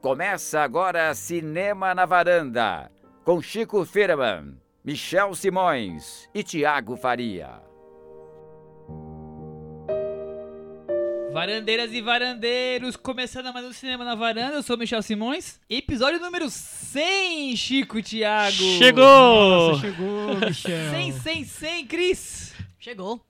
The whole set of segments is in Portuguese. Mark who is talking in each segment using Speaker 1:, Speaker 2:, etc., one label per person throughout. Speaker 1: Começa agora Cinema na Varanda, com Chico Firman, Michel Simões e Tiago Faria.
Speaker 2: Varandeiras e varandeiros, começando mais um Cinema na Varanda, eu sou Michel Simões. Episódio número 100, Chico e Thiago.
Speaker 3: Chegou!
Speaker 4: Chegou, Michel.
Speaker 2: 100, 100, 100, Cris.
Speaker 5: Chegou.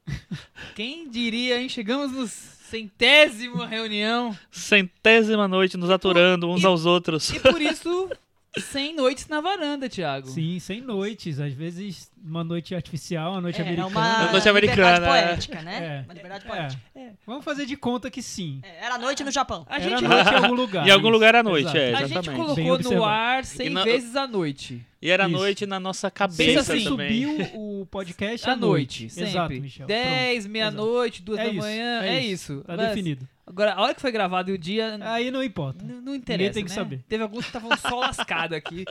Speaker 2: Quem diria, hein? Chegamos nos centésima reunião
Speaker 3: Centésima noite nos aturando uns
Speaker 2: E-
Speaker 3: aos outros.
Speaker 2: e por isso 100 noites na varanda, Thiago.
Speaker 4: Sim, sem noites. Às vezes, uma noite artificial, uma noite
Speaker 5: É, é
Speaker 4: americana.
Speaker 5: uma
Speaker 3: noite americana,
Speaker 5: liberdade
Speaker 3: é.
Speaker 5: poética, né?
Speaker 4: É.
Speaker 5: Uma liberdade poética.
Speaker 4: É. Vamos fazer de conta que sim.
Speaker 5: É, Era noite no
Speaker 3: Ah.
Speaker 5: Japão.
Speaker 2: A
Speaker 4: Era
Speaker 2: gente,
Speaker 4: noite em algum lugar.
Speaker 3: Em algum lugar à noite,
Speaker 4: Exato.
Speaker 3: é,
Speaker 2: a gente
Speaker 3: exatamente.
Speaker 4: Bem
Speaker 2: colocou no
Speaker 4: observado.
Speaker 2: ar 100
Speaker 3: E na-
Speaker 2: vezes à noite.
Speaker 3: E era
Speaker 4: Isso.
Speaker 3: noite na nossa
Speaker 4: Pensa
Speaker 3: cabeça
Speaker 2: Pensa assim,
Speaker 3: também.
Speaker 4: subiu o podcast
Speaker 2: à noite, sempre.
Speaker 4: Exato, Michel.
Speaker 2: 10, meia-noite, duas
Speaker 4: Pronto.
Speaker 2: da manhã, é, isso.
Speaker 4: Tá
Speaker 2: Mas-
Speaker 4: definido.
Speaker 2: Agora, a hora que foi gravado e o dia,
Speaker 4: Aí não importa.
Speaker 2: N- Não interessa,
Speaker 4: tem que
Speaker 2: né?
Speaker 4: saber.
Speaker 2: Teve alguns que estavam só lascado aqui.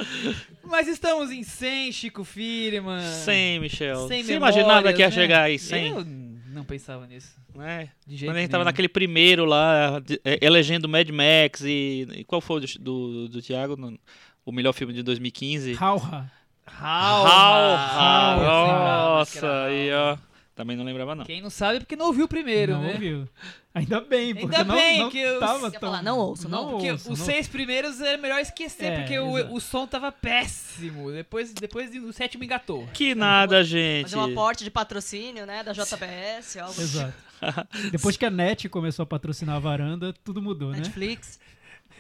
Speaker 2: Mas estamos em 100, Chico Firman.
Speaker 3: 100, Michel.
Speaker 2: Sem
Speaker 3: Você
Speaker 2: memórias,
Speaker 3: imaginava que ia
Speaker 2: né?
Speaker 3: chegar aí 100,
Speaker 2: Eu não pensava nisso.
Speaker 3: né?
Speaker 2: De jeito
Speaker 3: Quando a gente
Speaker 2: nenhum.
Speaker 3: tava naquele primeiro lá, de- é, elegendo Mad Max e... e qual foi o do, do, do Thiago? no- o melhor filme de 2015?
Speaker 4: Rauha.
Speaker 2: Raul,
Speaker 3: Raul,
Speaker 2: Raul,
Speaker 3: Nossa,
Speaker 2: Raul.
Speaker 3: aí ó. Também não lembrava não.
Speaker 2: Quem não sabe é porque não ouviu o primeiro,
Speaker 4: não
Speaker 2: né?
Speaker 4: ouviu. Ainda bem, porque
Speaker 2: Ainda
Speaker 4: não,
Speaker 2: bem
Speaker 4: não
Speaker 2: que eu-
Speaker 4: tava
Speaker 5: Quer
Speaker 4: tão...
Speaker 5: falar, não ouço, não.
Speaker 4: não
Speaker 2: Porque
Speaker 4: ouço,
Speaker 2: os
Speaker 4: não-
Speaker 2: seis primeiros é melhor esquecer,
Speaker 4: É,
Speaker 2: porque o,
Speaker 4: exato.
Speaker 2: o som tava péssimo. Depois, depois o sétimo engatou.
Speaker 3: Que nada, gente.
Speaker 5: Fazer um aporte de patrocínio, né? Da JBS, algo assim.
Speaker 4: Exato. Depois que a NET começou a patrocinar a varanda, tudo mudou, né?
Speaker 5: Netflix.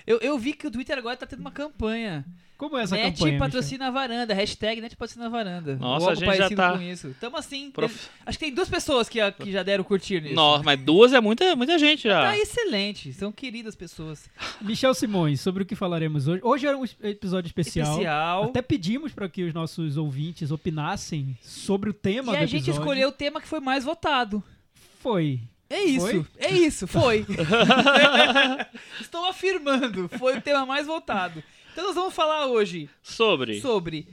Speaker 2: Eu, eu vi que o Twitter agora tá tendo uma campanha.
Speaker 4: Como é essa
Speaker 2: Net
Speaker 4: campanha, Michel?
Speaker 2: patrocina a varanda, hashtag Net patrocina a varanda.
Speaker 3: Nossa,
Speaker 2: Ou
Speaker 3: a
Speaker 2: algo
Speaker 3: gente já
Speaker 2: parecido
Speaker 3: tá-
Speaker 2: com isso. Tamo assim.
Speaker 3: Prof-
Speaker 2: Acho que tem duas pessoas que, que já deram curtir nisso.
Speaker 3: Nossa, mas duas é muita, muita gente já.
Speaker 2: Tá excelente, são queridas pessoas.
Speaker 4: Michel Simões, sobre o que falaremos hoje. Hoje era um es- episódio especial.
Speaker 2: Especial.
Speaker 4: Até pedimos para que os nossos ouvintes opinassem sobre o tema
Speaker 2: E
Speaker 4: do
Speaker 2: a gente
Speaker 4: episódio.
Speaker 2: escolheu o tema que foi mais votado.
Speaker 4: Foi.
Speaker 2: É isso,
Speaker 4: Foi?
Speaker 2: é isso, foi. Estou afirmando, foi o tema mais votado. Então nós vamos falar hoje
Speaker 3: Sobre.
Speaker 2: sobre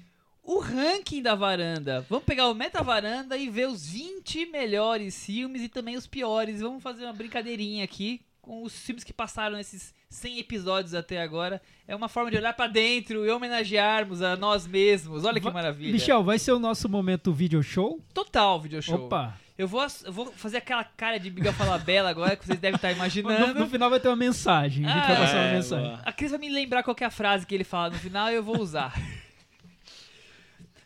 Speaker 2: o ranking da varanda. Vamos pegar o Meta Varanda e ver os 20 melhores filmes e também os piores. Vamos fazer uma brincadeirinha aqui com os filmes que passaram nesses 100 episódios até agora. É uma forma de olhar pra dentro e homenagearmos a nós mesmos. Olha que
Speaker 4: Va-
Speaker 2: maravilha.
Speaker 4: Michel, vai ser o nosso momento video show?
Speaker 2: Total video show.
Speaker 4: Opa!
Speaker 2: Eu vou, ass- eu vou fazer aquela cara de Biga Falabella agora que vocês devem estar
Speaker 4: No, no
Speaker 2: imaginando.
Speaker 4: final vai ter uma mensagem. A gente vai
Speaker 2: Né? Ah,
Speaker 4: passar uma
Speaker 3: é,
Speaker 4: mensagem.
Speaker 3: boa.
Speaker 2: A Cris vai me lembrar qual que é a frase que ele fala no final e eu vou usar.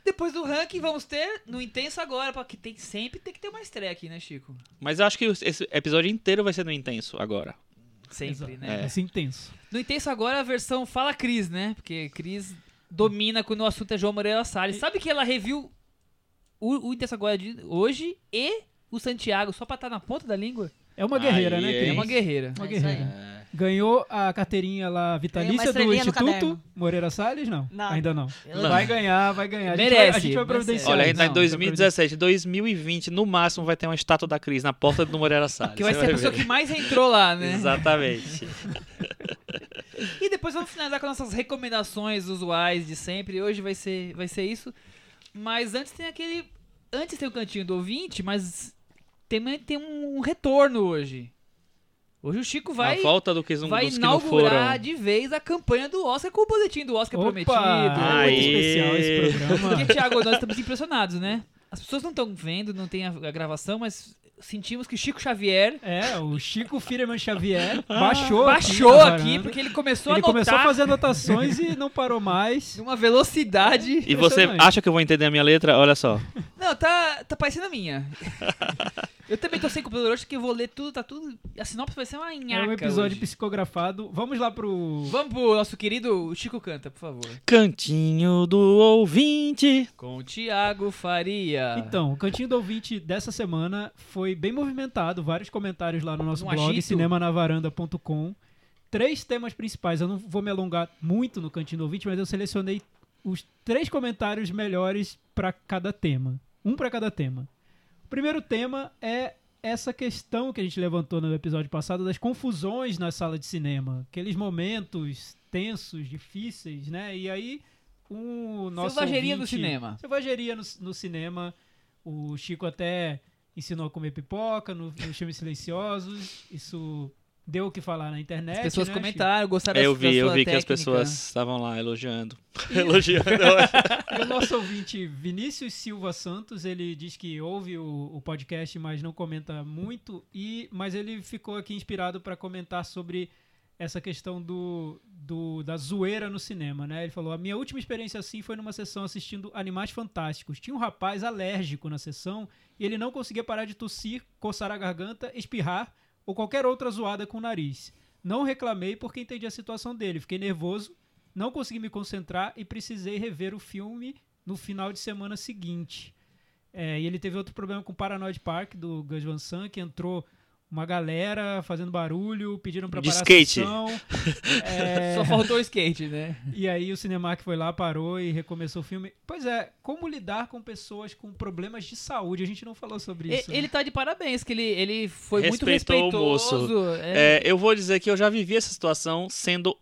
Speaker 2: Depois do ranking, vamos ter no Intenso agora, porque tem, sempre tem que ter uma estreia aqui, né, Chico?
Speaker 3: Mas eu acho que esse episódio inteiro vai ser no intenso agora.
Speaker 2: Sempre,
Speaker 4: Exato.
Speaker 2: né?
Speaker 4: É,
Speaker 3: É.
Speaker 4: Vai ser intenso.
Speaker 2: No Intenso agora, a versão Fala Cris, né? Porque Cris domina quando o assunto é João Moreira Salles. Sabe que ela reviu o, o Intenso agora de hoje e o Santiago, só pra estar na ponta da língua?
Speaker 4: É uma guerreira,
Speaker 3: Aí,
Speaker 4: né,
Speaker 3: hein?
Speaker 4: Cris?
Speaker 2: É uma guerreira.
Speaker 4: Uma
Speaker 5: É isso aí.
Speaker 4: guerreira. Ganhou a carteirinha lá vitalícia do
Speaker 5: estrelinha no
Speaker 4: Instituto
Speaker 5: caderno.
Speaker 4: Moreira Salles? Não.
Speaker 5: Nada.
Speaker 4: Ainda não.
Speaker 2: Ela-
Speaker 4: Vai ganhar, vai ganhar. A gente vai-
Speaker 2: Merece,
Speaker 4: A gente vai
Speaker 2: merece.
Speaker 4: providenciar.
Speaker 3: Olha, a gente tá em
Speaker 4: Não,
Speaker 3: 2017, 2020, no máximo vai ter uma estátua da Cris na porta do Moreira Salles.
Speaker 2: Que vai
Speaker 3: Você
Speaker 2: ser a pessoa
Speaker 3: ver.
Speaker 2: que mais entrou lá, né?
Speaker 3: Exatamente.
Speaker 2: E depois vamos finalizar com nossas recomendações usuais de sempre. Hoje vai ser, vai ser isso. Mas antes tem aquele. Antes tem o cantinho do ouvinte, mas também tem um retorno hoje. Hoje o Chico vai,
Speaker 3: a volta do que, um dos
Speaker 2: vai
Speaker 3: que não foram.
Speaker 2: inaugurar de vez a campanha do Oscar com o boletim do
Speaker 3: é
Speaker 2: Oscar
Speaker 4: Opa! Ah,
Speaker 2: prometido.
Speaker 4: Muito
Speaker 3: Aê!
Speaker 4: especial esse programa.
Speaker 2: Porque, Thiago, nós estamos impressionados, né? As pessoas não estão vendo, não tem a, a gravação, mas sentimos que o Chico Xavier
Speaker 4: É, o Chico Firman Xavier baixou
Speaker 2: baixou
Speaker 4: a
Speaker 2: aqui,
Speaker 4: varanda.
Speaker 2: porque ele começou
Speaker 4: Ele
Speaker 2: a anotar
Speaker 4: começou a fazer anotações e não parou mais.
Speaker 2: de uma velocidade.
Speaker 3: E você
Speaker 4: Impressionante.
Speaker 3: acha que eu vou entender a minha letra? Olha só.
Speaker 2: Não, tá, tá parecendo a minha. eu também tô sem computador hoje, que eu vou ler tudo, tá tudo. A sinopse vai ser uma
Speaker 4: É
Speaker 2: nhaca.
Speaker 4: um episódio
Speaker 2: hoje.
Speaker 4: psicografado. Vamos lá pro.
Speaker 2: Vamos pro nosso querido Chico Canta, por favor.
Speaker 3: Cantinho do ouvinte.
Speaker 2: Com o Thiago Faria.
Speaker 4: Então, o cantinho do ouvinte dessa semana foi bem movimentado. Vários comentários lá no nosso
Speaker 2: Um
Speaker 4: blog,
Speaker 2: agito.
Speaker 4: cinemanavaranda.com. Três temas principais. Eu não vou me alongar muito no cantinho do ouvinte, mas eu selecionei os três comentários melhores para cada tema. Um para cada tema. O primeiro tema é essa questão que a gente levantou no episódio passado das confusões na sala de cinema. Aqueles momentos tensos, difíceis, né? E aí, o nosso.
Speaker 2: Selvageria no
Speaker 4: ouvinte-
Speaker 2: cinema.
Speaker 4: Selvageria no, no cinema. O Chico até ensinou a comer pipoca no- nos filmes silenciosos. Isso deu o que falar na internet.
Speaker 2: As pessoas
Speaker 4: né,
Speaker 2: comentaram, gostaram
Speaker 3: Eu
Speaker 2: da
Speaker 3: vi, eu
Speaker 2: sua
Speaker 3: vi que as
Speaker 2: técnica.
Speaker 3: pessoas estavam lá elogiando. elogiando. eu acho.
Speaker 4: Chico? E o nosso ouvinte Vinícius Silva Santos, ele diz que ouve o, o podcast, mas não comenta muito, e mas ele ficou aqui inspirado para comentar sobre essa questão do, do- da zoeira no cinema, né? Ele falou: "A minha última experiência assim foi numa sessão assistindo Animais Fantásticos. Tinha um rapaz alérgico na sessão e ele não conseguia parar de tossir, coçar a garganta, espirrar ou qualquer outra zoada com o nariz. Não reclamei porque entendi a situação dele. Fiquei nervoso, não consegui me concentrar e precisei rever o filme no final de semana seguinte. É, e ele teve outro problema com Paranoid Park do Gus Van Sant, que entrou uma galera fazendo barulho, pediram pra
Speaker 3: De
Speaker 4: parar
Speaker 3: skate.
Speaker 4: a sessão. É,
Speaker 2: Só faltou o skate, né?
Speaker 4: e aí o Cinemark foi lá, parou e recomeçou o filme. Pois é, como lidar com pessoas com problemas de saúde? A gente não falou sobre isso.
Speaker 2: E- Ele tá de parabéns, que ele, ele foi
Speaker 3: Respeitou
Speaker 2: muito
Speaker 3: o moço.
Speaker 2: respeitoso. É,
Speaker 3: É, eu vou dizer que eu já vivi essa situação sendo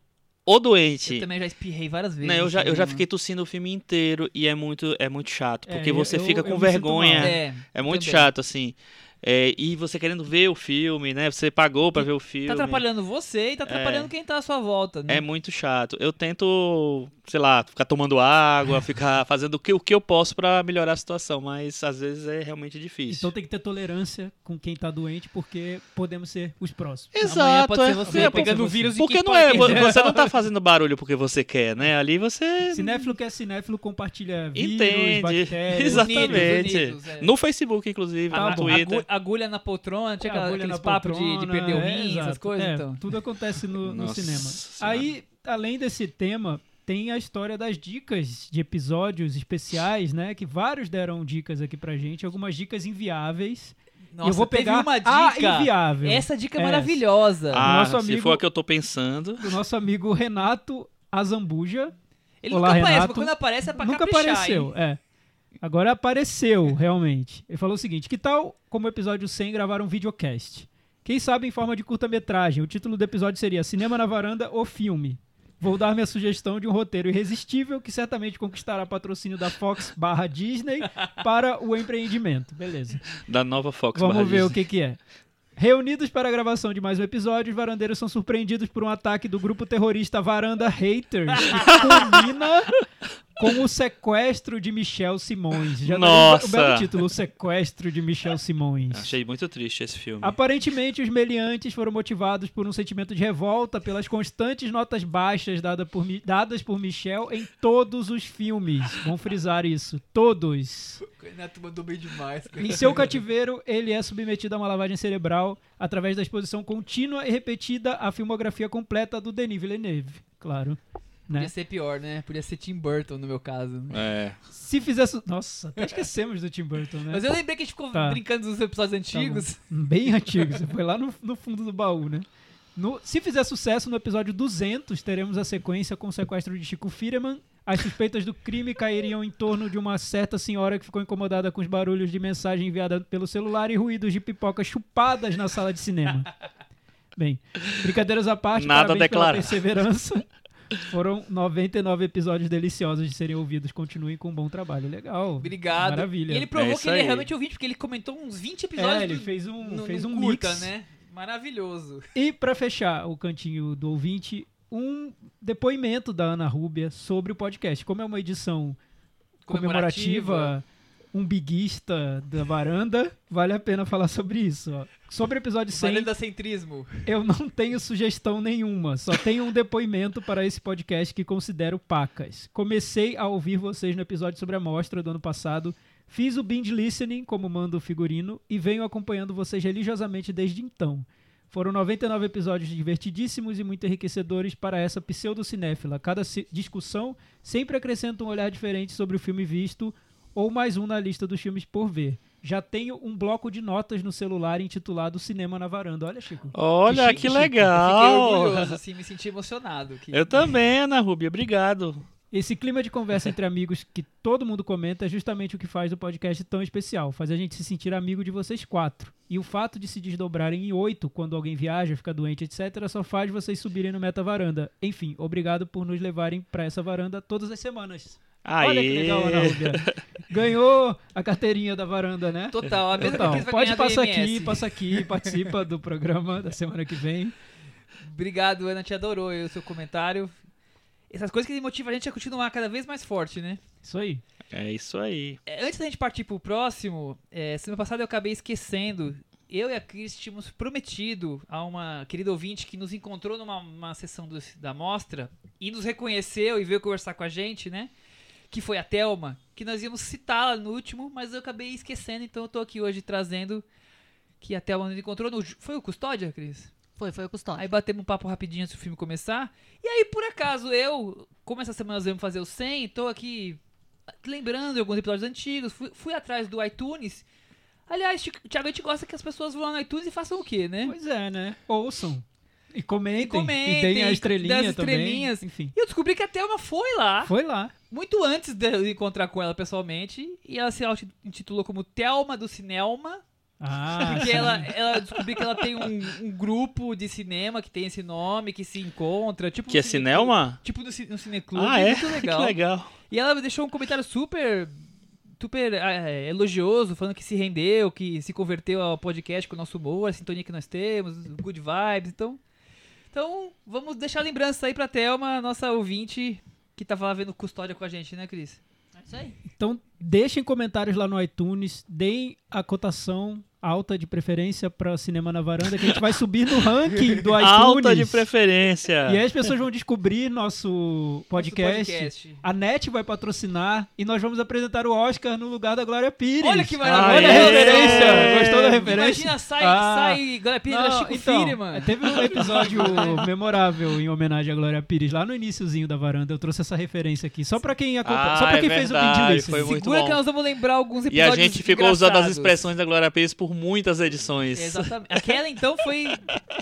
Speaker 3: o doente.
Speaker 2: Eu também já espirrei várias vezes.
Speaker 3: Né, eu, já, eu já
Speaker 2: né?
Speaker 3: fiquei tossindo o filme inteiro e é muito, é muito chato,
Speaker 4: É,
Speaker 3: porque
Speaker 4: eu-
Speaker 3: você
Speaker 4: eu-
Speaker 3: fica
Speaker 4: eu
Speaker 3: com
Speaker 4: me sinto mal.
Speaker 3: vergonha. É,
Speaker 2: É,
Speaker 3: muito
Speaker 2: também.
Speaker 3: chato, assim. É, e você querendo ver o filme, né? Você pagou pra ver o filme.
Speaker 2: Tá atrapalhando você e tá atrapalhando quem tá à sua volta, né?
Speaker 3: É muito chato. Eu tento, sei lá, ficar tomando água, ficar fazendo o que, o que eu posso pra melhorar a situação, mas às vezes é realmente difícil.
Speaker 4: Então tem que ter tolerância com quem tá doente, porque podemos ser os próximos.
Speaker 2: Amanhã pode ser
Speaker 3: é.
Speaker 2: você
Speaker 3: É,
Speaker 2: pegando o vírus e quem
Speaker 3: Porque não é,
Speaker 2: pode-
Speaker 3: você não tá fazendo barulho porque você quer, né? Ali você
Speaker 4: Cinéfilo que é cinéfilo compartilha vírus,
Speaker 3: entende.
Speaker 4: bactérias.
Speaker 3: Exatamente.
Speaker 2: unidos, é.
Speaker 3: No Facebook, inclusive,
Speaker 4: Tá
Speaker 3: no
Speaker 4: bom.
Speaker 3: Twitter.
Speaker 2: Agulha, agulha na poltrona, tinha aquela-
Speaker 4: É, Agulha na
Speaker 2: aqueles papos de, de
Speaker 4: poltrona,
Speaker 2: perder o
Speaker 4: é,
Speaker 2: rim, essas
Speaker 4: exato.
Speaker 2: coisas,
Speaker 4: É,
Speaker 2: então.
Speaker 4: Tudo acontece no, no
Speaker 3: Nossa
Speaker 4: cinema.
Speaker 3: Senhora.
Speaker 4: Aí, além desse tema, tem a história das dicas de episódios especiais, né? Que vários deram dicas aqui pra gente, algumas dicas inviáveis. E
Speaker 2: Nossa,
Speaker 4: eu vou pegar
Speaker 2: teve uma
Speaker 4: a
Speaker 2: dica.
Speaker 4: inviável
Speaker 2: Essa dica é
Speaker 4: Essa.
Speaker 2: maravilhosa.
Speaker 3: Ah,
Speaker 4: nosso
Speaker 3: se
Speaker 4: amigo-
Speaker 3: for a que eu tô pensando.
Speaker 4: do nosso amigo Renato Azambuja.
Speaker 2: Ele
Speaker 4: Olá,
Speaker 2: nunca aparece,
Speaker 4: Renato.
Speaker 2: mas quando aparece é pra
Speaker 4: Nunca
Speaker 2: caprichar,
Speaker 4: apareceu,
Speaker 2: hein?
Speaker 4: é. Agora apareceu, realmente. Ele falou o seguinte: que tal, como episódio 100, gravar um videocast? Quem sabe em forma de curta-metragem? O título do episódio seria Cinema na Varanda ou Filme? Vou dar minha sugestão de um roteiro irresistível que certamente conquistará patrocínio da Fox barra Disney para o empreendimento. Beleza.
Speaker 3: Da nova Fox
Speaker 4: Vamos
Speaker 3: barra
Speaker 4: ver o
Speaker 3: Disney.
Speaker 4: que, que é. Reunidos para a gravação de mais um episódio, os varandeiros são surpreendidos por um ataque do grupo terrorista Varanda Haters, que combina com o sequestro de Michel Simões. Já daria
Speaker 3: Nossa!
Speaker 4: Um, be- um belo título, o sequestro de Michel Simões.
Speaker 3: Achei muito triste esse filme.
Speaker 4: Aparentemente, os meliantes foram motivados por um sentimento de revolta pelas constantes notas baixas dada por Mi- dadas por Michel em todos os filmes. Vamos frisar isso. Todos.
Speaker 2: O Renato mandou bem demais.
Speaker 4: Em seu cativeiro, ele é submetido a uma lavagem cerebral através da exposição contínua e repetida à filmografia completa do Denis Villeneuve, claro.
Speaker 2: Podia
Speaker 4: Né?
Speaker 2: ser pior, né? Podia ser Tim Burton no meu caso.
Speaker 3: É.
Speaker 4: Se fizesse. Nossa, até esquecemos do Tim Burton, né?
Speaker 2: Mas eu lembrei que a gente ficou
Speaker 4: Tá.
Speaker 2: brincando dos episódios antigos.
Speaker 4: Bem antigo, você foi lá no, no fundo do baú, né? No- se fizer sucesso no episódio 200, teremos a sequência com o sequestro de Chico Firman. As suspeitas do crime cairiam em torno de uma certa senhora que ficou incomodada com os barulhos de mensagem enviada pelo celular e ruídos de pipocas chupadas na sala de cinema. Bem, brincadeiras à parte,
Speaker 3: Nada
Speaker 4: parabéns pela
Speaker 3: declarar.
Speaker 4: perseverança. Foram 99 episódios deliciosos de serem ouvidos. Continuem com um bom trabalho. Legal.
Speaker 2: Obrigado.
Speaker 4: Maravilha.
Speaker 2: E ele provou
Speaker 3: É isso
Speaker 2: que ele é
Speaker 3: aí.
Speaker 2: realmente ouvinte, porque ele comentou uns 20 episódios
Speaker 4: É, ele
Speaker 2: do-
Speaker 4: fez um,
Speaker 2: no,
Speaker 4: fez
Speaker 2: no
Speaker 4: um
Speaker 2: curta,
Speaker 4: mix.
Speaker 2: né? Maravilhoso.
Speaker 4: E pra fechar o cantinho do ouvinte, um depoimento da Ana Rúbia sobre o podcast. Como é uma edição comemorativa, um biguista da varanda, vale a pena falar sobre isso. ó. Sobre o episódio 100,
Speaker 2: Falando da centrismo.
Speaker 4: eu não tenho sugestão nenhuma, só tenho um depoimento para esse podcast que considero pacas. Comecei a ouvir vocês no episódio sobre a mostra do ano passado, fiz o binge listening, como manda o figurino, e venho acompanhando vocês religiosamente desde então. Foram 99 episódios divertidíssimos e muito enriquecedores para essa pseudo-cinéfila. Cada ci- discussão sempre acrescenta um olhar diferente sobre o filme visto ou mais um na lista dos filmes por ver. Já tenho um bloco de notas no celular intitulado Cinema na Varanda. Olha, Chico.
Speaker 3: Olha, que
Speaker 2: Gente, Eu fiquei
Speaker 3: legal.
Speaker 2: orgulhoso, assim, me senti emocionado. Que...
Speaker 3: Eu também, Ana Rubi, obrigado.
Speaker 4: Esse clima de conversa entre amigos que todo mundo comenta é justamente o que faz do podcast tão especial. Faz a gente se sentir amigo de vocês quatro. E o fato de se desdobrarem em oito quando alguém viaja, fica doente, etc., só faz vocês subirem no meta varanda. Enfim, obrigado por nos levarem pra essa varanda todas as semanas.
Speaker 3: Aí.
Speaker 4: Olha que legal, Ana Rubia. Ganhou a carteirinha da varanda, né?
Speaker 2: Total, a mesma
Speaker 4: Total.
Speaker 2: coisa que vai
Speaker 4: Pode
Speaker 2: ganhar do
Speaker 4: passar
Speaker 2: IMS.
Speaker 4: aqui, passa aqui, participa do programa da semana que vem.
Speaker 2: Obrigado, Ana, te adorou aí o seu comentário. Essas coisas que motivam a gente a continuar cada vez mais forte, né?
Speaker 4: Isso aí.
Speaker 3: É isso aí.
Speaker 2: É, Antes da gente partir pro próximo, é, semana passada eu acabei esquecendo. Eu e a Cris tínhamos prometido a uma querida ouvinte que nos encontrou numa uma sessão do- da mostra e nos reconheceu e veio conversar com a gente, né? Que foi a Thelma, que nós íamos citá-la no último, mas eu acabei esquecendo, então eu tô aqui hoje trazendo que a Thelma nos encontrou no. ju- Foi o Custódia, Cris?
Speaker 5: Foi, foi o custódio.
Speaker 2: Aí batemos um papo rapidinho antes do filme começar. E aí, por acaso, eu, como essa semana nós vamos fazer o 100, tô aqui lembrando de alguns episódios antigos, fui, fui atrás do iTunes. Aliás, Chico- Thiago, a gente gosta que as pessoas vão lá no iTunes e façam o quê, né?
Speaker 4: Pois é, né? Ouçam. E comentem.
Speaker 2: E comentem,
Speaker 4: E deem a
Speaker 2: e
Speaker 4: estrelinha
Speaker 2: das
Speaker 4: também.
Speaker 2: estrelinhas. Ah.
Speaker 4: Enfim.
Speaker 2: E eu descobri que a Thelma foi lá,
Speaker 4: Foi lá.
Speaker 2: muito antes de eu encontrar com ela pessoalmente, e ela se auto- intitulou como Thelma do Cinelma,
Speaker 4: Ah,
Speaker 2: porque
Speaker 4: sim.
Speaker 2: ela, ela eu descobri que ela tem um, um grupo de cinema que tem esse nome, que se encontra, tipo...
Speaker 3: Que é
Speaker 2: um cine-
Speaker 3: Cinelma?
Speaker 2: Tipo no, ci- no Cineclube,
Speaker 3: Ah, é?
Speaker 2: muito legal.
Speaker 3: Que legal.
Speaker 2: E ela deixou um comentário super super eh, elogioso, falando que se rendeu, que se converteu ao podcast com o nosso humor, a sintonia que nós temos, good vibes, então... Então, vamos deixar a lembrança aí pra Thelma, nossa ouvinte, que tava lá vendo Custódia com a gente, né, Cris?
Speaker 5: É isso aí.
Speaker 4: Então, deixem comentários lá no iTunes, deem a cotação alta de preferência para Cinema na Varanda, que a gente vai subir no ranking do iTunes.
Speaker 3: Alta de preferência.
Speaker 4: E aí as pessoas vão descobrir nosso podcast.
Speaker 2: Nosso podcast.
Speaker 4: A NET vai patrocinar e nós vamos apresentar o Oscar no lugar da Glória Pires.
Speaker 2: Olha que
Speaker 4: Olha
Speaker 2: maravilha!
Speaker 4: a
Speaker 3: Aê!
Speaker 4: referência! Ah, é. Gostou da referência?
Speaker 2: Imagina, sai,
Speaker 4: Ah.
Speaker 2: sai Glória Pires,
Speaker 4: Não,
Speaker 2: Chico
Speaker 4: então,
Speaker 2: Firman.
Speaker 4: Teve um episódio memorável em homenagem à Glória Pires, lá no iniciozinho da varanda. Eu trouxe essa referência aqui, só pra quem, acompanha,
Speaker 3: Ah,
Speaker 4: só pra quem
Speaker 3: é
Speaker 4: fez o
Speaker 3: verdade,
Speaker 4: pedido.
Speaker 3: foi muito
Speaker 2: Segura
Speaker 3: bom.
Speaker 2: que nós vamos lembrar alguns
Speaker 3: E a
Speaker 2: episódios
Speaker 3: gente ficou usando as
Speaker 2: engraçados.
Speaker 3: expressões da Glória Pires por muitas edições.
Speaker 2: Exatamente. Aquela, então, foi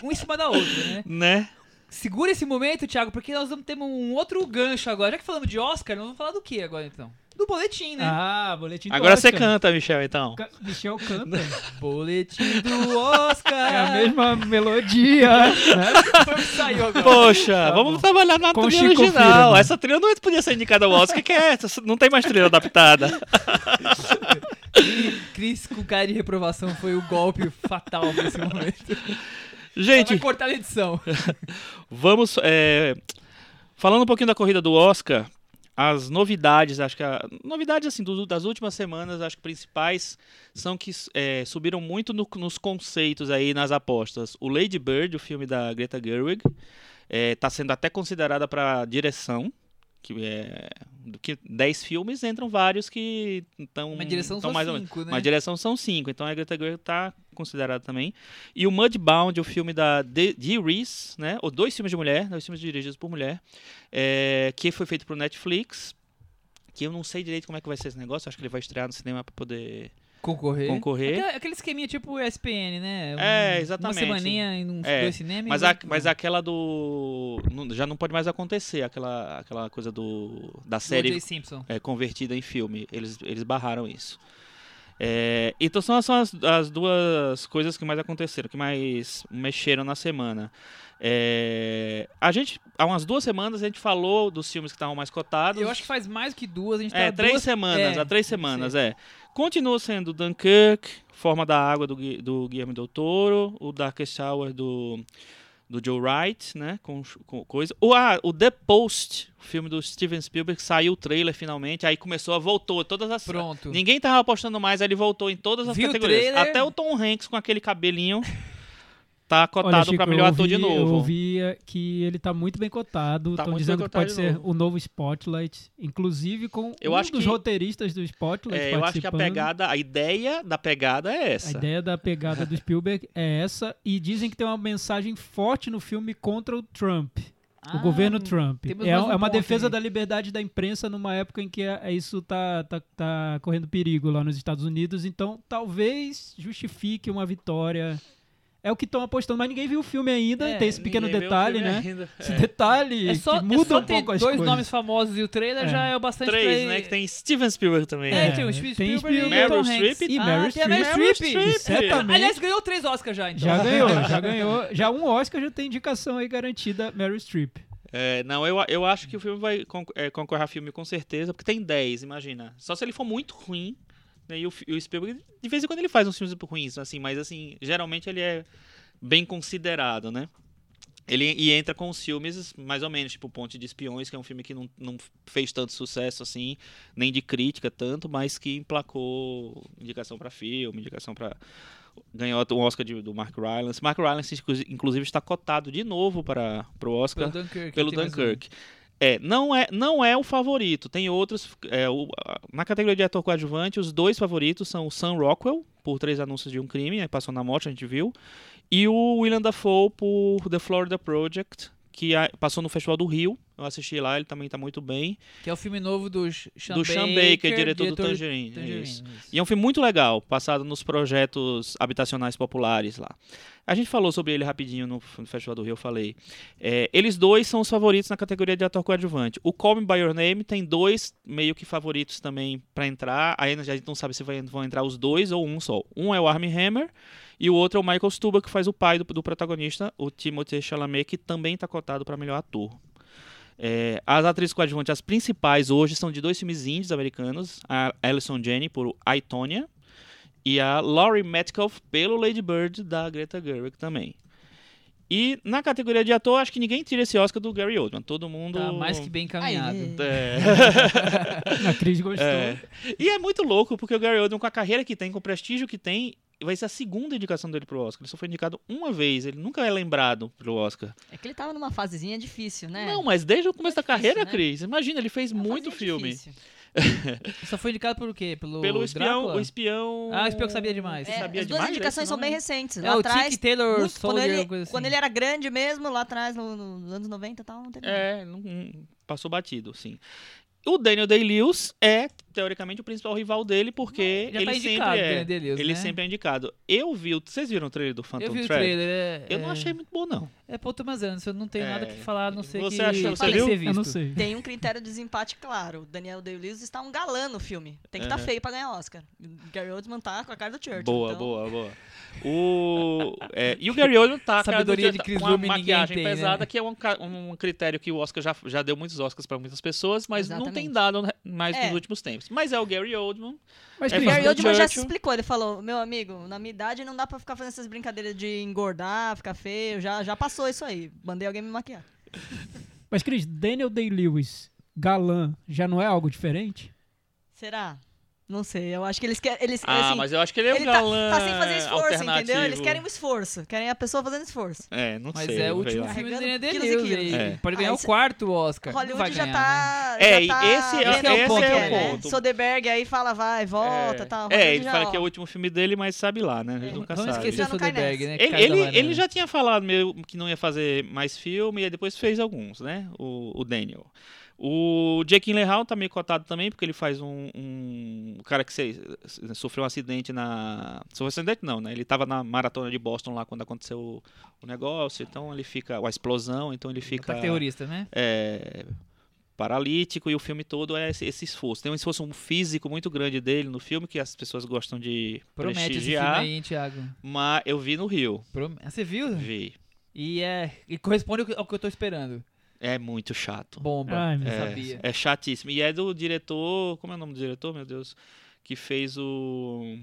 Speaker 2: um em cima da outra, né?
Speaker 3: Né?
Speaker 2: Segura esse momento, Thiago, porque nós vamos ter um outro gancho agora. Já que falamos de Oscar, nós vamos falar do que agora, então? Do boletim, né?
Speaker 4: Ah, boletim do
Speaker 3: Agora
Speaker 4: Oscar.
Speaker 3: você canta, Michel, então.
Speaker 4: Ca- Michel canta.
Speaker 2: Boletim do Oscar!
Speaker 4: É a mesma melodia. né?
Speaker 2: Foi o que saiu agora.
Speaker 3: Poxa, vamos
Speaker 4: Tá bom.
Speaker 3: trabalhar na
Speaker 4: Com
Speaker 3: trilha
Speaker 4: Chico
Speaker 3: original.
Speaker 4: Firman.
Speaker 3: Essa trilha não podia ser indicada ao Oscar, que é essa, não tem mais trilha adaptada.
Speaker 2: Cris com cara de reprovação foi o golpe fatal nesse momento. Vai
Speaker 3: Gente,
Speaker 2: cortar a edição.
Speaker 3: vamos. é, falando um pouquinho da corrida do Oscar, as novidades, acho que. a- novidades, assim, do- das últimas semanas, acho que principais são que é, subiram muito no- nos conceitos aí, nas apostas. O Lady Bird, o filme da Greta Gerwig, está sendo até considerada para direção. Que é. Do que 10 filmes entram vários que estão.
Speaker 2: Uma direção são
Speaker 3: um, então, mais ou menos.
Speaker 2: cinco, né?
Speaker 3: Mas a direção são cinco, então a Greta Gerwig tá considerada também. E o Mudbound, o filme da Dee Dee Reese, né? Ou dois filmes de mulher, dois filmes dirigidos por mulher, é, que foi feito pro Netflix. Que eu não sei direito como é que vai ser esse negócio, acho que ele vai estrear no cinema para poder
Speaker 2: Concorrer.
Speaker 3: é concorrer.
Speaker 2: Aquela- aquele esqueminha tipo ESPN, né?
Speaker 3: É,
Speaker 2: Uma
Speaker 3: exatamente.
Speaker 2: semaninha em uns
Speaker 3: É,
Speaker 2: dois cinemas.
Speaker 3: Mas,
Speaker 2: né?
Speaker 3: a- mas aquela do. não- já não pode mais acontecer, aquela, aquela coisa do. da
Speaker 2: Do
Speaker 3: série
Speaker 2: O.J. Simpson.
Speaker 3: é, convertida em filme. Eles, eles barraram isso. É, então são, são as, as duas coisas que mais aconteceram, que mais mexeram na semana. É, a gente, há umas duas semanas, a gente falou dos filmes que estavam mais cotados.
Speaker 2: Eu acho que faz mais que duas, a gente tá
Speaker 3: É,
Speaker 2: duas
Speaker 3: três semanas,
Speaker 2: é,
Speaker 3: há três semanas, é. Continua sendo Dunkirk, Forma da Água do, Gui- do Guilherme Del Toro, o Darkest Shower do, do Joe Wright, né, com, com coisa. O, ah, o The Post, o filme do Steven Spielberg, saiu o trailer finalmente, aí começou, a voltou todas as...
Speaker 2: Pronto.
Speaker 3: Ninguém tava apostando mais, aí ele voltou em todas as
Speaker 2: Viu o
Speaker 3: categorias.
Speaker 2: trailer?
Speaker 3: Até o Tom Hanks com aquele cabelinho tá
Speaker 4: Olha,
Speaker 3: cotado
Speaker 4: Chico,
Speaker 3: para melhor
Speaker 4: eu
Speaker 3: ator de
Speaker 4: ouvi- Eu
Speaker 3: novo.
Speaker 4: ouvi eh, que ele tá muito bem cotado.
Speaker 3: Tá
Speaker 4: Estão
Speaker 3: muito
Speaker 4: dizendo
Speaker 3: bem
Speaker 4: que
Speaker 3: cotado
Speaker 4: pode
Speaker 3: de
Speaker 4: ser
Speaker 3: novo.
Speaker 4: o novo Spotlight, inclusive com
Speaker 3: Eu
Speaker 4: um
Speaker 3: acho
Speaker 4: dos
Speaker 3: que-
Speaker 4: roteiristas do Spotlight
Speaker 3: É, eu acho que a
Speaker 4: participando.
Speaker 3: pegada, a ideia da pegada é
Speaker 4: A
Speaker 3: essa.
Speaker 4: ideia da pegada do Spielberg é essa, e dizem que tem uma mensagem forte no filme contra o Trump,
Speaker 2: Ah,
Speaker 4: o governo Trump.
Speaker 2: temos
Speaker 4: É,
Speaker 2: mais um
Speaker 4: é uma
Speaker 2: ponto
Speaker 4: defesa
Speaker 2: aí.
Speaker 4: da liberdade da imprensa numa época em que é- é isso tá, tá, tá correndo perigo lá nos Estados Unidos, então talvez justifique uma vitória. É o que estão apostando, mas ninguém viu o filme ainda,
Speaker 2: É,
Speaker 4: tem esse pequeno
Speaker 3: Ninguém vê o
Speaker 4: detalhe,
Speaker 3: filme
Speaker 4: né?
Speaker 3: ainda.
Speaker 4: Esse
Speaker 3: É.
Speaker 4: detalhe
Speaker 2: É só,
Speaker 4: que
Speaker 2: é
Speaker 4: muda
Speaker 2: só
Speaker 4: um
Speaker 2: ter
Speaker 4: pouco as
Speaker 2: dois
Speaker 4: coisas.
Speaker 2: nomes famosos e o trailer
Speaker 4: É.
Speaker 2: já é o bastante pra
Speaker 3: Três,
Speaker 2: ele-
Speaker 3: né? Que tem Steven Spielberg também.
Speaker 2: É,
Speaker 3: né?
Speaker 2: tem o Steven
Speaker 4: tem
Speaker 2: Spielberg e
Speaker 4: Spielberg,
Speaker 2: o Tom
Speaker 3: Meryl
Speaker 2: Hanks.
Speaker 3: Streep.
Speaker 4: E
Speaker 2: Ah,
Speaker 4: Meryl
Speaker 2: tem a
Speaker 4: Streep.
Speaker 2: Meryl
Speaker 3: Meryl
Speaker 2: Streep.
Speaker 3: Streep.
Speaker 4: Certamente.
Speaker 2: Aliás, ganhou três Oscars já, então.
Speaker 4: Já ganhou, já ganhou. Já um Oscar já tem indicação aí garantida, Meryl Streep.
Speaker 3: É, não, eu, eu acho que o filme vai con- é, concorrer a filme com certeza, porque tem 10, imagina. Só se ele for muito ruim, né, e o, fi- e o Spielberg, de vez em quando ele faz uns filmes ruins, assim, mas assim, geralmente ele é bem considerado, né? Ele e entra com os filmes, mais ou menos, tipo Ponte de Espiões, que é um filme que não, não fez tanto sucesso assim, nem de crítica tanto, mas que emplacou indicação pra filme, indicação pra. ganhou um Oscar de- do Mark Rylance. Mark Rylance, inclu- inclusive, está cotado de novo para o Oscar
Speaker 2: Pelo Dunkirk.
Speaker 3: pelo
Speaker 2: tem mais um.
Speaker 3: Dunkirk. É, não é, não é o favorito. Tem outros. é, o- a- na categoria de ator coadjuvante, os dois favoritos são o Sam Rockwell, por Três Anúncios de um Crime, aí passou na morte, a gente viu. E o William Dafoe por The Florida Project, que a- passou no Festival do Rio. Eu assisti lá, ele também tá muito bem.
Speaker 2: um. Que é o filme novo do Sean
Speaker 3: do Sean Baker, diretor, do Tangerine.
Speaker 2: Tangerine,
Speaker 3: isso.
Speaker 2: isso.
Speaker 3: E é um filme muito legal, passado nos projetos habitacionais populares lá. A gente falou sobre ele rapidinho no no Festival do Rio, eu falei. É, eles dois são os favoritos na categoria de ator coadjuvante. O Call Me By Your Name tem dois meio que favoritos também pra entrar. Aí a gente não sabe se vai- vão entrar os dois ou um só. Um é o Armie Hammer e o outro é o Michael Stuba, que faz o pai do, do protagonista, o Timothée Chalamet, que também tá cotado pra melhor ator. É, as atrizes coadjuvantes, as principais hoje, são de dois filmes indies americanos. A Alison Jenny, por I, Tonya. E a Laurie Metcalf, pelo Lady Bird, da Greta Gerwig também. E na categoria de ator, acho que ninguém tira esse Oscar do Gary Oldman. Todo mundo...
Speaker 2: Tá mais que bem encaminhado.
Speaker 5: Aê.
Speaker 3: É.
Speaker 4: A atriz gostou.
Speaker 3: né? É. E é muito louco, porque o Gary Oldman, com a carreira que tem, com o prestígio que tem, vai ser a segunda indicação dele pro Oscar. Ele só foi indicado uma vez, ele nunca é lembrado pro Oscar.
Speaker 5: É que ele tava numa fasezinha difícil, né?
Speaker 3: Não, mas desde o começo da
Speaker 5: difícil,
Speaker 3: carreira,
Speaker 5: né?
Speaker 3: Cris, imagina, ele fez
Speaker 5: Uma
Speaker 3: muito
Speaker 5: fasezinha
Speaker 3: filme.
Speaker 5: difícil.
Speaker 2: Só foi indicado por quê? Pelo,
Speaker 3: Pelo espião,
Speaker 2: Drácula?
Speaker 3: o espião...
Speaker 2: Ah, o espião que sabia demais.
Speaker 3: Você
Speaker 5: É,
Speaker 3: sabia
Speaker 5: as duas
Speaker 3: demais
Speaker 5: indicações
Speaker 3: desse
Speaker 5: são bem
Speaker 3: nome?
Speaker 5: recentes.
Speaker 2: É
Speaker 5: lá
Speaker 2: o
Speaker 5: atrás,
Speaker 2: Tiki Taylor
Speaker 5: muito- quando,
Speaker 2: Soldier,
Speaker 5: ele,
Speaker 2: alguma coisa assim.
Speaker 5: quando ele era grande mesmo, lá atrás, no- no- nos anos 90 e tal, não teve nada.
Speaker 3: É, não- não- passou batido, sim. O Daniel Day-Lewis é, teoricamente, o principal rival dele, porque
Speaker 2: Já
Speaker 3: ele
Speaker 2: tá indicado,
Speaker 3: sempre é.
Speaker 2: Daniel Day-Lewis,
Speaker 3: ele
Speaker 2: né?
Speaker 3: sempre é indicado. Eu vi, o- vocês viram o trailer do Phantom
Speaker 2: Eu vi o
Speaker 3: Thread?
Speaker 2: trailer. é-
Speaker 3: Eu não
Speaker 2: é-
Speaker 3: achei muito bom, não.
Speaker 2: É Paul Thomas Anderson, eu não tenho
Speaker 3: É.
Speaker 2: nada que falar, a não sei
Speaker 3: Você
Speaker 2: que
Speaker 3: achou-
Speaker 5: você
Speaker 2: tem
Speaker 3: viu?
Speaker 2: que ser
Speaker 4: Eu não
Speaker 2: visto.
Speaker 4: sei.
Speaker 3: É,
Speaker 5: Tem um critério de desempate, claro. O Daniel Day-Lewis está um galã no filme. Tem que estar
Speaker 3: Aham.
Speaker 5: feio pra ganhar Oscar. O Gary Oldman tá com a cara do Churchill.
Speaker 3: É. Boa,
Speaker 5: então-
Speaker 3: boa, boa. O, é, e o Gary Oldman tá cara,
Speaker 2: Sabedoria
Speaker 3: do-
Speaker 2: de
Speaker 3: tá
Speaker 2: Chris
Speaker 3: com uma
Speaker 2: Lume ninguém
Speaker 3: maquiagem
Speaker 2: tem, né?
Speaker 3: pesada, que é um, ca- um critério que o Oscar já, já deu muitos Oscars pra muitas pessoas, mas não tem
Speaker 5: Exatamente.
Speaker 3: dado mais
Speaker 5: É.
Speaker 3: nos últimos tempos. Mas é o Gary Oldman.
Speaker 4: Mas,
Speaker 3: É
Speaker 5: O
Speaker 4: Cris,
Speaker 5: Gary
Speaker 3: do
Speaker 5: Oldman já se
Speaker 3: Churchill.
Speaker 5: explicou. Ele falou: Meu amigo, na minha idade não dá pra ficar fazendo essas brincadeiras de engordar, ficar feio. Já, já passou isso aí. Mandei alguém me maquiar.
Speaker 4: mas, Cris, Daniel Day-Lewis, galã, já não é algo diferente?
Speaker 5: Será? Não sei. Eu acho que eles querem. Eles,
Speaker 3: Ah,
Speaker 5: assim,
Speaker 3: mas eu acho que ele é um
Speaker 5: ele tá,
Speaker 3: galã
Speaker 5: tá sem fazer esforço, entendeu?
Speaker 3: alternativo.
Speaker 5: Eles querem um esforço. Querem a pessoa fazendo esforço.
Speaker 3: É, não
Speaker 2: Mas é
Speaker 3: sei.
Speaker 2: o
Speaker 3: não veio
Speaker 2: último
Speaker 3: lá.
Speaker 2: filme do
Speaker 5: Carregando
Speaker 2: Daniel
Speaker 5: quilos e
Speaker 2: Day-Lewis.
Speaker 5: quilos.
Speaker 2: ele
Speaker 3: É.
Speaker 2: Pode ganhar
Speaker 5: Ah,
Speaker 2: o
Speaker 5: isso-
Speaker 2: quarto Oscar. Não vai
Speaker 5: Hollywood já
Speaker 2: ganhar, né?
Speaker 5: tá.
Speaker 3: É,
Speaker 5: já
Speaker 3: e
Speaker 5: tá
Speaker 3: esse é-
Speaker 2: esse é o
Speaker 5: vendo
Speaker 2: ponto,
Speaker 5: que
Speaker 2: é o
Speaker 5: né?
Speaker 3: ponto.
Speaker 5: Soderbergh aí fala, vai, volta,
Speaker 3: é.
Speaker 5: tal.
Speaker 3: É,
Speaker 5: Hollywood
Speaker 3: ele
Speaker 5: já,
Speaker 3: fala
Speaker 5: ó.
Speaker 3: que é o último filme dele, mas sabe lá, né? A gente
Speaker 5: É.
Speaker 3: nunca
Speaker 2: Vamos
Speaker 3: sabe.
Speaker 2: esquecer o
Speaker 5: Já não cai
Speaker 2: Soderbergh, né?
Speaker 3: Ele,
Speaker 2: Cara da
Speaker 3: ele,
Speaker 2: Varanda.
Speaker 3: ele já tinha falado meio que não ia fazer mais filme, e depois fez alguns, né? O, o Daniel. O Jake Gyllenhaal tá meio cotado também, porque ele faz um, um um cara que se- sofreu um acidente na... Sofreu um acidente não, né? Ele tava na maratona de Boston lá quando aconteceu o, o negócio, então ele fica... A explosão, então ele fica
Speaker 2: Ataque terrorista, né?
Speaker 3: é, paralítico e o filme todo é esse, esse esforço. Tem um esforço físico muito grande dele no filme que as pessoas gostam de
Speaker 2: Promete esse filme
Speaker 3: prestigiar,
Speaker 2: aí, hein, Thiago?
Speaker 3: mas eu vi no Rio,
Speaker 2: Prom- Ah, Você viu?
Speaker 3: vi.
Speaker 2: E é. E corresponde ao que- ao que eu tô esperando.
Speaker 3: É muito chato.
Speaker 2: Bomba.
Speaker 4: Ai,
Speaker 2: eu
Speaker 4: meu
Speaker 3: é,
Speaker 2: sabia.
Speaker 3: é chatíssimo. E é do diretor, como é o nome do diretor, meu Deus, que fez o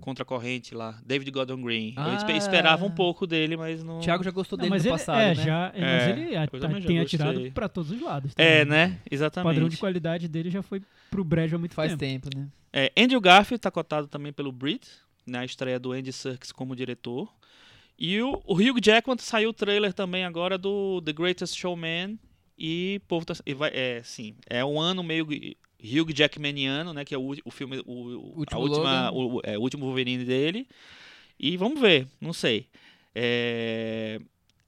Speaker 3: Contracorrente lá, David Gordon Green. Eu espe-
Speaker 2: Ah.
Speaker 3: esperava um pouco dele, mas não.
Speaker 2: O Thiago já gostou
Speaker 4: Não,
Speaker 2: dele
Speaker 4: mas
Speaker 2: no
Speaker 4: ele,
Speaker 2: passado, né?
Speaker 4: é, já,
Speaker 3: É,
Speaker 4: mas ele a-
Speaker 3: eu também já gostei.
Speaker 4: tem atirado pra todos os lados.
Speaker 3: É,
Speaker 4: também.
Speaker 3: né?
Speaker 4: O
Speaker 3: Exatamente.
Speaker 4: padrão de qualidade dele já foi pro brejo há muito
Speaker 2: Faz
Speaker 4: tempo.
Speaker 2: tempo, né?
Speaker 3: É, Andrew Garfield tá cotado também pelo Brit, na estreia do Andy Serkis como diretor. E o, o Hugh Jackman saiu o trailer também agora do The Greatest Showman. E o povo tá, e vai- é, sim, é um ano meio Hugh Jackmaniano, né? Que é o, ulti- o filme, o, o- a
Speaker 2: Último
Speaker 3: última, o, é, o último Wolverine dele. E vamos ver, não sei. É,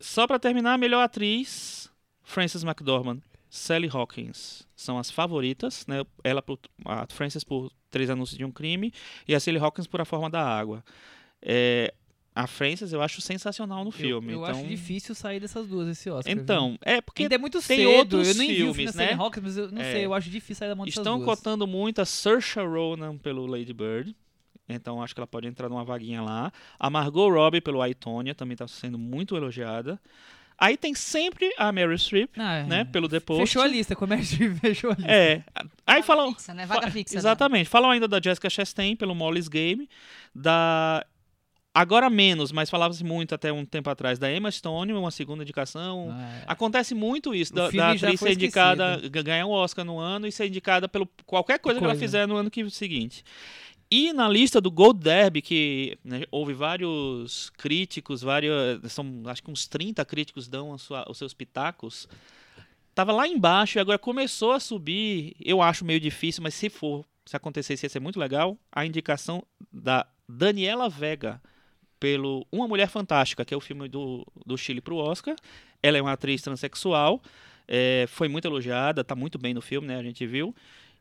Speaker 3: Só pra terminar, a melhor atriz, Frances McDormand, Sally Hawkins são as favoritas, né? Ela por, a Frances por Três Anúncios de um Crime e a Sally Hawkins por A Forma da Água. É, a Frances eu acho sensacional no
Speaker 2: Eu-
Speaker 3: filme.
Speaker 2: Eu,
Speaker 3: então,
Speaker 2: acho difícil sair dessas duas esse Oscar. viu?
Speaker 3: então é porque
Speaker 2: Ainda é muito
Speaker 3: tem
Speaker 2: cedo.
Speaker 3: outros
Speaker 2: eu nem vi o filme
Speaker 3: filmes,
Speaker 2: da Sally
Speaker 3: né?
Speaker 2: Hawkins, mas eu não
Speaker 3: É.
Speaker 2: sei, eu acho difícil sair da mão dessas
Speaker 3: estão
Speaker 2: duas.
Speaker 3: cotando muito a Saoirse Ronan pelo Lady Bird. Então acho que ela pode entrar numa vaguinha lá. A Margot Robbie pelo I, Tonya também está sendo muito elogiada. Aí tem sempre a Meryl Streep,
Speaker 2: Ah,
Speaker 3: né? Pelo The Post.
Speaker 2: Fechou a lista, comércio fechou a lista.
Speaker 3: É. Aí
Speaker 5: Vaga
Speaker 3: falam.
Speaker 5: Fixa, né? Vaga fixa. né?
Speaker 3: Exatamente. Falam ainda da Jessica Chastain pelo Molly's Game, da Agora menos, mas falava-se muito até um tempo atrás da Emma Stone, uma segunda indicação.
Speaker 2: Ah,
Speaker 3: É. Acontece muito isso,
Speaker 2: O
Speaker 3: da,
Speaker 2: filme
Speaker 3: da
Speaker 2: já
Speaker 3: atriz
Speaker 2: foi
Speaker 3: ser indicada, ga- ganhar um Oscar no ano e ser indicada pelo qualquer coisa, que ela
Speaker 4: Coisa.
Speaker 3: fizer no ano que seguinte. E na lista do Gold Derby, que né, houve vários críticos, vários, são, acho que uns 30 críticos dão a sua- os seus pitacos, tava lá embaixo e agora começou a subir. Eu acho meio difícil, mas se for, se acontecesse, ia ser muito legal. A indicação da Daniela Vega pelo Uma Mulher Fantástica, que é o filme do, do Chile pro Oscar. Ela é uma atriz transexual, é, foi muito elogiada, tá muito bem no filme, né? A gente viu.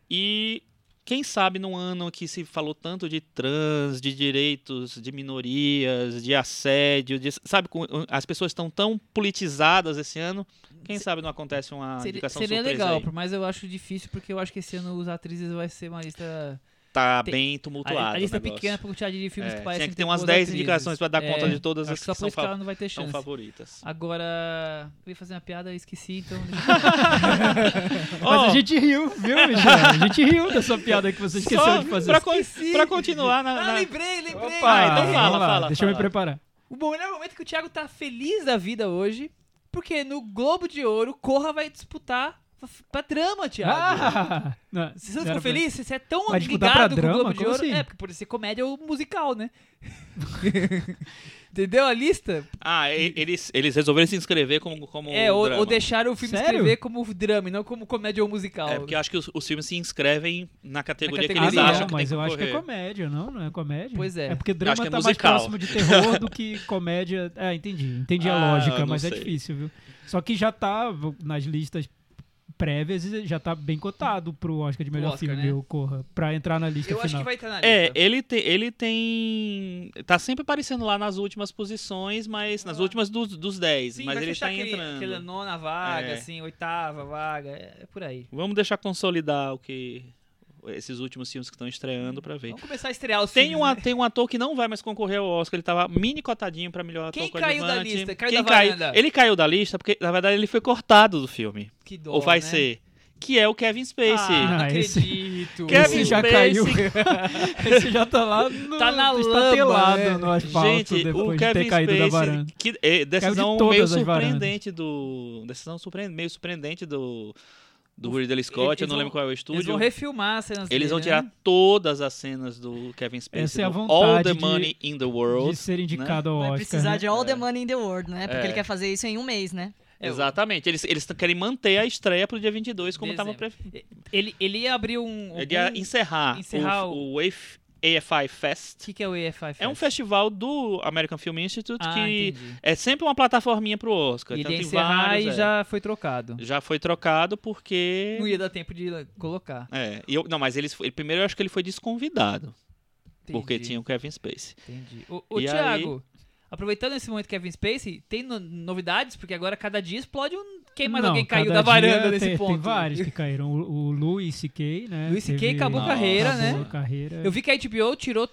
Speaker 3: E quem sabe num ano que se falou tanto de trans, de direitos de minorias, de assédio, de, sabe, com- as pessoas estão tão politizadas esse ano, quem sabe não acontece
Speaker 2: seria
Speaker 3: uma Ah, indicação
Speaker 2: seria
Speaker 3: surpresa
Speaker 2: legal,
Speaker 3: aí.
Speaker 2: mas eu acho difícil porque eu acho que esse ano os atrizes vai ser uma lista.
Speaker 3: Tá
Speaker 2: Tem-
Speaker 3: bem
Speaker 2: A,
Speaker 3: tumultuado.
Speaker 2: a lista
Speaker 3: o
Speaker 2: é
Speaker 3: negócio.
Speaker 2: pequena pra quantidade de filmes
Speaker 3: É,
Speaker 2: que parecem.
Speaker 3: tinha que ter
Speaker 2: boas
Speaker 3: umas 10
Speaker 2: atrizes.
Speaker 3: indicações pra dar
Speaker 2: É,
Speaker 3: conta de todas
Speaker 2: acho
Speaker 3: as
Speaker 2: que
Speaker 3: que,
Speaker 2: só por
Speaker 3: são,
Speaker 2: isso que
Speaker 3: fa-
Speaker 2: ela não vai ter
Speaker 3: são
Speaker 2: chance.
Speaker 3: favoritas.
Speaker 2: Agora, eu ia fazer uma piada e esqueci, então. Ah,
Speaker 3: Ó,
Speaker 4: Mas a gente riu, viu, Michel? A gente riu dessa piada que você esqueceu
Speaker 3: só
Speaker 4: de fazer.
Speaker 3: pra, con-
Speaker 2: Esqueci.
Speaker 3: pra continuar na...
Speaker 2: ah,
Speaker 3: na-
Speaker 2: lembrei, Ah, lembrei.
Speaker 3: Opa, então
Speaker 4: vamos
Speaker 3: fala,
Speaker 4: lá,
Speaker 3: fala,
Speaker 4: Deixa eu me
Speaker 3: fala.
Speaker 4: preparar.
Speaker 2: O melhor momento é que o Thiago tá feliz da vida hoje, porque no Globo de Ouro, Corra vai disputar f- pra drama, Thiago.
Speaker 4: Ah! Não,
Speaker 2: Você não
Speaker 4: era
Speaker 2: ficou
Speaker 4: pra-
Speaker 2: feliz? Você é tão
Speaker 4: Vai disputar
Speaker 2: ligado
Speaker 4: pra
Speaker 2: com o Globo
Speaker 4: drama?
Speaker 2: de
Speaker 4: Como
Speaker 2: Ouro.
Speaker 4: assim?
Speaker 2: É, porque por ser comédia ou musical, né? Entendeu a lista?
Speaker 3: Ah, e- eles, eles resolveram se inscrever como, como
Speaker 2: é, ou,
Speaker 3: drama.
Speaker 2: ou deixaram o filme
Speaker 4: Sério?
Speaker 2: escrever como drama e não como comédia ou musical.
Speaker 3: É, porque eu acho que os, os filmes se inscrevem na categoria,
Speaker 2: categoria. né?
Speaker 4: Ah,
Speaker 3: que
Speaker 4: não,
Speaker 3: eles acham que
Speaker 4: mas
Speaker 3: tem
Speaker 4: eu
Speaker 3: que
Speaker 4: acho que é
Speaker 3: concorrer.
Speaker 4: comédia, não? Não é comédia?
Speaker 2: Pois é.
Speaker 4: É porque
Speaker 3: Eu
Speaker 4: drama
Speaker 3: acho que é
Speaker 4: tá
Speaker 3: musical.
Speaker 4: mais próximo de terror do que comédia. É, entendi. Entendi
Speaker 3: Ah,
Speaker 4: a lógica,
Speaker 3: não
Speaker 4: mas é
Speaker 3: sei.
Speaker 4: difícil, viu? Só que já tá v- nas listas prévias e já tá bem cotado pro Oscar de
Speaker 2: Pro
Speaker 4: melhor
Speaker 2: Oscar,
Speaker 4: filme,
Speaker 2: né?
Speaker 4: o Corra, pra entrar na lista
Speaker 2: Eu acho
Speaker 4: final.
Speaker 2: que vai estar na lista.
Speaker 3: É, ele, te, ele tem. Tá sempre aparecendo lá nas últimas posições, mas. Nas últimas dos, dos 10.
Speaker 2: Ah. Sim,
Speaker 3: mas
Speaker 2: vai
Speaker 3: ele
Speaker 2: fechar
Speaker 3: tá
Speaker 2: aquele,
Speaker 3: entrando.
Speaker 2: aquela nona vaga,
Speaker 3: É.
Speaker 2: assim, oitava vaga, é por aí.
Speaker 3: Vamos deixar consolidar o que. Esses últimos filmes que estão estreando pra ver.
Speaker 2: Vamos começar a estrear os
Speaker 3: Tem
Speaker 2: filmes,
Speaker 3: um,
Speaker 2: né?
Speaker 3: a- tem um ator que não vai mais concorrer ao Oscar, ele tava mini cotadinho pra melhor ator
Speaker 2: Quem caiu da
Speaker 3: coadjuvante.
Speaker 2: lista? Caiu
Speaker 3: Quem
Speaker 2: da
Speaker 3: cai-
Speaker 2: varanda?
Speaker 3: Ele caiu da lista porque, na verdade, ele foi cortado do filme.
Speaker 2: Que dó,
Speaker 3: ou vai
Speaker 2: né?
Speaker 3: ser. Que é o Kevin Spacey.
Speaker 2: Ah, não
Speaker 4: Ah, esse-
Speaker 2: acredito.
Speaker 3: Kevin
Speaker 4: Esse já
Speaker 3: Spacey.
Speaker 4: caiu. Esse já tá lá no,
Speaker 2: Tá na
Speaker 4: está
Speaker 2: lama,
Speaker 4: telado
Speaker 2: né?
Speaker 4: no asfalto
Speaker 3: Gente,
Speaker 4: depois
Speaker 3: o
Speaker 4: de
Speaker 3: Kevin
Speaker 4: ter caído
Speaker 3: Spacey,
Speaker 4: da varanda.
Speaker 3: que é, decisão
Speaker 4: todas
Speaker 3: meio
Speaker 4: as varandas.
Speaker 3: surpreendente do, decisão surpreendente, meio surpreendente do do Ridley Scott,
Speaker 2: eles
Speaker 3: eu não
Speaker 2: vão-
Speaker 3: lembro qual é o
Speaker 2: Eles
Speaker 3: estúdio.
Speaker 2: vão refilmar as cenas dele,
Speaker 3: Eles vão
Speaker 2: né?
Speaker 3: tirar todas as cenas do Kevin Spacey.
Speaker 4: Essa é a
Speaker 3: do All
Speaker 4: vontade
Speaker 3: the
Speaker 4: de-
Speaker 3: money in the
Speaker 4: De
Speaker 3: world. né?
Speaker 4: ser indicado ao
Speaker 5: Vai
Speaker 4: Oscar.
Speaker 5: precisar
Speaker 4: né?
Speaker 5: de all the money in the world, né? Porque
Speaker 3: É.
Speaker 5: ele quer fazer isso em um mês, né?
Speaker 2: É, o-
Speaker 3: Exatamente. Eles, eles querem manter a estreia pro dia 22 como estava
Speaker 2: Dezembro.
Speaker 3: pre...
Speaker 2: Ele, ele ia abrir um...
Speaker 3: Ele ia
Speaker 2: algum-
Speaker 3: encerrar,
Speaker 2: encerrar
Speaker 3: o, o AF- AFI
Speaker 2: O
Speaker 3: Fest.
Speaker 2: que, que é o EFI Fest?
Speaker 3: É um festival do American Film Institute
Speaker 2: ah,
Speaker 3: que
Speaker 2: entendi.
Speaker 3: é sempre uma plataforminha pro Oscar.
Speaker 2: Ele
Speaker 3: então
Speaker 2: ia
Speaker 3: tem
Speaker 2: encerrar
Speaker 3: vários,
Speaker 2: e
Speaker 3: é.
Speaker 2: já foi trocado.
Speaker 3: já foi trocado porque
Speaker 2: Não ia dar tempo de colocar.
Speaker 3: É, e eu, não, mas eles, ele, primeiro eu acho que ele foi desconvidado,
Speaker 2: Entendi,
Speaker 3: porque tinha o Kevin Spacey.
Speaker 2: Entendi. Ô, ô,
Speaker 3: E
Speaker 2: Thiago, aproveitando esse momento é Kevin Spacey, tem no- novidades? Porque agora cada dia explode um... Quem mais
Speaker 4: Não,
Speaker 2: alguém caiu
Speaker 4: cada
Speaker 2: da varanda
Speaker 4: dia
Speaker 2: nesse
Speaker 4: tem,
Speaker 2: ponto?
Speaker 4: Tem vários que caíram. O, o Louis C.K., né?
Speaker 2: Louis C.K.
Speaker 4: teve-
Speaker 2: acabou
Speaker 3: a carreira, né?
Speaker 4: Acabou a carreira.
Speaker 2: Eu vi que a HBO tirou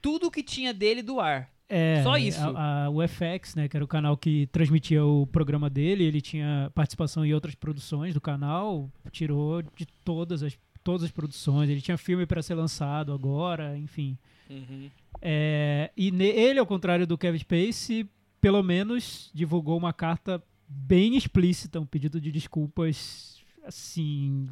Speaker 2: tudo que tinha dele do ar.
Speaker 4: É,
Speaker 2: Só isso.
Speaker 4: A, a UFX, né, que era o canal que transmitia o programa dele, ele tinha participação em outras produções do canal, tirou de todas as todas as produções, ele tinha filme para ser lançado agora, enfim.
Speaker 2: Uhum.
Speaker 4: É, e ne- ele, ao contrário do Kevin Spacey, pelo menos divulgou uma carta bem explícita, um pedido de desculpas, assim,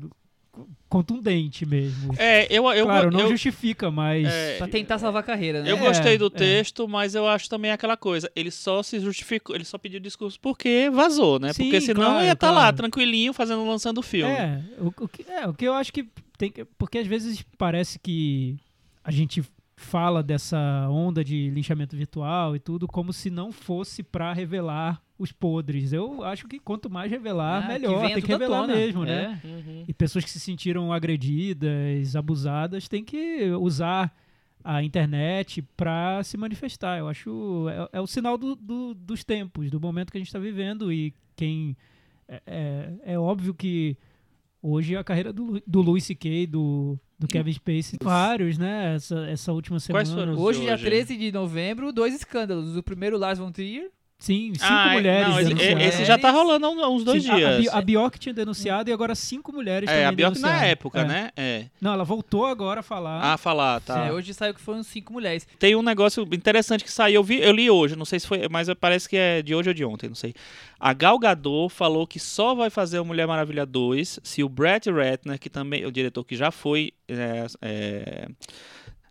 Speaker 4: co- contundente mesmo.
Speaker 3: É, eu, eu,
Speaker 4: claro,
Speaker 3: eu,
Speaker 4: não justifica, mas tá
Speaker 3: É,
Speaker 2: Pra tentar salvar a carreira, né?
Speaker 3: eu
Speaker 4: É,
Speaker 3: gostei do
Speaker 4: é.
Speaker 3: texto, mas eu acho também aquela coisa, ele só se justificou, ele só pediu discurso porque vazou, né?
Speaker 4: Sim,
Speaker 3: porque senão
Speaker 4: claro,
Speaker 3: ia estar lá,
Speaker 4: claro.
Speaker 3: tranquilinho, fazendo, lançando o filme.
Speaker 4: É, o, o que, é, o que eu acho que tem que. Porque às vezes parece que a gente fala dessa onda de linchamento virtual e tudo como se não fosse pra revelar os podres. Eu acho que quanto mais revelar,
Speaker 2: Ah,
Speaker 4: melhor.
Speaker 2: venha
Speaker 4: tem que
Speaker 2: tudo à
Speaker 4: revelar
Speaker 2: tona.
Speaker 4: mesmo,
Speaker 2: É.
Speaker 4: né?
Speaker 3: Uhum.
Speaker 4: E pessoas que se sentiram agredidas, abusadas, têm que usar a internet para se manifestar. Eu acho. É, é o sinal do- do- dos tempos, do momento que a gente está vivendo. E quem. É, é- é óbvio que hoje a carreira do, Lu- do Louis C.K., do, do Kevin Spacey, vários, né? Essa, essa última semana.
Speaker 3: Quais foram os-
Speaker 2: Hoje, dia
Speaker 3: Hoje.
Speaker 2: 13 de novembro, dois escândalos. O primeiro, Lars von Trier,
Speaker 4: Sim, cinco
Speaker 3: Ah, é-
Speaker 4: mulheres.
Speaker 3: não, esse,
Speaker 4: denunciaram.
Speaker 3: esse já tá rolando há uns dois
Speaker 4: Sim, a- A,
Speaker 3: dias.
Speaker 4: Bi- a Bjork tinha denunciado e agora cinco mulheres
Speaker 3: é,
Speaker 4: também
Speaker 3: a Bjork na
Speaker 4: denunciaram.
Speaker 3: época,
Speaker 4: É.
Speaker 3: né? É.
Speaker 4: Não, ela voltou agora a falar.
Speaker 3: Ah, falar, tá.
Speaker 2: É, hoje saiu que foram cinco mulheres.
Speaker 3: Tem um negócio interessante que saiu, eu, vi, eu li hoje, não sei se foi, mas parece que é de hoje ou de ontem, não sei. A Gal Gadot falou que só vai fazer o Mulher Maravilha 2 se o Brett Ratner, que também o diretor que já foi, é, é,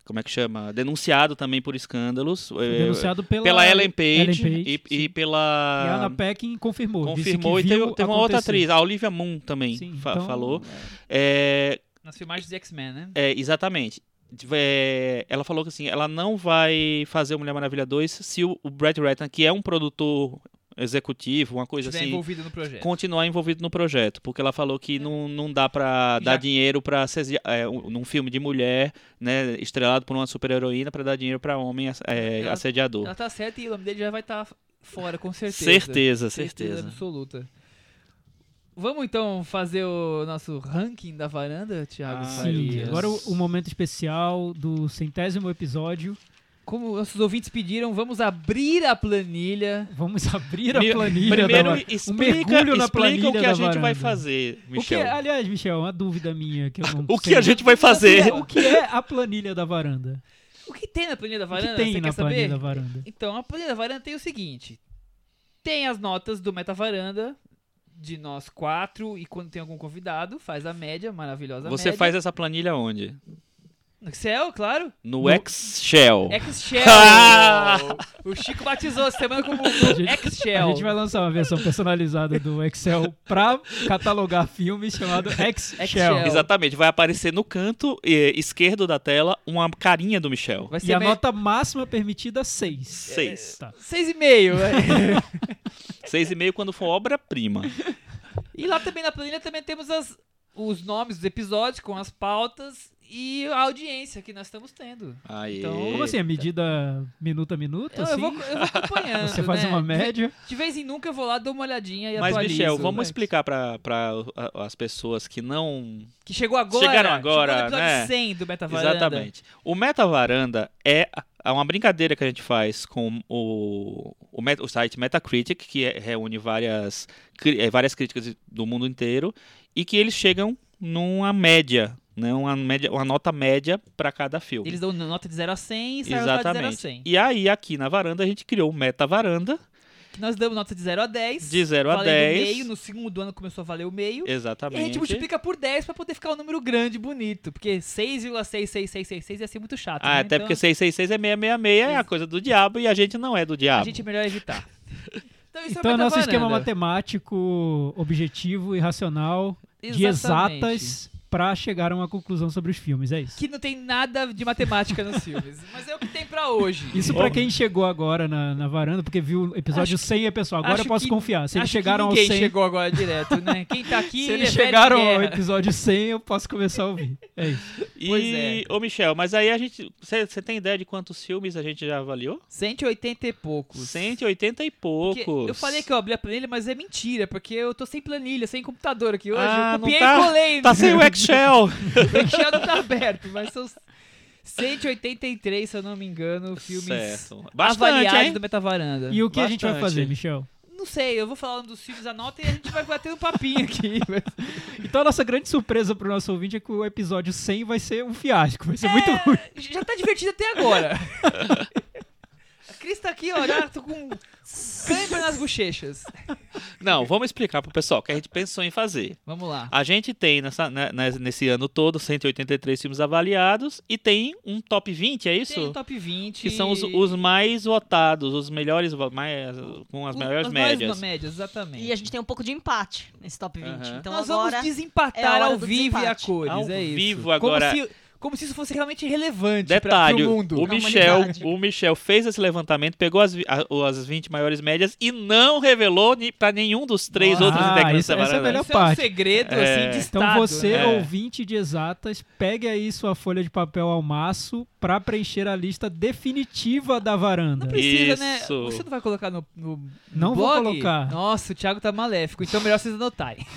Speaker 3: como é que chama, denunciado também por escândalos,
Speaker 4: Foi
Speaker 3: é,
Speaker 4: denunciado pela,
Speaker 3: pela Ellen Page,
Speaker 4: Ellen Page,
Speaker 3: e-
Speaker 4: sim.
Speaker 3: e,
Speaker 4: E a Anna
Speaker 3: pela...
Speaker 4: Peckin confirmou.
Speaker 3: Confirmou e
Speaker 4: disse que
Speaker 3: teve,
Speaker 4: viu
Speaker 3: teve uma outra
Speaker 4: acontecer.
Speaker 3: atriz, a Olivia Moon também
Speaker 4: Sim,
Speaker 3: fa-
Speaker 4: então,
Speaker 3: falou. É,
Speaker 2: Nas filmagens de X-Men, né?
Speaker 3: é, exatamente. Tipo, é, ela falou que assim, ela não vai fazer o Mulher Maravilha 2 se o, o Brett Ratner, que é um produtor executivo, uma coisa
Speaker 2: Estiver
Speaker 3: assim,
Speaker 2: envolvido no projeto.
Speaker 3: continuar envolvido no projeto, porque ela falou que não, não dá pra
Speaker 2: Já-
Speaker 3: dar dinheiro para é, um, num filme de mulher, né, estrelado por uma super-heroína pra dar dinheiro pra homem ass- é,
Speaker 2: Ela-
Speaker 3: assediador.
Speaker 2: Ela tá certa e o nome dele já vai estar fora, com certeza.
Speaker 3: certeza, certeza.
Speaker 2: absoluta. Vamos então fazer o nosso ranking da varanda, Thiago?
Speaker 3: Ah,
Speaker 4: Sim,
Speaker 3: Farias.
Speaker 4: agora o, o momento especial do centésimo episódio.
Speaker 2: Como nossos ouvintes pediram, vamos abrir a planilha.
Speaker 4: Vamos abrir a
Speaker 3: Mi-
Speaker 4: planilha
Speaker 3: Primeiro
Speaker 4: da va-
Speaker 3: explica,
Speaker 4: um mergulho na
Speaker 3: explica
Speaker 4: planilha
Speaker 3: o que
Speaker 4: da
Speaker 3: a gente vai
Speaker 4: varanda.
Speaker 3: fazer,
Speaker 4: O que,
Speaker 3: Michel.
Speaker 4: é- aliás, Michel, uma dúvida minha que eu não
Speaker 3: O
Speaker 4: sei.
Speaker 3: que a gente vai fazer?
Speaker 4: O que é a planilha da varanda?
Speaker 2: O que tem na planilha da
Speaker 4: O
Speaker 2: varanda?
Speaker 4: que tem
Speaker 2: Você
Speaker 4: na
Speaker 2: quer saber?
Speaker 4: planilha da varanda?
Speaker 2: Então, a planilha da varanda tem o seguinte: tem as notas do Metavaranda, de nós quatro, e quando tem algum convidado, faz a média, maravilhosa
Speaker 3: Você
Speaker 2: média.
Speaker 3: faz essa planilha onde?
Speaker 2: No Excel, claro.
Speaker 3: No,
Speaker 4: No-
Speaker 3: Excel.
Speaker 2: Excel!
Speaker 3: Ah!
Speaker 2: o Chico batizou essa semana como
Speaker 4: gente-
Speaker 2: Excel.
Speaker 4: A gente vai lançar uma versão personalizada do Excel pra catalogar filmes chamado
Speaker 2: Excel.
Speaker 4: Excel.
Speaker 3: Exatamente, vai aparecer no canto eh, esquerdo da tela uma carinha do Michel.
Speaker 2: Vai
Speaker 4: E
Speaker 2: ser
Speaker 4: a
Speaker 2: me-
Speaker 4: nota máxima permitida, 6.
Speaker 3: Seis.
Speaker 4: Tá.
Speaker 2: Seis e meio. é.
Speaker 3: Seis e meio quando for obra-prima.
Speaker 2: e lá também na planilha também temos as- os nomes dos episódios com as pautas e a audiência que nós estamos tendo.
Speaker 3: Aê.
Speaker 2: Então,
Speaker 4: Como assim? A medida minuto a minuto?
Speaker 2: Eu, eu
Speaker 4: assim?
Speaker 2: vou, eu vou acompanhando.
Speaker 4: Você faz
Speaker 2: né?
Speaker 4: uma
Speaker 2: De-
Speaker 4: média.
Speaker 2: De vez em nunca eu vou lá, dou uma olhadinha e
Speaker 3: Mas,
Speaker 2: atualizo. né?
Speaker 3: Michel, vamos
Speaker 2: Mas-
Speaker 3: explicar para as pessoas que não.
Speaker 2: Que chegou agora.
Speaker 3: Chegaram agora,
Speaker 2: chegou no episódio
Speaker 3: né?
Speaker 2: 100 do Beta Varanda.
Speaker 3: Exatamente. O Meta Varanda é a- é uma brincadeira que a gente faz com o, o, met- o site Metacritic, que é- reúne várias, cri- eh, várias críticas do mundo inteiro, e que eles chegam numa média, né? uma, média uma nota média para cada filme.
Speaker 2: Eles dão nota de 0 a 100 e saem nota de 0 a
Speaker 3: Exatamente.
Speaker 2: 100.
Speaker 3: E aí, aqui na varanda, a gente criou o Meta Varanda,
Speaker 2: Que Nós damos nota de 0 a 10.
Speaker 3: de 0 a
Speaker 2: valendo meio,
Speaker 3: 10.
Speaker 2: no segundo ano começou a valer o meio. E a
Speaker 3: Exatamente.
Speaker 2: gente multiplica por 10 pra poder ficar um número grande, bonito. Porque 6,66666 ia ser muito chato.
Speaker 3: Ah,
Speaker 2: né?
Speaker 3: até
Speaker 2: Então,
Speaker 3: porque 666 é 666, é a coisa do diabo e a gente não é do
Speaker 2: A
Speaker 3: diabo.
Speaker 2: gente é melhor evitar. Então, isso
Speaker 4: Então
Speaker 2: é
Speaker 4: é
Speaker 2: o
Speaker 4: nosso
Speaker 2: Metavaranda.
Speaker 4: esquema matemático, objetivo e racional de
Speaker 2: Exatamente.
Speaker 4: exatas pra chegar a uma conclusão sobre os filmes. É isso.
Speaker 2: Que não tem nada de matemática nos filmes. Mas é o que tem pra hoje.
Speaker 4: Isso pra quem chegou agora na, na varanda, porque viu o episódio 100 e pessoal, agora
Speaker 2: acho
Speaker 4: eu posso
Speaker 2: que-
Speaker 4: confiar. Se eles
Speaker 2: Acho que
Speaker 4: chegaram ao
Speaker 2: ninguém
Speaker 4: 100,
Speaker 2: chegou agora direto, né? Quem tá aqui
Speaker 4: se
Speaker 2: é
Speaker 4: eles
Speaker 2: velho de
Speaker 4: chegaram ao
Speaker 2: guerra.
Speaker 4: episódio 100, eu posso começar a ouvir. É isso.
Speaker 3: E,
Speaker 2: Pois é.
Speaker 3: ô Michel, mas aí a gente. Você tem ideia de quantos filmes a gente já avaliou?
Speaker 2: 180 e poucos.
Speaker 3: 180 e
Speaker 2: Porque
Speaker 3: poucos.
Speaker 2: Eu falei que eu abri a planilha, mas é mentira, porque eu tô sem planilha, sem computador aqui hoje. eu
Speaker 3: Ah, não
Speaker 2: copiei
Speaker 3: tá-
Speaker 2: e colei.
Speaker 3: Tá sem o Excel!
Speaker 2: O Excel não tá aberto, mas são 183, se eu não me engano, filmes
Speaker 3: certo. Bastante,
Speaker 2: avaliados
Speaker 3: hein?
Speaker 2: do Metavaranda.
Speaker 4: E o que a gente vai
Speaker 3: Bastante.
Speaker 4: fazer, Michel?
Speaker 2: Não sei, eu vou falando dos filmes, anota e a gente vai bater um papinho aqui.
Speaker 4: Então a nossa grande surpresa pro nosso ouvinte é que o episódio 100 vai ser um fiasco, vai ser muito ruim.
Speaker 2: Já tá divertido até agora. A Cris tá aqui, ó, já tô com cãibra nas bochechas.
Speaker 3: Não, vamos explicar pro pessoal o que a gente pensou em fazer.
Speaker 2: Vamos lá.
Speaker 3: A gente tem nessa, né, né, nesse ano todo 183 filmes avaliados e tem um top 20, é isso?
Speaker 2: Tem o top 20.
Speaker 3: que são os, os mais votados, os melhores, vo- mais, com as
Speaker 2: os-
Speaker 3: melhores
Speaker 2: as maiores
Speaker 3: médias.
Speaker 2: médias, exatamente.
Speaker 5: E a gente tem um pouco de empate nesse top 20.
Speaker 3: Aham.
Speaker 5: Então
Speaker 2: Nós
Speaker 5: agora.
Speaker 2: vamos
Speaker 5: é a
Speaker 2: desempatar
Speaker 5: hora
Speaker 2: ao
Speaker 5: do
Speaker 2: vivo e a
Speaker 5: desempate.
Speaker 2: cores,
Speaker 3: Ao
Speaker 2: é isso.
Speaker 3: vivo
Speaker 2: Como
Speaker 3: agora-
Speaker 2: se- como se isso fosse realmente relevante pra,
Speaker 3: Detalhe,
Speaker 2: pro mundo.
Speaker 3: o
Speaker 5: pra
Speaker 3: Michel,
Speaker 5: humanidade.
Speaker 3: o Michel fez esse levantamento, pegou as, vi- a- o- as 20 maiores médias e não revelou ni, para nenhum dos três
Speaker 2: Nossa.
Speaker 3: outros
Speaker 2: Ah,
Speaker 3: integrantes
Speaker 4: isso-
Speaker 3: da
Speaker 4: essa é a
Speaker 3: varanda.
Speaker 4: melhor
Speaker 2: Isso é um
Speaker 4: parte.
Speaker 2: segredo, assim, de
Speaker 4: Então
Speaker 2: estado.
Speaker 4: você,
Speaker 3: né?
Speaker 4: ouvinte de exatas, pegue aí sua folha de papel ao maço pra preencher a lista definitiva da varanda.
Speaker 2: Não precisa,
Speaker 3: Isso.
Speaker 2: né? Você não vai colocar no, no no
Speaker 4: Não vou
Speaker 2: blog?
Speaker 4: colocar.
Speaker 2: Nossa, o Thiago tá maléfico, então melhor vocês anotarem.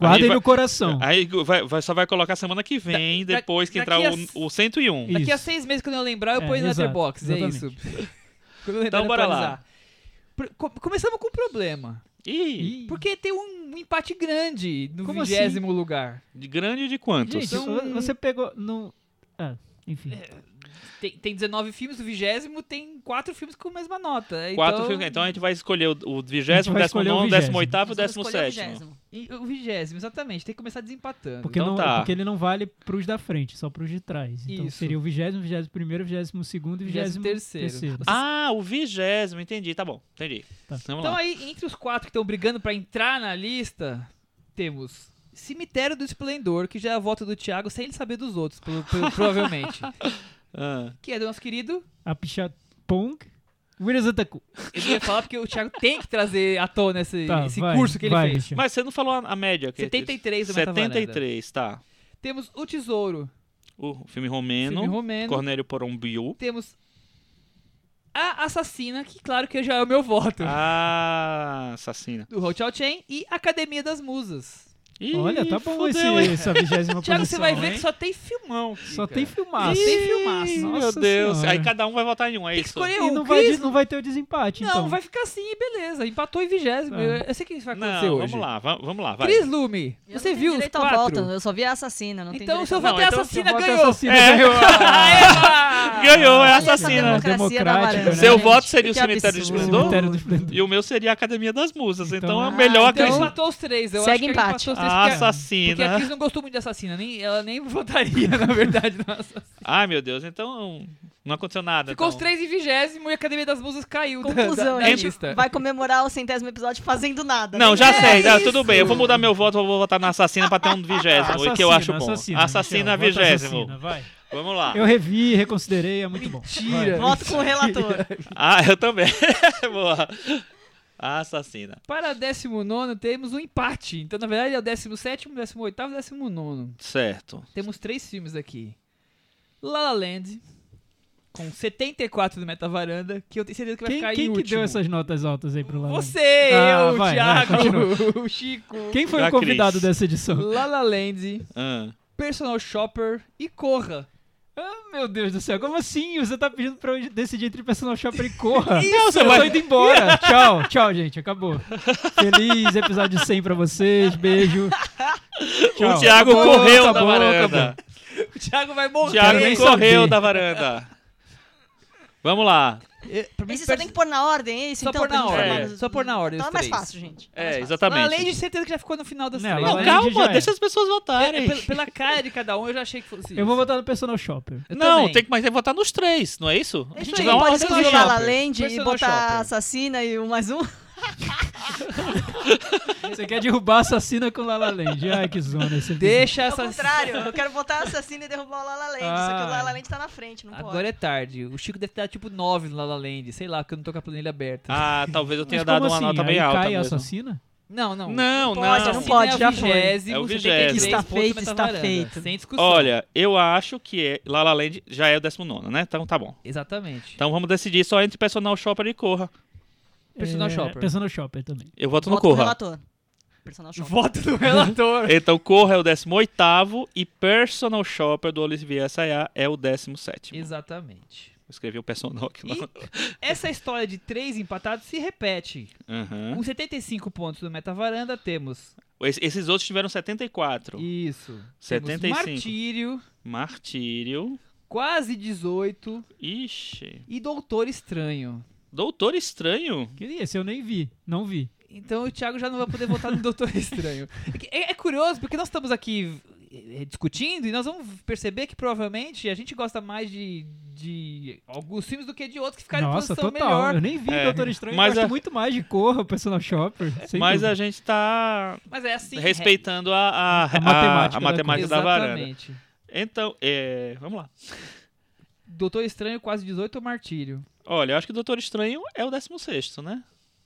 Speaker 4: Guardem
Speaker 3: Aí vai-
Speaker 4: no coração.
Speaker 3: Aí vai- vai- só vai colocar semana que vem,
Speaker 2: da-
Speaker 3: depois que
Speaker 2: daqui
Speaker 3: entrar
Speaker 2: a s-
Speaker 3: o, um. o 101.
Speaker 2: Daqui a
Speaker 4: Isso.
Speaker 2: seis meses, quando eu lembrar, eu
Speaker 4: É,
Speaker 2: ponho no
Speaker 4: exato,
Speaker 2: Letterboxd, é isso.
Speaker 4: exatamente.
Speaker 2: Quando eu lembrar
Speaker 3: Então,
Speaker 2: de
Speaker 3: bora lá.
Speaker 2: atualizar. Pr- co- começamos com um problema.
Speaker 3: Ih,
Speaker 2: Porque tem um empate grande no
Speaker 4: Como assim?
Speaker 2: vigésimo lugar.
Speaker 3: de grande de quantos?
Speaker 4: Gente,
Speaker 2: Então- É,
Speaker 4: você pegou. Não. Ah, enfim.
Speaker 2: Tem, tem 19 filmes, o vigésimo tem 4 filmes com a mesma nota. Então,
Speaker 3: Quatro filmes. Então a gente vai escolher o- o vigésimo,
Speaker 4: A gente vai
Speaker 3: décimo
Speaker 4: escolher o
Speaker 3: nono, décimo
Speaker 4: vigésimo.
Speaker 3: oitavo,
Speaker 5: Nós vamos
Speaker 3: décimo
Speaker 5: Então, escolher o
Speaker 3: sétimo.
Speaker 5: vigésimo.
Speaker 2: e o vigésimo, exatamente. Tem que começar desembatando.
Speaker 4: Porque,
Speaker 3: Então
Speaker 4: não,
Speaker 3: tá.
Speaker 4: porque ele não vale pros da frente, só pros de trás. Então
Speaker 2: Isso.
Speaker 4: seria o vigésimo, vigésimo primeiro, vigésimo segundo e vigésimo
Speaker 2: Vigésimo terceiro.
Speaker 4: terceiro.
Speaker 3: Ah, o vigésimo, entendi. Tá bom, entendi.
Speaker 4: Tá.
Speaker 3: Vamos
Speaker 2: Então
Speaker 3: lá.
Speaker 2: aí, entre os quatro que estão brigando pra entrar na lista, temos Cemitério do Esplendor, que já é a volta do Thiago sem ele saber dos outros, pro- pro- provavelmente.
Speaker 3: Ah,
Speaker 2: que é do nosso querido.
Speaker 4: A Pong. Wirazataku.
Speaker 2: Eu ia falar porque o Thiago tem que trazer à tona esse,
Speaker 4: Tá,
Speaker 2: esse
Speaker 4: vai,
Speaker 2: curso que ele
Speaker 4: vai,
Speaker 2: fez.
Speaker 4: Christian.
Speaker 3: Mas você não falou a, a média. Que é
Speaker 2: 73 do Meta
Speaker 3: 73, tá.
Speaker 2: Temos O Tesouro,
Speaker 3: O filme romeno,
Speaker 2: filme romeno.
Speaker 3: Cornélio Porombiu.
Speaker 2: Temos A Assassina, que claro que já é o meu voto.
Speaker 3: Ah, assassina.
Speaker 2: Do Ho Chao Chen e Academia das Musas.
Speaker 3: Ih,
Speaker 4: Olha, tá bom esse,
Speaker 3: fudeu, hein?
Speaker 4: essa vigésima posição.
Speaker 2: Thiago, você vai ver
Speaker 4: hein?
Speaker 2: que só tem filmão. aqui,
Speaker 4: Só
Speaker 2: cara.
Speaker 4: tem filmaço.
Speaker 2: Ih, Ah, tem filmaço.
Speaker 4: Nossa
Speaker 3: Meu Deus.
Speaker 4: Senhora.
Speaker 3: Aí cada um vai votar em um, é
Speaker 2: Tem que
Speaker 3: isso?
Speaker 2: escolher
Speaker 4: E
Speaker 2: um.
Speaker 4: não vai,
Speaker 2: Chris,
Speaker 4: de- não vai ter o desempate,
Speaker 2: Não,
Speaker 4: então.
Speaker 2: vai ficar assim, beleza. Empatou em vigésimo.
Speaker 4: Tá.
Speaker 2: Eu, eu sei que isso vai acontecer
Speaker 3: Ah. Não,
Speaker 2: hoje.
Speaker 3: vamos lá, va- vamos lá, vai.
Speaker 2: Cris Lume, você
Speaker 5: Eu não tenho
Speaker 2: viu os
Speaker 5: direito à volta, né?
Speaker 2: quatro?
Speaker 5: eu só vi a assassina, não tem
Speaker 2: Então,
Speaker 5: direito
Speaker 2: se
Speaker 5: à
Speaker 2: eu
Speaker 5: volta.
Speaker 2: votar
Speaker 3: então,
Speaker 2: assassina,
Speaker 4: Voto
Speaker 2: ganhou.
Speaker 4: assassino,
Speaker 3: É.
Speaker 4: ganhou.
Speaker 2: Aê,
Speaker 3: Ganhou, é
Speaker 5: Olha essa
Speaker 3: assassina.
Speaker 5: democracia
Speaker 4: Democrático,
Speaker 5: trabalhando,
Speaker 4: né?
Speaker 3: Seu
Speaker 5: gente?
Speaker 3: voto seria o
Speaker 5: Que
Speaker 3: cemitério do
Speaker 5: absurdo.
Speaker 3: esplendor?
Speaker 4: Cemitério do Esplendor.
Speaker 3: E o meu seria a Academia das Musas, então,
Speaker 4: Então-
Speaker 3: é melhor
Speaker 2: Ah,
Speaker 3: a Cris.
Speaker 2: então empatou os três. Eu
Speaker 5: Segue
Speaker 2: acho que
Speaker 5: empate.
Speaker 2: empatou os três. porque-
Speaker 3: A
Speaker 2: Porque a
Speaker 3: Ah, assassina.
Speaker 2: Cris não gostou muito de assassina, nem, ela nem votaria, na verdade, na assassina.
Speaker 3: Ai, meu Deus, então não aconteceu nada.
Speaker 2: Ficou os
Speaker 3: então.
Speaker 2: três em vigésimo e a Academia das Musas caiu da-
Speaker 5: Conclusão, né?
Speaker 2: da, da
Speaker 5: a gente
Speaker 2: lista.
Speaker 5: vai comemorar o centésimo episódio fazendo nada.
Speaker 3: Não,
Speaker 5: né?
Speaker 3: já
Speaker 5: É
Speaker 3: sei, tá,
Speaker 5: isso.
Speaker 3: tudo bem. Eu vou mudar meu voto, eu vou votar na assassina pra ter um vigésimo, o que eu acho bom. Assassina,
Speaker 4: Michel, vota
Speaker 3: vigésimo.
Speaker 4: né?
Speaker 3: Ah.
Speaker 4: assassina, vai.
Speaker 3: Vamos lá.
Speaker 4: Eu revi, reconsiderei, é muito bom.
Speaker 2: Mentira.
Speaker 4: Vai.
Speaker 5: Voto com o relator.
Speaker 3: Ah, eu também. Boa. Assassina.
Speaker 2: Para 19 temos um empate. Então, na verdade, é o 17, 18 e 19.
Speaker 3: Certo.
Speaker 2: Temos três filmes aqui. La La Land, com 74 do Metavaranda, que eu tenho certeza que vai
Speaker 4: Quem,
Speaker 2: ficar em
Speaker 4: quem que
Speaker 2: último.
Speaker 4: deu essas notas altas aí pro Lala? Land?
Speaker 2: Você,
Speaker 4: Ah,
Speaker 2: eu,
Speaker 4: vai, vai,
Speaker 2: Thiago, o Chico.
Speaker 4: Quem foi
Speaker 3: Da
Speaker 4: o convidado
Speaker 3: Cris.
Speaker 4: dessa edição?
Speaker 2: La La Land,
Speaker 3: Ah,
Speaker 2: Personal Shopper e Corra.
Speaker 4: Ah, meu Deus do céu, como assim? Você tá pedindo pra eu decidir entre personal shopper e corra?
Speaker 3: Não, você
Speaker 4: eu
Speaker 3: vai-
Speaker 4: tô indo embora. tchau, tchau, gente. Acabou. Feliz episódio 100 pra vocês. Beijo. Tchau.
Speaker 3: O Thiago
Speaker 4: Acabou,
Speaker 3: correu
Speaker 4: acabou,
Speaker 3: da varanda.
Speaker 4: acabou.
Speaker 2: O Thiago vai
Speaker 3: O
Speaker 2: morrer.
Speaker 3: Thiago
Speaker 4: nem
Speaker 3: correu
Speaker 4: saber.
Speaker 3: da varanda. Vamos lá.
Speaker 2: É, pra mim,
Speaker 5: Esse só tem que pôr na ordem, é isso?
Speaker 2: Só
Speaker 5: então,
Speaker 2: pôr
Speaker 5: pra
Speaker 2: na
Speaker 5: gente
Speaker 3: ordem.
Speaker 5: formar
Speaker 3: É,
Speaker 5: os-
Speaker 2: só pôr na ordem,
Speaker 5: Então é
Speaker 2: os
Speaker 5: mais
Speaker 2: três.
Speaker 5: fácil, gente.
Speaker 3: É,
Speaker 2: La La
Speaker 3: exatamente.
Speaker 2: Land, certeza que já ficou no final das
Speaker 4: Não,
Speaker 2: três.
Speaker 4: La La
Speaker 3: Não,
Speaker 4: Land
Speaker 3: calma,
Speaker 4: já é.
Speaker 3: deixa as pessoas
Speaker 2: É,
Speaker 3: votarem.
Speaker 2: pela, pela cara de cada um, eu já achei que fosse
Speaker 4: Eu vou votar no personal shopper.
Speaker 2: Eu
Speaker 3: Não,
Speaker 2: também.
Speaker 3: tem que, mas tem que votar nos três, não é isso?
Speaker 5: A
Speaker 2: isso
Speaker 5: gente
Speaker 2: aí,
Speaker 3: dá
Speaker 5: não
Speaker 3: uma
Speaker 5: pode
Speaker 2: ordem
Speaker 5: excluir
Speaker 2: no
Speaker 5: a La
Speaker 2: shopper.
Speaker 5: Land e
Speaker 2: Personal
Speaker 5: botar
Speaker 2: shopper.
Speaker 5: assassina e um mais um?
Speaker 4: Você quer derrubar a assassina com Lala Land. Ai, que zona esse episódio.
Speaker 2: Deixa
Speaker 5: Ao
Speaker 2: essa...
Speaker 5: contrário, eu quero botar assassina e derrubar o La La Land, só que o La La
Speaker 4: Ah.
Speaker 5: Land tá na frente, não pode.
Speaker 2: Agora é tarde. O Chico deve estar tipo 9 no La La Land. Sei lá, porque eu não tô com a planilha aberta.
Speaker 3: Ah, talvez eu
Speaker 4: Mas
Speaker 3: tenha
Speaker 4: como
Speaker 3: dado uma
Speaker 4: assim?
Speaker 3: nota
Speaker 4: Aí
Speaker 3: bem alta
Speaker 4: cai a
Speaker 3: mesmo.
Speaker 4: assassina?
Speaker 2: Não, não.
Speaker 3: Não,
Speaker 5: pode,
Speaker 3: não.
Speaker 5: não pode,
Speaker 2: Sim,
Speaker 5: já
Speaker 2: é o
Speaker 5: foi.
Speaker 2: vigésimo,
Speaker 3: É o
Speaker 2: 73
Speaker 3: vigésimo.
Speaker 5: Está
Speaker 2: pontos
Speaker 5: feito,
Speaker 2: do
Speaker 5: está
Speaker 2: Metavaranda.
Speaker 5: feito.
Speaker 2: Sem discussão.
Speaker 3: Olha, eu acho que é, La La Land já é o 19, né? Então tá bom.
Speaker 2: Exatamente.
Speaker 3: Então vamos decidir só entre Personal Shopper e Corra.
Speaker 2: Personal shopper.
Speaker 4: É, Personal shopper também.
Speaker 3: Eu voto no
Speaker 5: Voto com o
Speaker 3: Corra.
Speaker 5: relator. Personal shopper.
Speaker 2: Voto do relator.
Speaker 3: Então Corra é o 18 e Personal Shopper do Olivier Assayas é o 17. Eu
Speaker 2: Exatamente.
Speaker 3: escrevi o personal aqui.
Speaker 2: E
Speaker 3: não.
Speaker 2: essa história de três empatados se repete.
Speaker 3: Aham.
Speaker 2: Com 75 pontos do Metavaranda, temos.
Speaker 3: Es- Esses outros tiveram 74.
Speaker 2: Isso. Temos
Speaker 3: 75.
Speaker 2: Martírio,
Speaker 3: Martírio.
Speaker 2: quase 18
Speaker 3: Ixi.
Speaker 2: e Doutor Estranho.
Speaker 3: Doutor Estranho?
Speaker 4: Que esse eu nem vi. Não vi.
Speaker 2: Então o Thiago já não vai poder votar no Doutor Estranho. É que- É, é curioso, porque nós estamos aqui eh, discutindo e nós vamos perceber que provavelmente a gente gosta mais de, de alguns filmes do que de outros que ficaram
Speaker 4: Nossa,
Speaker 2: em posição
Speaker 4: total.
Speaker 2: melhor.
Speaker 4: Eu nem vi
Speaker 3: É,
Speaker 4: Doutor Estranho.
Speaker 3: mas
Speaker 4: Mas gosto
Speaker 3: a-
Speaker 4: muito mais de Corra, Personal Shopper. sem
Speaker 3: Mas
Speaker 4: dúvida.
Speaker 3: a gente tá
Speaker 2: Mas é assim.
Speaker 3: respeitando a, a,
Speaker 4: A matemática
Speaker 3: a- a
Speaker 4: da
Speaker 3: matemática
Speaker 2: mais
Speaker 3: da varanda.
Speaker 2: Exatamente.
Speaker 3: Então, é, vamos lá.
Speaker 2: Doutor Estranho, quase 18 ou Martírio?
Speaker 3: Olha, eu acho que o Doutor Estranho é o 16, né?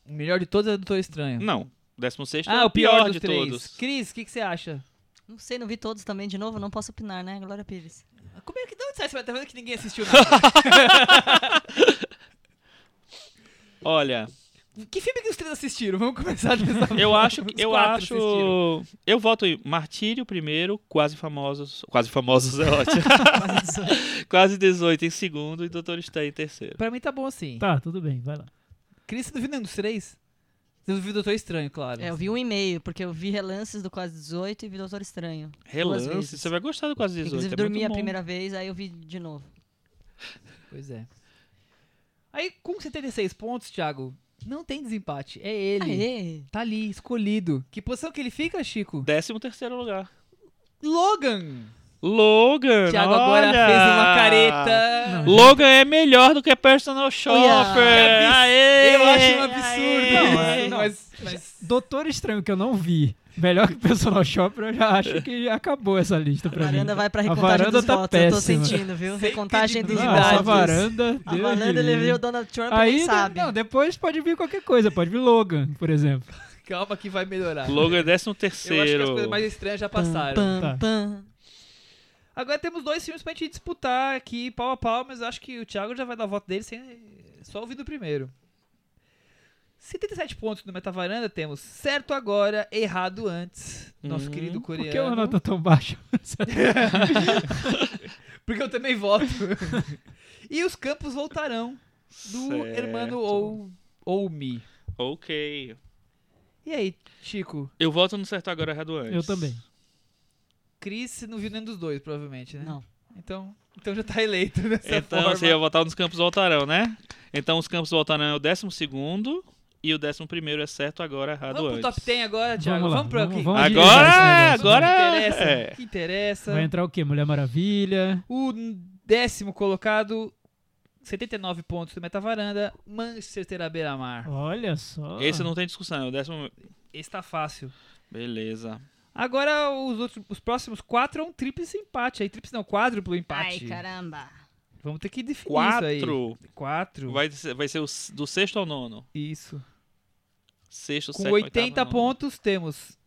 Speaker 2: O melhor de todos é Doutor Estranho.
Speaker 3: Não. O 16
Speaker 2: Ah,
Speaker 3: é
Speaker 2: o pior, dos
Speaker 3: de
Speaker 2: três.
Speaker 3: todos.
Speaker 2: Cris, o que, que você acha?
Speaker 5: Não sei, não vi todos também de novo, não posso opinar, né, Glória Pires?
Speaker 2: Como é que não sai? Você tá vendo que ninguém assistiu nada.
Speaker 3: Olha,
Speaker 2: Que filme que os três assistiram? Vamos começar dessa
Speaker 3: Eu
Speaker 2: forma.
Speaker 3: acho,
Speaker 2: Os
Speaker 3: eu
Speaker 2: quatro
Speaker 3: acho,
Speaker 2: assistiram.
Speaker 3: eu voto em Martírio primeiro, quase famosos, quase famosos é ótimo, quase 18 em segundo e Doutor Estranho em terceiro.
Speaker 2: Pra mim tá bom assim.
Speaker 4: Tá, tudo bem, vai lá.
Speaker 2: Cris, você não viu nenhum dos três? Você não viu o Doutor Estranho, claro.
Speaker 5: É, eu vi um e-mail, porque eu vi relances do Quase 18 e vi Doutor Estranho.
Speaker 3: Relance,
Speaker 5: vezes.
Speaker 3: você vai gostar do quase 18.
Speaker 5: Inclusive,
Speaker 3: é muito
Speaker 5: dormi a
Speaker 3: bom.
Speaker 5: primeira vez, aí eu vi de novo.
Speaker 2: Pois é. Aí, com 76 pontos, Thiago, não tem desempate. É ele.
Speaker 5: Aê!
Speaker 2: Tá ali, escolhido. Que posição que ele fica, Chico?
Speaker 3: Décimo terceiro lugar.
Speaker 2: Logan!
Speaker 3: Logan.
Speaker 2: Thiago agora
Speaker 3: olha!
Speaker 2: fez uma careta.
Speaker 3: Logan é melhor do que Personal Shopper. Aê!
Speaker 2: Eu acho um absurdo.
Speaker 3: Aê!
Speaker 4: Não, é- não.
Speaker 2: Mas, mas-
Speaker 4: Doutor Estranho, que eu não vi. Melhor que Personal Shopper, eu já acho que acabou essa lista
Speaker 5: A
Speaker 4: pra mim.
Speaker 5: varanda vai pra
Speaker 4: A
Speaker 5: recontagem
Speaker 4: varanda
Speaker 5: dos
Speaker 4: tá
Speaker 5: votos, eu tô
Speaker 4: péssima.
Speaker 5: sentindo, viu?
Speaker 2: Sempre
Speaker 5: Recontagem
Speaker 2: de
Speaker 5: dos
Speaker 4: Não, essa
Speaker 2: idades.
Speaker 5: votos.
Speaker 4: Ah, varanda,
Speaker 5: A
Speaker 4: Deus
Speaker 5: varanda,
Speaker 4: me
Speaker 5: ele
Speaker 4: livre.
Speaker 5: viu o Donald Trump e
Speaker 4: Aí,
Speaker 5: nem sabe.
Speaker 4: não, depois pode vir qualquer coisa. Pode vir Logan, por exemplo.
Speaker 2: calma que vai melhorar.
Speaker 3: Logan é décimo
Speaker 2: Eu acho que as
Speaker 3: terceiro.
Speaker 2: coisas mais estranhas já passaram.
Speaker 5: Pam,
Speaker 4: Tá.
Speaker 5: pam.
Speaker 2: Agora temos dois filmes pra gente disputar aqui, pau a pau, mas eu acho que o Thiago já vai dar voto dele sem... só ouvindo o primeiro. 77 pontos no Metavaranda, temos certo agora, errado antes. Nosso
Speaker 3: Hum,
Speaker 2: querido
Speaker 4: Por que uma
Speaker 2: coreano.
Speaker 4: nota tão baixa?
Speaker 2: Porque eu também voto. e os campos voltarão do
Speaker 3: Certo.
Speaker 2: Hermano ou, ou Mi.
Speaker 3: Ok.
Speaker 2: E aí, Chico?
Speaker 3: Eu voto no certo agora errado antes.
Speaker 4: Eu também.
Speaker 2: Cris você não viu nenhum dos dois, provavelmente, né?
Speaker 5: Não.
Speaker 2: Então, então já tá eleito dessa
Speaker 3: Então
Speaker 2: forma.
Speaker 3: você ia votar nos Campos Voltarão, né? Então os Campos Voltarão é o décimo segundo e o décimo primeiro é certo agora errado
Speaker 2: Vamos pro
Speaker 3: antes.
Speaker 2: top 10 agora, Thiago.
Speaker 4: Vamos lá,
Speaker 2: Vamos, pro
Speaker 4: vamos-
Speaker 2: aqui. Vamos
Speaker 4: vamos agilizar
Speaker 3: Agora-
Speaker 4: esse negócio.
Speaker 3: agora-
Speaker 2: que interessa.
Speaker 3: é.
Speaker 2: que interessa.
Speaker 4: Vai entrar o quê? Mulher Maravilha.
Speaker 2: O décimo colocado, 79 pontos do Metavaranda, Manchester à beira-mar.
Speaker 4: Olha só.
Speaker 3: Esse não tem discussão, é o décimo.
Speaker 2: Esse tá fácil.
Speaker 3: Beleza.
Speaker 2: Agora os, outros, os próximos quatro é um tríplice empate. Aí, tríplice não, quádruplo empate.
Speaker 5: Ai, caramba.
Speaker 2: Vamos ter que definir isso
Speaker 3: Quatro.
Speaker 2: aí. Quatro.
Speaker 3: Vai, ser- vai ser o s- do sexto ao nono.
Speaker 2: Isso.
Speaker 3: Sexto,
Speaker 2: Com
Speaker 3: sétimo,
Speaker 2: 80
Speaker 3: oitavo, nono.
Speaker 2: pontos temos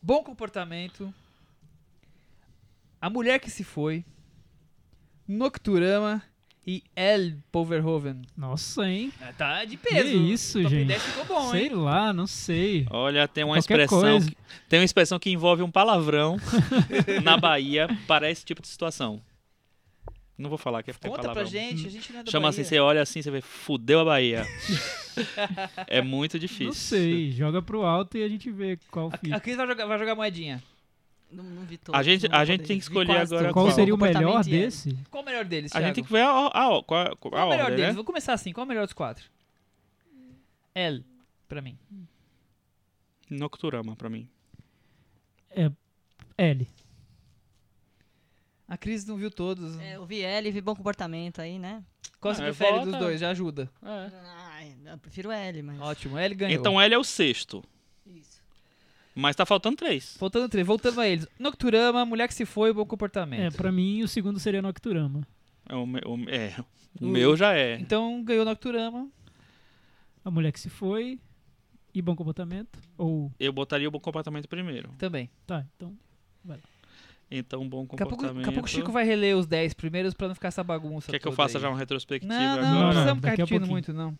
Speaker 2: Bom Comportamento, A Mulher Que Se Foi, Nocturama e El Poverhoven.
Speaker 4: Nossa, hein?
Speaker 2: Ah, Tá de
Speaker 4: Que
Speaker 2: peso.
Speaker 4: é isso,
Speaker 2: Top
Speaker 4: gente?
Speaker 2: 10 ficou bom,
Speaker 4: Sei
Speaker 2: hein?
Speaker 4: lá, não sei.
Speaker 3: Olha, tem uma
Speaker 4: Qualquer
Speaker 3: expressão.
Speaker 4: coisa.
Speaker 3: que- tem uma expressão que envolve um palavrão na Bahia para esse tipo de situação. Não vou falar que é porque é
Speaker 2: Conta pra
Speaker 3: palavrão.
Speaker 2: gente, a gente não é da
Speaker 3: Chama assim,
Speaker 2: Bahia.
Speaker 3: você olha assim, você vê, fudeu a Bahia. é muito difícil.
Speaker 4: Não sei. Joga pro alto e a gente vê qual
Speaker 2: A
Speaker 4: fica.
Speaker 2: Cris vai jogar, vai jogar moedinha.
Speaker 5: Não, não vi todos,
Speaker 3: A gente,
Speaker 5: não vou
Speaker 3: a gente
Speaker 5: poder.
Speaker 3: tem que
Speaker 5: Vi
Speaker 3: escolher
Speaker 5: quase
Speaker 3: agora
Speaker 5: todos.
Speaker 4: Qual
Speaker 3: qual.
Speaker 4: seria o melhor
Speaker 5: Comportamento e é.
Speaker 4: desse?
Speaker 2: Qual o melhor deles,
Speaker 3: A
Speaker 2: Thiago?
Speaker 3: gente tem que ver a, a, a, qual- qual a
Speaker 2: Qual é o melhor
Speaker 3: ordem,
Speaker 2: deles?
Speaker 3: né?
Speaker 2: Vou começar assim. Qual o melhor dos quatro? El, pra mim.
Speaker 3: Nocturama, pra mim.
Speaker 4: L.
Speaker 2: A Cris não viu todos.
Speaker 5: É, eu vi L, vi bom comportamento aí, né?
Speaker 2: Qual você
Speaker 3: Ah,
Speaker 2: prefere
Speaker 3: vota.
Speaker 2: dos dois? Já ajuda.
Speaker 5: Ai, eu prefiro L, mas.
Speaker 2: Ótimo, L ganhou.
Speaker 3: Então ele é o sexto.
Speaker 5: Isso.
Speaker 3: Mas tá faltando três.
Speaker 2: Voltando, três, voltando a eles. Nocturama, Mulher que se foi, Bom
Speaker 4: É,
Speaker 2: Comportamento.
Speaker 4: pra mim o segundo seria Nocturama.
Speaker 3: É, o, me- o- é, o
Speaker 2: O-
Speaker 3: meu já é.
Speaker 2: Então ganhou Nocturama.
Speaker 4: A mulher que se foi e bom comportamento. Ou.
Speaker 3: Eu botaria o bom comportamento primeiro.
Speaker 2: Também.
Speaker 4: Tá, então.
Speaker 3: Então, bom
Speaker 2: Daqui a pouco,
Speaker 3: comportamento.
Speaker 2: daqui a pouco o Chico vai reler os 10 primeiros pra não ficar essa bagunça.
Speaker 3: Quer que eu
Speaker 2: toda
Speaker 3: faça
Speaker 2: aí.
Speaker 3: já uma retrospectiva
Speaker 2: Não, não,
Speaker 3: agora?
Speaker 2: não
Speaker 4: Não,
Speaker 2: precisamos
Speaker 4: daqui
Speaker 2: ficar
Speaker 4: a
Speaker 2: repetindo
Speaker 4: pouquinho.
Speaker 2: muito, não.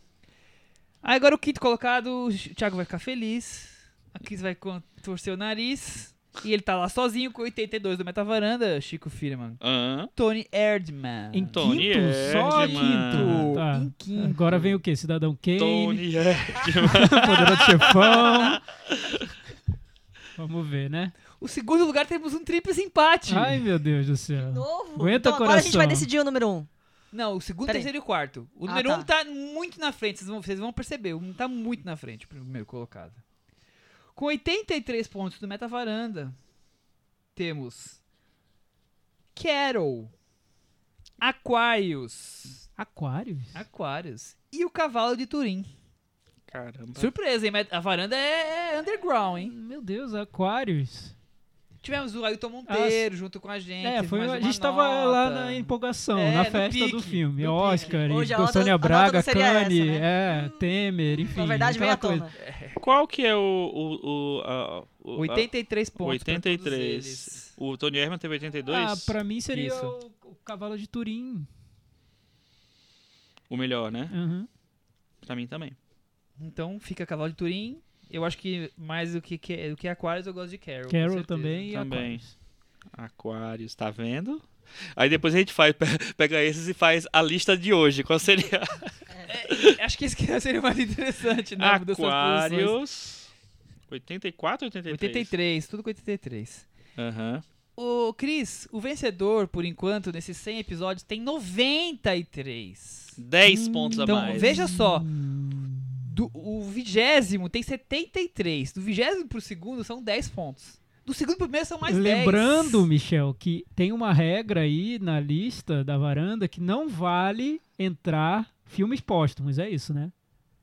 Speaker 2: Ah, agora o quinto colocado, o Thiago vai ficar feliz. A Cris vai torcer o nariz. E ele tá lá sozinho com 82 do Metavaranda, Chico Firman.
Speaker 3: Hã?
Speaker 2: Tony Erdman.
Speaker 4: Em
Speaker 3: Tony
Speaker 4: quinto? Só
Speaker 3: Erdmann.
Speaker 4: quinto. Tá.
Speaker 2: Em quinto.
Speaker 4: Agora vem o quê? Cidadão Kane,
Speaker 3: Tony é.
Speaker 4: Poderoso Chefão. Vamos ver, né?
Speaker 2: O segundo lugar temos um triples empate.
Speaker 4: Ai, meu Deus do céu.
Speaker 5: Novo?
Speaker 4: Aguenta,
Speaker 5: então, Agora a gente vai
Speaker 4: coração.
Speaker 5: decidir o número um.
Speaker 2: Não, o segundo,
Speaker 5: Peraí.
Speaker 2: terceiro e o quarto. O
Speaker 5: Ah,
Speaker 2: número
Speaker 5: tá.
Speaker 2: um tá muito na frente, vocês vão, vocês vão perceber. O um tá muito na frente, o primeiro colocado. Com 83 pontos do Metavaranda, temos Carol, Aquarius,
Speaker 4: Aquários?
Speaker 2: Aquarius e o Cavalo de Turim.
Speaker 3: Caramba.
Speaker 2: Surpresa, hein? Met- A varanda é é underground, hein?
Speaker 4: Meu Deus, Aquários.
Speaker 2: Tivemos o Ailton Monteiro junto com a gente.
Speaker 4: É, foi,
Speaker 2: mais
Speaker 4: a
Speaker 2: uma
Speaker 4: gente tava
Speaker 2: nota.
Speaker 4: lá na empolgação,
Speaker 2: É,
Speaker 4: na
Speaker 2: no
Speaker 4: festa do
Speaker 2: pique,
Speaker 4: filme.
Speaker 2: no
Speaker 4: Oscar,
Speaker 5: Hoje a
Speaker 4: e
Speaker 5: nota-
Speaker 4: Sônia
Speaker 5: a nota
Speaker 4: Braga,
Speaker 5: não seria essa,
Speaker 4: Cane,
Speaker 2: né?
Speaker 4: é, Temer, enfim.
Speaker 5: Na verdade, vem
Speaker 4: aquela
Speaker 5: à tona.
Speaker 3: Qual que é o. o, o, a, o
Speaker 2: 83 pontos. pra todos
Speaker 3: 83.
Speaker 2: eles.
Speaker 3: O Tony Herman teve 82?
Speaker 4: Ah, pra mim seria
Speaker 2: Isso.
Speaker 4: o, o Cavalo de Turim. Uhum.
Speaker 3: O melhor, né?
Speaker 4: Aham.
Speaker 3: Pra mim também.
Speaker 2: Então fica Cavalo de Turim. Eu acho que mais do que, que- do que Aquarius, eu gosto de Carol. com
Speaker 4: Carol
Speaker 2: certeza.
Speaker 4: também e
Speaker 3: Também.
Speaker 4: Aquarius.
Speaker 3: Aquários, tá vendo? Aí depois a gente faz, pe- pega esses e faz a lista de hoje. Qual seria?
Speaker 2: É, acho que esse que seria o mais interessante, né? das suas posições.
Speaker 3: Aquários. 84 ou 83?
Speaker 2: 83, tudo com 83.
Speaker 3: Aham.
Speaker 2: O Cris, o vencedor, por enquanto, desses 100 episódios, tem 93.
Speaker 3: 10 pontos a
Speaker 2: Então,
Speaker 3: mais.
Speaker 2: veja só.
Speaker 4: Hum.
Speaker 2: Do, o vigésimo tem 73. Do vigésimo pro segundo são 10 pontos. Do segundo pro primeiro são mais 10.
Speaker 4: Lembrando, Michel, que tem uma regra aí na lista da varanda que não vale entrar filmes póstumos, é isso, né?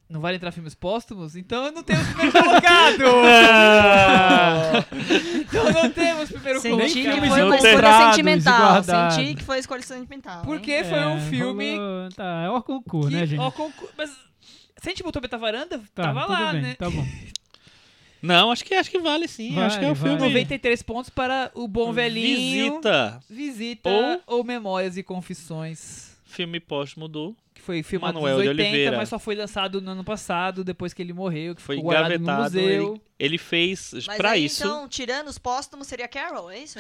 Speaker 2: Não vale entrar filmes póstumos? Então eu não temos primeiro colocado!
Speaker 3: Ah!
Speaker 2: então não temos primeiro
Speaker 5: Senti
Speaker 4: Nem
Speaker 5: que
Speaker 4: filmes
Speaker 5: foi
Speaker 2: colocado.
Speaker 5: uma escolha
Speaker 4: encontrados,
Speaker 5: sentimental.
Speaker 4: guardados.
Speaker 5: Senti que foi escolha sentimental. hein?
Speaker 2: Porque foi um
Speaker 4: É,
Speaker 2: filme
Speaker 4: rolou- Tá, é o concurso,
Speaker 2: que.
Speaker 4: né, gente?
Speaker 2: ó, concur- Mas se a gente botou Beta Varanda,
Speaker 4: Tá,
Speaker 2: tava
Speaker 4: tudo
Speaker 2: lá,
Speaker 4: bem,
Speaker 2: né?
Speaker 4: tá bom.
Speaker 3: Não, acho que, acho que vale sim.
Speaker 4: Vale,
Speaker 3: acho que é o
Speaker 4: vale.
Speaker 3: filme.
Speaker 2: 93 pontos para o Bom Velhinho.
Speaker 3: Visita.
Speaker 2: Visita ou,
Speaker 3: Ou-
Speaker 2: Memórias e Confissões.
Speaker 3: Filme póstumo do.
Speaker 2: Que foi filmado
Speaker 3: Manuel
Speaker 2: nos
Speaker 3: de
Speaker 2: 80,
Speaker 3: Oliveira.
Speaker 2: mas só foi lançado no ano passado, depois que ele morreu, que
Speaker 3: Foi
Speaker 2: ficou guardado no
Speaker 3: engavetado,
Speaker 2: museu.
Speaker 3: Ele fez
Speaker 5: Mas
Speaker 3: pra
Speaker 5: aí,
Speaker 3: isso.
Speaker 5: então, tirando os póstumos, seria Carol, é isso?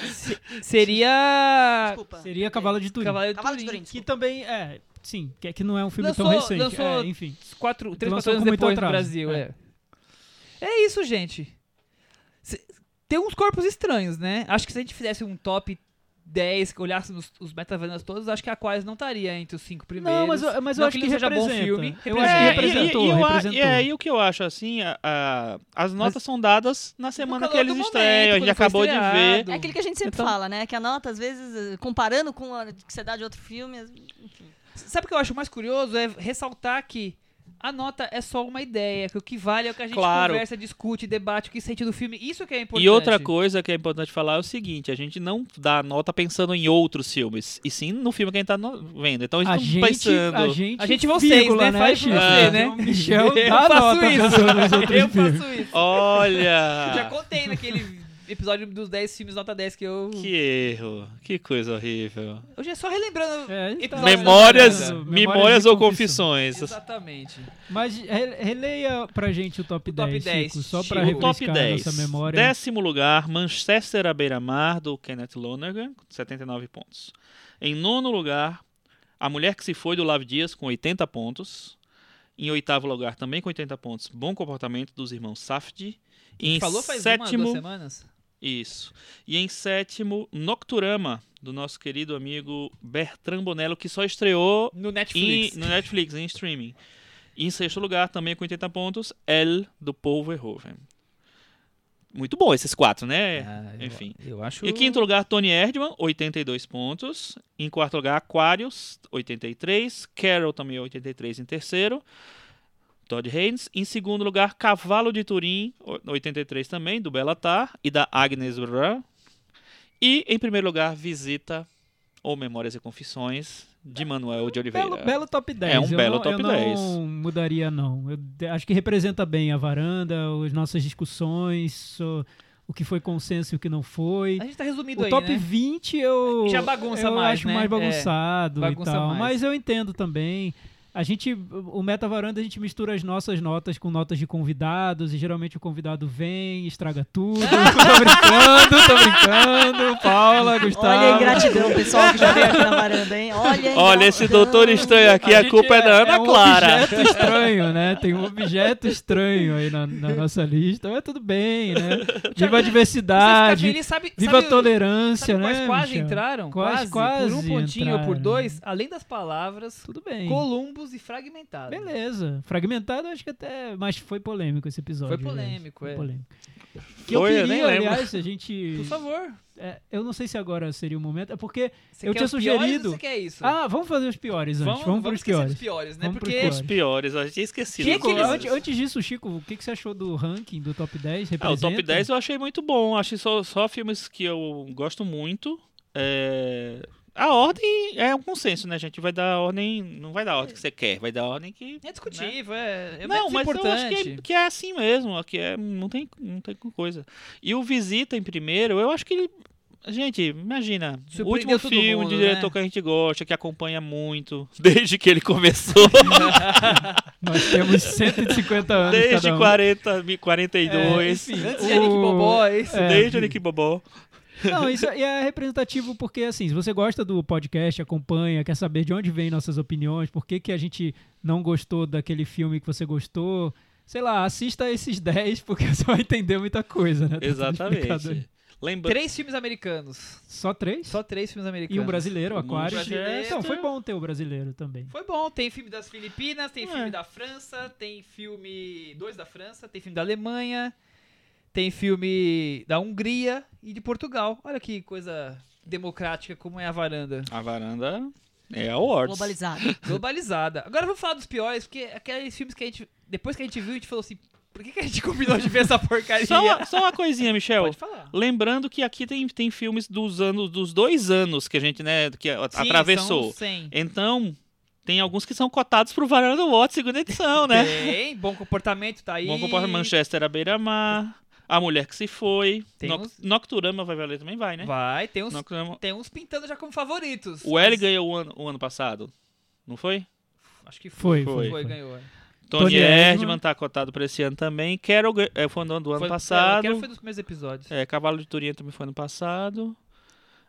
Speaker 2: Seria.
Speaker 5: Desculpa.
Speaker 4: Ah, Seria Cavalo de Turim.
Speaker 2: Cavalo de
Speaker 5: Cavalo de
Speaker 2: Turim.
Speaker 5: Turim,
Speaker 4: Que
Speaker 5: desculpa.
Speaker 4: também, é, sim, que, que não é um filme tão
Speaker 2: Lançou-
Speaker 4: recente.
Speaker 2: lançou-
Speaker 4: é, enfim.
Speaker 2: quatro, três, quatro
Speaker 4: lançou
Speaker 2: anos
Speaker 4: com muito
Speaker 2: depois no
Speaker 4: atraso,
Speaker 2: Brasil. É. é. isso, gente. Se- tem uns corpos estranhos, né? Acho que se a gente fizesse um top 10, que olhássemos os metavanas todos, acho que a Aquarius não estaria entre os cinco primeiros.
Speaker 4: Não, mas, eu- mas eu
Speaker 2: Não
Speaker 4: acho que
Speaker 2: ele seja
Speaker 4: representa.
Speaker 2: bom filme.
Speaker 4: Eu acho que
Speaker 2: É,
Speaker 4: representou,
Speaker 3: e, eu a-
Speaker 4: representou.
Speaker 3: e aí o que eu acho, assim, a- a- as notas são dadas na semana que
Speaker 2: calor
Speaker 3: eles
Speaker 2: do
Speaker 3: estreiam. A
Speaker 2: momento,
Speaker 3: gente
Speaker 2: quando foi
Speaker 3: acabou de ver.
Speaker 2: estreado.
Speaker 5: É aquilo que a gente sempre
Speaker 3: Então-
Speaker 5: fala, né? Que a nota, às vezes, eh, comparando com a que você dá de outro filme. as- enfim.
Speaker 2: Sabe o que eu acho mais curioso? É ressaltar que a nota é só uma ideia, que o que vale é o que a gente
Speaker 3: Claro.
Speaker 2: conversa, discute, debate, o que sente do filme. Isso que é importante.
Speaker 3: E outra coisa que é importante falar é o seguinte: a gente não dá nota pensando em outros filmes, e sim no filme que a gente tá no- vendo. Então a
Speaker 4: a
Speaker 3: gente,
Speaker 4: gente,
Speaker 3: não pensando.
Speaker 4: a gente,
Speaker 2: A gente vocês,
Speaker 4: vírgula,
Speaker 2: né? Faz
Speaker 4: Chico?
Speaker 3: você,
Speaker 2: né?
Speaker 4: O Michel
Speaker 2: Eu
Speaker 4: dá
Speaker 2: faço
Speaker 4: nota
Speaker 2: isso.
Speaker 4: pensando nos outros
Speaker 2: Eu
Speaker 4: filmes.
Speaker 2: faço isso. Já
Speaker 3: Olha!
Speaker 2: contei naquele episódio dos 10 filmes nota 10 que eu.
Speaker 3: que erro, que coisa horrível.
Speaker 2: Hoje é só relembrando.
Speaker 4: É, então-
Speaker 2: Nossa,
Speaker 3: memórias,
Speaker 2: não,
Speaker 4: não.
Speaker 3: memórias ou
Speaker 4: confissões.
Speaker 3: confissões.
Speaker 2: Exatamente.
Speaker 4: Mas re- releia pra gente o top
Speaker 2: O top
Speaker 4: 10,
Speaker 2: 10,
Speaker 4: Chico, só
Speaker 2: Chico.
Speaker 4: pra
Speaker 2: O
Speaker 3: O top
Speaker 4: refrescar
Speaker 3: 10.
Speaker 4: nossa memória.
Speaker 3: Décimo lugar, Manchester à beira-mar, do Kenneth Lonergan, com 79 pontos. Em nono lugar, A Mulher que se foi, do Lave Dias, com 80 pontos. Em oitavo lugar, também com 80 pontos, Bom Comportamento, dos irmãos Safdie. E em
Speaker 2: Falou faz uma,
Speaker 3: sétimo...
Speaker 2: duas semanas?
Speaker 3: Isso. E em sétimo, Nocturama, do nosso querido amigo Bertrand Bonello, que só estreou
Speaker 2: No
Speaker 3: em-
Speaker 2: Netflix.
Speaker 3: no Netflix, em streaming. E em sexto lugar, também com 80 pontos, L do Paul Verhoeven. Muito bom esses quatro, né?
Speaker 2: Ah, eu-
Speaker 3: enfim.
Speaker 2: Eu acho.
Speaker 3: E em quinto lugar, Tony Erdman, 82 pontos. Em quarto lugar, Aquarius, 83. Carol também 83 em terceiro. Todd Haynes. Em segundo lugar, Cavalo de Turim, o- 83 também, do Belatar e da Agnes Brun. E em primeiro lugar, Visita ou Memórias e Confissões, de Manuel de Oliveira.
Speaker 4: Belo, belo top 10.
Speaker 3: É um
Speaker 4: eu
Speaker 3: belo
Speaker 4: não,
Speaker 3: top
Speaker 4: eu não mudaria, não. Eu de- acho que representa bem a varanda, as nossas discussões, so- o que foi consenso e o que não foi.
Speaker 2: A gente tá resumindo
Speaker 4: O
Speaker 2: aí.
Speaker 4: top
Speaker 2: né? É,
Speaker 4: 20 eu,
Speaker 2: Já bagunça
Speaker 4: eu
Speaker 2: mais,
Speaker 4: acho
Speaker 2: né?
Speaker 4: mais bagunçado
Speaker 2: É,
Speaker 4: e
Speaker 2: bagunça
Speaker 4: tal.
Speaker 2: mais.
Speaker 4: Mas eu entendo também. A gente, o Meta Varanda, a gente mistura as nossas notas com notas de convidados e geralmente o convidado vem, estraga tudo. tô brincando, tô brincando. Paula, Gustavo.
Speaker 5: Olha a ingratidão, pessoal, que já veio aqui na varanda, hein? Olha, a
Speaker 3: Olha, esse
Speaker 5: ingratidão.
Speaker 3: doutor estranho aqui,
Speaker 4: A
Speaker 3: a,
Speaker 4: gente
Speaker 3: culpa é, da Ana
Speaker 4: um
Speaker 3: Clara.
Speaker 4: objeto estranho, né? Tem um objeto estranho aí na, na nossa lista. Mas tudo bem, né? Viva a
Speaker 2: Vocês
Speaker 4: diversidade,
Speaker 2: ficam felizes, sabe,
Speaker 4: Ah, viva
Speaker 2: sabe,
Speaker 4: a tolerância,
Speaker 2: sabe quais
Speaker 4: né?
Speaker 2: quase
Speaker 4: Michel?
Speaker 2: entraram?
Speaker 4: Quais
Speaker 2: Por um
Speaker 4: quase
Speaker 2: pontinho ou por
Speaker 4: entraram.
Speaker 2: dois, além das palavras,
Speaker 4: Tudo bem.
Speaker 2: Columbus e Fragmentado.
Speaker 4: Beleza. Fragmentado, acho que até. Mas foi polêmico esse episódio.
Speaker 2: Foi polêmico, é.
Speaker 4: aliás. Foi polêmico. Que eu
Speaker 3: Foi, eu
Speaker 4: queria,
Speaker 3: nem lembro.
Speaker 4: aliás, a gente.
Speaker 2: Por favor.
Speaker 4: é, eu não sei se agora seria o momento. É porque.
Speaker 2: Você
Speaker 4: Eu
Speaker 2: quer
Speaker 4: tinha
Speaker 2: os piores
Speaker 4: sugerido-
Speaker 2: ou Você quer isso?
Speaker 4: Ah, vamos fazer os piores antes. Vamos, para os
Speaker 2: esquecer
Speaker 4: piores.
Speaker 2: dos piores, né?
Speaker 4: Vamos pros
Speaker 2: Porque
Speaker 4: piores.
Speaker 3: Os piores, eu tinha
Speaker 2: Que
Speaker 3: esquecido. dos
Speaker 2: é que eles-
Speaker 3: piores.
Speaker 4: Antes, antes disso, Chico, o que, que você achou do ranking do top 10?
Speaker 3: Ah, o top
Speaker 4: Representa?
Speaker 3: 10 eu achei muito bom. Achei só, só filmes que eu gosto muito. É, A ordem é um consenso, né, gente? Vai dar a ordem. Não vai dar a ordem que você quer, vai dar a ordem que.
Speaker 2: é
Speaker 4: Né?
Speaker 2: discutível, é, é
Speaker 3: não,
Speaker 2: menos
Speaker 3: mas eu
Speaker 2: importante.
Speaker 3: acho que é, que é assim mesmo. ó, Que é, não, tem, não tem coisa. E o Visita em primeiro, eu acho que ele. Gente, imagina. O
Speaker 2: Surpreendeu
Speaker 3: último
Speaker 2: todo
Speaker 3: filme
Speaker 2: mundo,
Speaker 3: de diretor
Speaker 2: né?
Speaker 3: que a gente gosta, que acompanha muito, desde que ele começou,
Speaker 4: Nós temos 150 anos
Speaker 3: desde
Speaker 4: cada um.
Speaker 3: 40,
Speaker 2: Tá É,
Speaker 3: 42,
Speaker 2: enfim, antes
Speaker 4: O-
Speaker 2: de Eric Bobó, esse.
Speaker 4: É.
Speaker 3: desde Nick Bobó.
Speaker 4: Não, isso é, e é representativo porque, assim, se você gosta do podcast, acompanha, quer saber de onde vêm nossas opiniões, por que, que a gente não gostou daquele filme que você gostou, sei lá, assista esses 10 porque você vai entender muita coisa, né? Tá tudo explicado aí.
Speaker 3: Exatamente. Lembrando.
Speaker 2: Três filmes americanos.
Speaker 4: Só três?
Speaker 2: Só três filmes americanos.
Speaker 4: E um brasileiro,
Speaker 3: Um
Speaker 4: Aquário.
Speaker 3: brasileiro.
Speaker 4: Então, foi bom ter o brasileiro também.
Speaker 2: Foi bom, tem filme das Filipinas, tem
Speaker 3: É.
Speaker 2: filme da França, tem filme. Dois da França, tem filme da Alemanha, tem filme da Hungria e de Portugal. Olha que coisa democrática como é a varanda.
Speaker 3: A varanda é a Awards.
Speaker 5: Globalizado.
Speaker 2: Globalizada. Agora vamos falar dos piores, porque aqueles filmes que a gente. Depois que a gente viu, a gente falou assim: por que, que a gente combinou de ver essa porcaria?
Speaker 3: Só uma, só uma coisinha, Michel.
Speaker 2: Pode falar.
Speaker 3: Lembrando que aqui tem, tem filmes dos anos, dos dois anos que a gente, né, que a-
Speaker 2: Sim,
Speaker 3: atravessou.
Speaker 2: são 100.
Speaker 3: Então, tem alguns que são cotados pro Varanda Watts, segunda edição, né?
Speaker 2: Tem, bom comportamento, tá aí.
Speaker 3: Bom comporta Manchester à beira-mar, A Mulher que se foi,
Speaker 2: Tem
Speaker 3: Noc-
Speaker 2: uns-
Speaker 3: Nocturama vai valer também, vai, né?
Speaker 2: Vai, tem uns,
Speaker 3: Nocturama.
Speaker 2: tem uns pintando já como favoritos.
Speaker 3: O L ganhou o ano, o ano passado, não foi?
Speaker 2: Acho que
Speaker 4: Foi,
Speaker 2: foi.
Speaker 3: foi,
Speaker 4: foi.
Speaker 2: ganhou. é.
Speaker 3: Tony,
Speaker 4: Tony
Speaker 3: Erdman
Speaker 4: Erdmann.
Speaker 3: tá cotado pra esse ano também. Carol gan- é, foi no ano do ano
Speaker 2: Foi- é,
Speaker 3: passado.
Speaker 2: Eu quero foi dos primeiros episódios.
Speaker 3: É, Cavalo de Turinha também foi ano passado.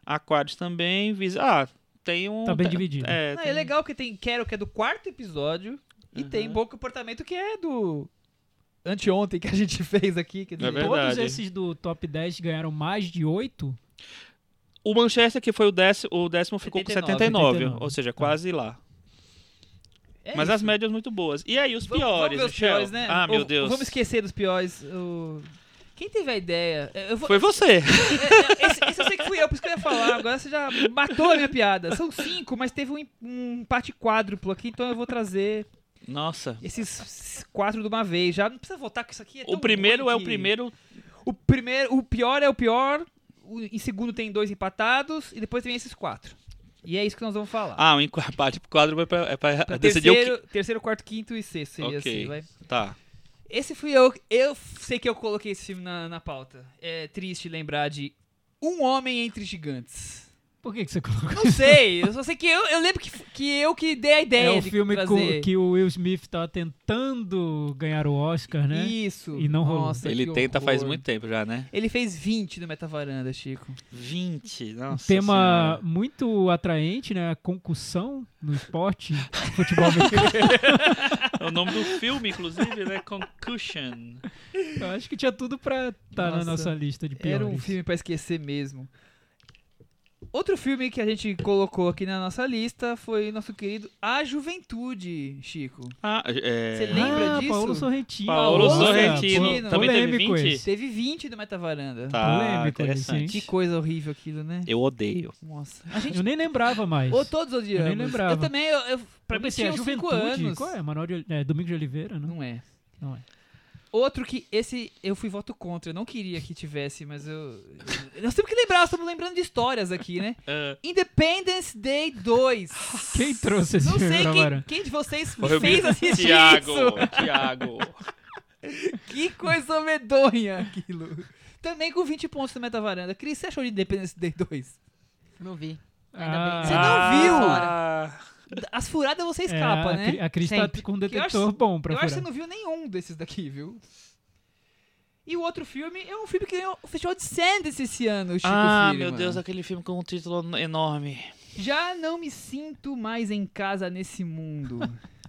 Speaker 3: Aquários também. Vis... Ah, tem um.
Speaker 4: Tá bem
Speaker 3: tem-
Speaker 4: dividido.
Speaker 3: É,
Speaker 2: Não,
Speaker 3: tem-
Speaker 2: é legal que tem Quero, que é do quarto episódio, e
Speaker 3: Aham.
Speaker 2: tem Bom Comportamento, que é do anteontem que a gente fez aqui. Quer
Speaker 3: É
Speaker 2: dizer,
Speaker 3: verdade.
Speaker 4: Todos esses do top 10 ganharam mais de 8?
Speaker 3: O Manchester, que foi o décimo, o décimo ficou
Speaker 2: 79.
Speaker 3: com 79, ou seja, quase lá.
Speaker 2: é
Speaker 3: Mas
Speaker 2: isso.
Speaker 3: as médias muito boas. E aí, os
Speaker 2: Vamos-
Speaker 3: piores,
Speaker 2: vamos ver os
Speaker 3: Michel?
Speaker 2: piores, né?
Speaker 3: Ah, meu
Speaker 2: Ou-
Speaker 3: Deus.
Speaker 2: Vamos esquecer dos piores. o- Quem teve a ideia? É, Eu vou...
Speaker 3: Foi você.
Speaker 2: é, é, esse, esse eu sei que fui eu, por isso que eu ia falar. Agora você já matou a minha piada. São cinco, mas teve um, em- um empate quádruplo aqui, então eu vou trazer
Speaker 3: Nossa.
Speaker 2: esses quatro de uma vez. Já não precisa votar, que isso aqui é tão
Speaker 3: O primeiro
Speaker 2: ruim
Speaker 3: é o
Speaker 2: que-
Speaker 3: primeiro.
Speaker 2: O primeiro, o pior é o pior. O, em segundo tem dois empatados e depois tem esses quatro. E é isso que nós vamos falar.
Speaker 3: Ah, o empate pro quadro foi pra, é pra,
Speaker 2: Pra
Speaker 3: decidir
Speaker 2: terceiro, terceiro, quarto, quinto e sexto seria
Speaker 3: Ok.
Speaker 2: assim, vai.
Speaker 3: o que. Tá.
Speaker 2: Esse fui eu. Eu sei que eu coloquei esse filme na, na pauta. É triste lembrar de Um Homem Entre Gigantes.
Speaker 4: Por que, que você colocou?
Speaker 2: Não sei, eu só sei que eu, eu lembro que, f- que eu que dei a ideia
Speaker 4: É o
Speaker 2: de
Speaker 4: filme co-
Speaker 2: trazer.
Speaker 4: que o Will Smith tava tentando ganhar o Oscar, né?
Speaker 2: Isso.
Speaker 4: E não rolou.
Speaker 2: Nossa,
Speaker 3: Ele
Speaker 2: que
Speaker 3: tenta faz
Speaker 2: horror.
Speaker 3: muito tempo já, né?
Speaker 2: Ele fez 20 no Metavaranda, Chico.
Speaker 3: 20.
Speaker 4: Um
Speaker 3: Nossa.
Speaker 4: tema
Speaker 3: Senhora.
Speaker 4: muito atraente, né? A concussão no esporte, futebol americano.
Speaker 3: É o nome do filme, inclusive, né? Concussion.
Speaker 4: Eu acho que tinha tudo pra estar na
Speaker 2: Nossa,
Speaker 4: nossa lista de piores.
Speaker 2: Era um filme pra esquecer mesmo. Outro filme que a gente colocou aqui na nossa lista foi nosso querido A Juventude, Chico.
Speaker 3: Ah, é.
Speaker 2: Você lembra?
Speaker 4: ah,
Speaker 2: disso?
Speaker 4: Paulo Sorrentino.
Speaker 3: Paulo
Speaker 2: Nossa,
Speaker 3: Sorrentino.
Speaker 2: Sorrentino.
Speaker 3: Também teve
Speaker 4: Polêmico
Speaker 3: 20?
Speaker 4: esse.
Speaker 2: Teve 20 do Metavaranda.
Speaker 3: Tá,
Speaker 4: Polêmico esse, hein?
Speaker 3: interessante.
Speaker 2: Que coisa horrível aquilo, né?
Speaker 3: Eu odeio.
Speaker 2: Nossa. A gente
Speaker 4: Eu nem lembrava mais.
Speaker 2: ou todos odiamos.
Speaker 4: Eu nem lembrava.
Speaker 2: Eu também, eu, eu, pra
Speaker 4: Eu
Speaker 2: mim
Speaker 4: pensei,
Speaker 2: tinha
Speaker 4: a
Speaker 2: uns 5
Speaker 4: juventude.
Speaker 2: anos.
Speaker 4: Qual é? Manuel de, é, Domingos de Oliveira, né?
Speaker 2: Não é.
Speaker 4: Não é.
Speaker 2: Outro que esse eu fui voto contra, eu não queria que tivesse, mas eu. Nós temos que lembrar, nós estamos lembrando de histórias aqui, né?
Speaker 3: Ah,
Speaker 2: Independence Day 2.
Speaker 4: Quem trouxe esse
Speaker 2: Não
Speaker 4: filme
Speaker 2: sei
Speaker 4: pra
Speaker 2: quem,
Speaker 4: Varanda?
Speaker 2: quem de vocês
Speaker 3: Foi o
Speaker 2: fez assistir
Speaker 3: Tiago,
Speaker 2: isso.
Speaker 3: Tiago.
Speaker 2: Que coisa medonha aquilo. Também com 20 pontos no Metavaranda. Cris, você achou de Independence Day 2?
Speaker 5: Não vi.
Speaker 4: Ah,
Speaker 5: Você
Speaker 2: não viu?
Speaker 3: Ah,
Speaker 2: As furadas você
Speaker 4: é,
Speaker 2: escapa,
Speaker 4: a
Speaker 2: né?
Speaker 4: Cri- A Cris tá
Speaker 5: Sempre.
Speaker 4: com um
Speaker 2: Que eu acho-
Speaker 4: detector bom pra
Speaker 2: Eu acho que você
Speaker 4: furar.
Speaker 2: não viu nenhum desses daqui, viu? E o outro filme é um filme que ganhou o Festival de Sanders esse ano, Chico
Speaker 3: Ah,
Speaker 2: Firman.
Speaker 3: meu Deus, aquele filme com um título enorme.
Speaker 2: Já não me sinto mais em casa nesse mundo.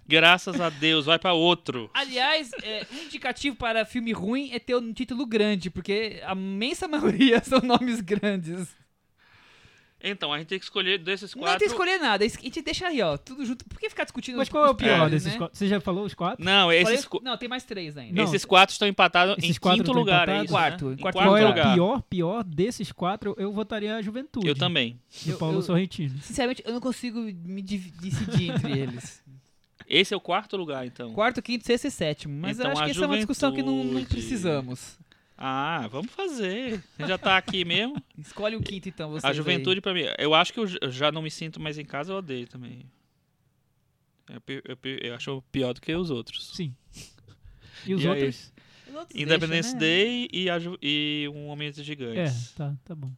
Speaker 3: Graças a Deus, vai pra outro.
Speaker 2: Aliás, é, um indicativo para filme ruim é ter um título grande, porque a imensa maioria são nomes grandes.
Speaker 3: Então, a gente tem que escolher desses
Speaker 2: Não é
Speaker 3: quatro.
Speaker 2: ter escolher nada, a gente deixa aí, ó, tudo junto. Por que ficar discutindo
Speaker 4: Mas
Speaker 2: os-
Speaker 4: qual é o
Speaker 2: os
Speaker 4: pior
Speaker 2: piores,
Speaker 4: desses
Speaker 2: né?
Speaker 4: quatro? Você já falou os quatro?
Speaker 3: Não,
Speaker 2: Falei-
Speaker 3: esses, qu-
Speaker 2: Não, tem mais três ainda.
Speaker 4: Não,
Speaker 3: esses quatro estão empatados
Speaker 4: Esses
Speaker 3: em
Speaker 4: quatro
Speaker 3: quinto
Speaker 4: estão
Speaker 3: lugar. é
Speaker 4: empatados?
Speaker 3: isso,
Speaker 2: Quarto,
Speaker 3: né?
Speaker 2: em
Speaker 3: Em
Speaker 2: quarto
Speaker 3: quarto
Speaker 4: Qual é o
Speaker 3: lugar.
Speaker 4: pior, pior desses quatro? Eu votaria a Juventude.
Speaker 3: Eu também.
Speaker 4: Do
Speaker 2: Eu-
Speaker 4: Paulo
Speaker 2: eu-
Speaker 4: Sorrentino.
Speaker 2: Sinceramente, eu não consigo me div- decidir entre eles.
Speaker 3: Esse é o quarto lugar, então.
Speaker 2: Quarto, quinto, sexto e sétimo. Mas
Speaker 3: Então,
Speaker 2: eu acho
Speaker 3: a
Speaker 2: que essa é uma discussão que não, não
Speaker 3: juventude.
Speaker 2: precisamos.
Speaker 3: Ah, vamos fazer. Já tá aqui mesmo.
Speaker 2: Escolhe o quinto, então, vocês
Speaker 3: A
Speaker 2: aí.
Speaker 3: juventude pra mim. Eu acho que eu j- eu já não me sinto mais em casa, eu odeio também. Eu, pi- eu, pi- eu acho pior do que os outros.
Speaker 4: Sim. E os
Speaker 3: E é aí?
Speaker 4: outros?
Speaker 2: Os outros deixam,
Speaker 3: Independence
Speaker 2: né?
Speaker 3: Day e, a ju- e Um Homem entre
Speaker 4: É,
Speaker 3: Gigantes.
Speaker 4: tá, tá bom. Pode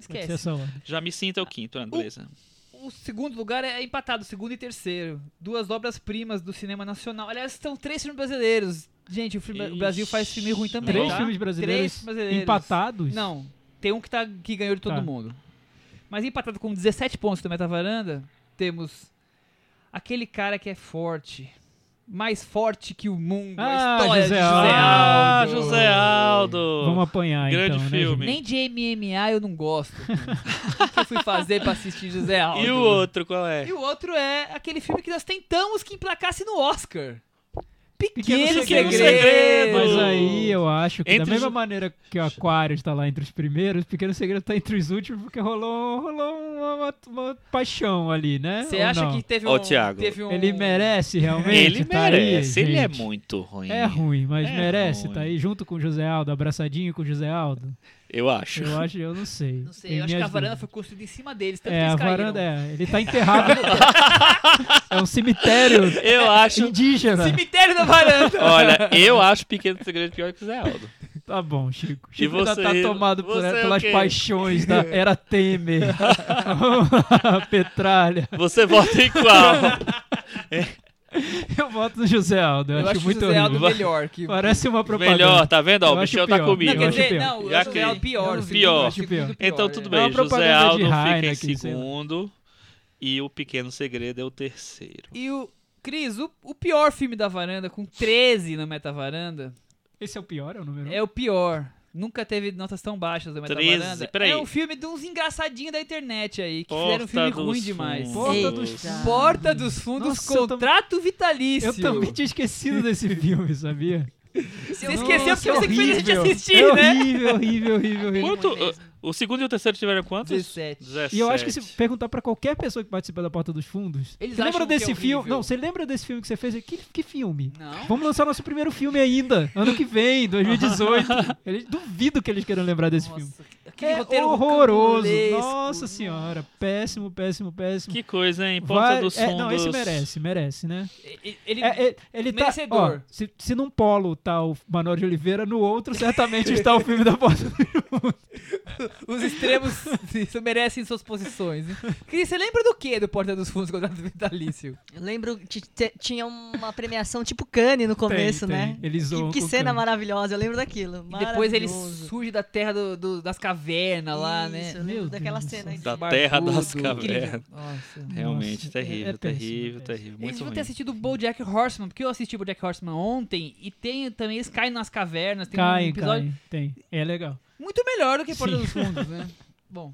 Speaker 2: Esquece.
Speaker 4: ser essa hora.
Speaker 3: Já me sinta o
Speaker 4: Ah,
Speaker 3: quinto, Andresa.
Speaker 2: O segundo lugar é empatado, segundo e terceiro. Duas obras-primas do cinema nacional. Aliás, são três filmes brasileiros. Gente, o, filme- o
Speaker 3: Ixi,
Speaker 2: Brasil faz filme ruim também.
Speaker 4: Três
Speaker 2: tá?
Speaker 4: filmes brasileiros,
Speaker 2: Três brasileiros.
Speaker 4: empatados?
Speaker 2: Não, tem um que, tá, que ganhou de todo
Speaker 4: Tá.
Speaker 2: mundo. Mas empatado com 17 pontos do Metavaranda, temos aquele cara que é forte. Mais forte que o mundo.
Speaker 4: Ah,
Speaker 2: a história
Speaker 4: José
Speaker 2: de José
Speaker 3: Ah,
Speaker 2: Aldo.
Speaker 3: José Aldo!
Speaker 4: Vamos apanhar
Speaker 3: Grande
Speaker 4: então, né,
Speaker 3: filme.
Speaker 2: Nem de MMA eu não gosto. cara. o que eu fui fazer pra assistir José Aldo?
Speaker 3: E o outro, qual é?
Speaker 2: E o outro é aquele filme que nós tentamos que emplacasse no Oscar. Pequeno,
Speaker 4: Pequeno
Speaker 2: segredo.
Speaker 4: Segredo.
Speaker 3: Segredo.
Speaker 4: Mas aí eu acho que
Speaker 3: Entre
Speaker 4: da mesma
Speaker 3: os-
Speaker 4: maneira que o Aquarius tá lá entre os primeiros, o Pequeno Segredo tá entre os últimos, porque rolou, rolou uma, uma- uma paixão ali, né?
Speaker 2: Você
Speaker 4: Ou
Speaker 2: acha
Speaker 4: não?
Speaker 2: que teve um,
Speaker 3: Ô, Thiago,
Speaker 2: teve um-
Speaker 4: Ele merece realmente?
Speaker 3: Ele
Speaker 4: tá aí,
Speaker 3: merece, ele é
Speaker 4: gente?
Speaker 3: muito ruim.
Speaker 4: É ruim, mas
Speaker 3: É
Speaker 4: merece,
Speaker 3: ruim.
Speaker 4: tá aí junto com o José Aldo, abraçadinho com o José Aldo.
Speaker 3: Eu acho.
Speaker 4: Eu acho, eu não sei.
Speaker 2: Não sei,
Speaker 4: Tem
Speaker 2: eu acho que a
Speaker 4: minhas
Speaker 2: varanda
Speaker 4: dúvidas.
Speaker 2: foi construída em cima deles, tanto
Speaker 4: É,
Speaker 2: que
Speaker 4: a
Speaker 2: eles caíram.
Speaker 4: varanda é. Ele tá enterrado. é um cemitério
Speaker 3: Eu acho.
Speaker 4: indígena.
Speaker 2: Cemitério da varanda.
Speaker 3: Olha, eu acho Pequeno Segredo pior que o Zé Aldo.
Speaker 4: Tá bom, Chico. Chico
Speaker 3: você-
Speaker 4: ainda tá tomado por,
Speaker 3: você é o
Speaker 4: pelas
Speaker 3: quê?
Speaker 4: paixões da era Temer. Petralha.
Speaker 3: Você vota em qual?
Speaker 4: Eu voto no José Aldo. Eu,
Speaker 2: Eu acho
Speaker 4: muito
Speaker 2: o José Aldo
Speaker 4: horrível.
Speaker 2: melhor que
Speaker 4: Parece uma propaganda.
Speaker 3: Melhor, tá vendo? Ó,
Speaker 4: Eu
Speaker 3: o
Speaker 4: acho
Speaker 3: Michel tá
Speaker 4: pior.
Speaker 2: Não,
Speaker 3: comigo.
Speaker 2: quer
Speaker 4: Eu acho
Speaker 2: dizer,
Speaker 4: pior.
Speaker 2: não, eu
Speaker 3: Já
Speaker 2: acho o José Aldo
Speaker 3: que-
Speaker 2: pior. o segundo-
Speaker 3: Pior.
Speaker 2: o segundo
Speaker 4: Pior.
Speaker 3: Então tudo
Speaker 2: é.
Speaker 4: É
Speaker 3: bem,
Speaker 4: uma
Speaker 3: José
Speaker 4: propaganda de
Speaker 3: Aldo fica em
Speaker 4: Heineken, sei lá.
Speaker 3: segundo e o Pequeno Segredo é o terceiro.
Speaker 2: E o Cris, o, o pior filme da varanda, com 13 na metavaranda,
Speaker 4: Esse é o pior, é o número um?
Speaker 2: é o pior. Nunca teve notas tão baixas da metavaranda.
Speaker 3: 13, peraí.
Speaker 2: É um filme de uns engraçadinhos da internet aí, que fizeram
Speaker 3: Porta
Speaker 2: um filme
Speaker 3: dos
Speaker 2: ruim demais.
Speaker 3: Fundos.
Speaker 4: Porta
Speaker 5: Eita.
Speaker 4: dos
Speaker 2: Porta dos Fundos,
Speaker 4: Nossa, eu tam-
Speaker 2: contrato vitalício.
Speaker 4: Eu também tinha esquecido desse filme, sabia?
Speaker 2: Você esqueceu
Speaker 4: Nossa, é
Speaker 2: porque você que fez a gente
Speaker 4: horrível.
Speaker 2: assistir,
Speaker 4: é
Speaker 2: né?
Speaker 4: Horrível, horrível, horrível, horrível.
Speaker 3: Quanto?
Speaker 5: ruim mesmo.
Speaker 3: O segundo e o terceiro tiveram quantos?
Speaker 2: 17.
Speaker 4: E eu acho que se perguntar pra qualquer pessoa que participa da Porta dos Fundos,
Speaker 2: Eles
Speaker 4: você lembra
Speaker 2: acham que é
Speaker 4: desse filme?
Speaker 2: horrível.
Speaker 4: Não, você lembra desse filme que você fez? Que, que filme?
Speaker 2: Não.
Speaker 4: Vamos lançar nosso primeiro filme ainda, ano que vem, 2018. Eles, duvido que eles queiram lembrar desse filme.
Speaker 2: Nossa, aquele
Speaker 4: É
Speaker 2: roteiro
Speaker 4: horroroso.
Speaker 2: rocambolesco.
Speaker 4: Nossa senhora, péssimo, péssimo, péssimo.
Speaker 3: Que coisa, hein? Porta
Speaker 4: Vai-
Speaker 3: dos
Speaker 4: é,
Speaker 3: fundos.
Speaker 4: não, esse merece, merece, né?
Speaker 2: E- Ele,
Speaker 4: É, é, ele tá,
Speaker 2: merecedor.
Speaker 4: ó, se, se num polo tá o Manuel de Oliveira, no outro certamente está o filme da Porta dos
Speaker 2: Os extremos se- merecem suas posições. né? Cris, você lembra do que do Porta dos Fundos contrato vitalício?
Speaker 5: Eu lembro que t- tinha uma premiação tipo Cane no começo,
Speaker 4: tem.
Speaker 5: né?
Speaker 4: Eles zoam
Speaker 5: Que, que
Speaker 4: com
Speaker 5: cena
Speaker 4: Cane.
Speaker 5: maravilhosa, eu lembro daquilo.
Speaker 2: E depois ele
Speaker 5: Maravilhoso.
Speaker 2: surge da terra do- do- das cavernas lá, né?
Speaker 5: Isso, eu lembro
Speaker 4: Meu
Speaker 5: daquela
Speaker 4: Deus
Speaker 5: cena.
Speaker 4: do
Speaker 5: aí.
Speaker 3: Da terra das cavernas.
Speaker 2: Nossa.
Speaker 3: Realmente,
Speaker 4: Nossa,
Speaker 3: terrível,
Speaker 4: é- é
Speaker 3: terrível,
Speaker 4: péssimo, é péssimo.
Speaker 3: terrível.
Speaker 2: Eles
Speaker 3: Muito
Speaker 2: vão
Speaker 3: ruim.
Speaker 2: ter assistido o BoJack Horseman, porque eu assisti o BoJack Horseman ontem e tem também eles caem nas cavernas, tem um
Speaker 4: Caem,
Speaker 2: episódio
Speaker 4: caem, tem. É legal.
Speaker 2: muito melhor do que Porta
Speaker 4: Sim.
Speaker 2: dos Fundos, né? Bom.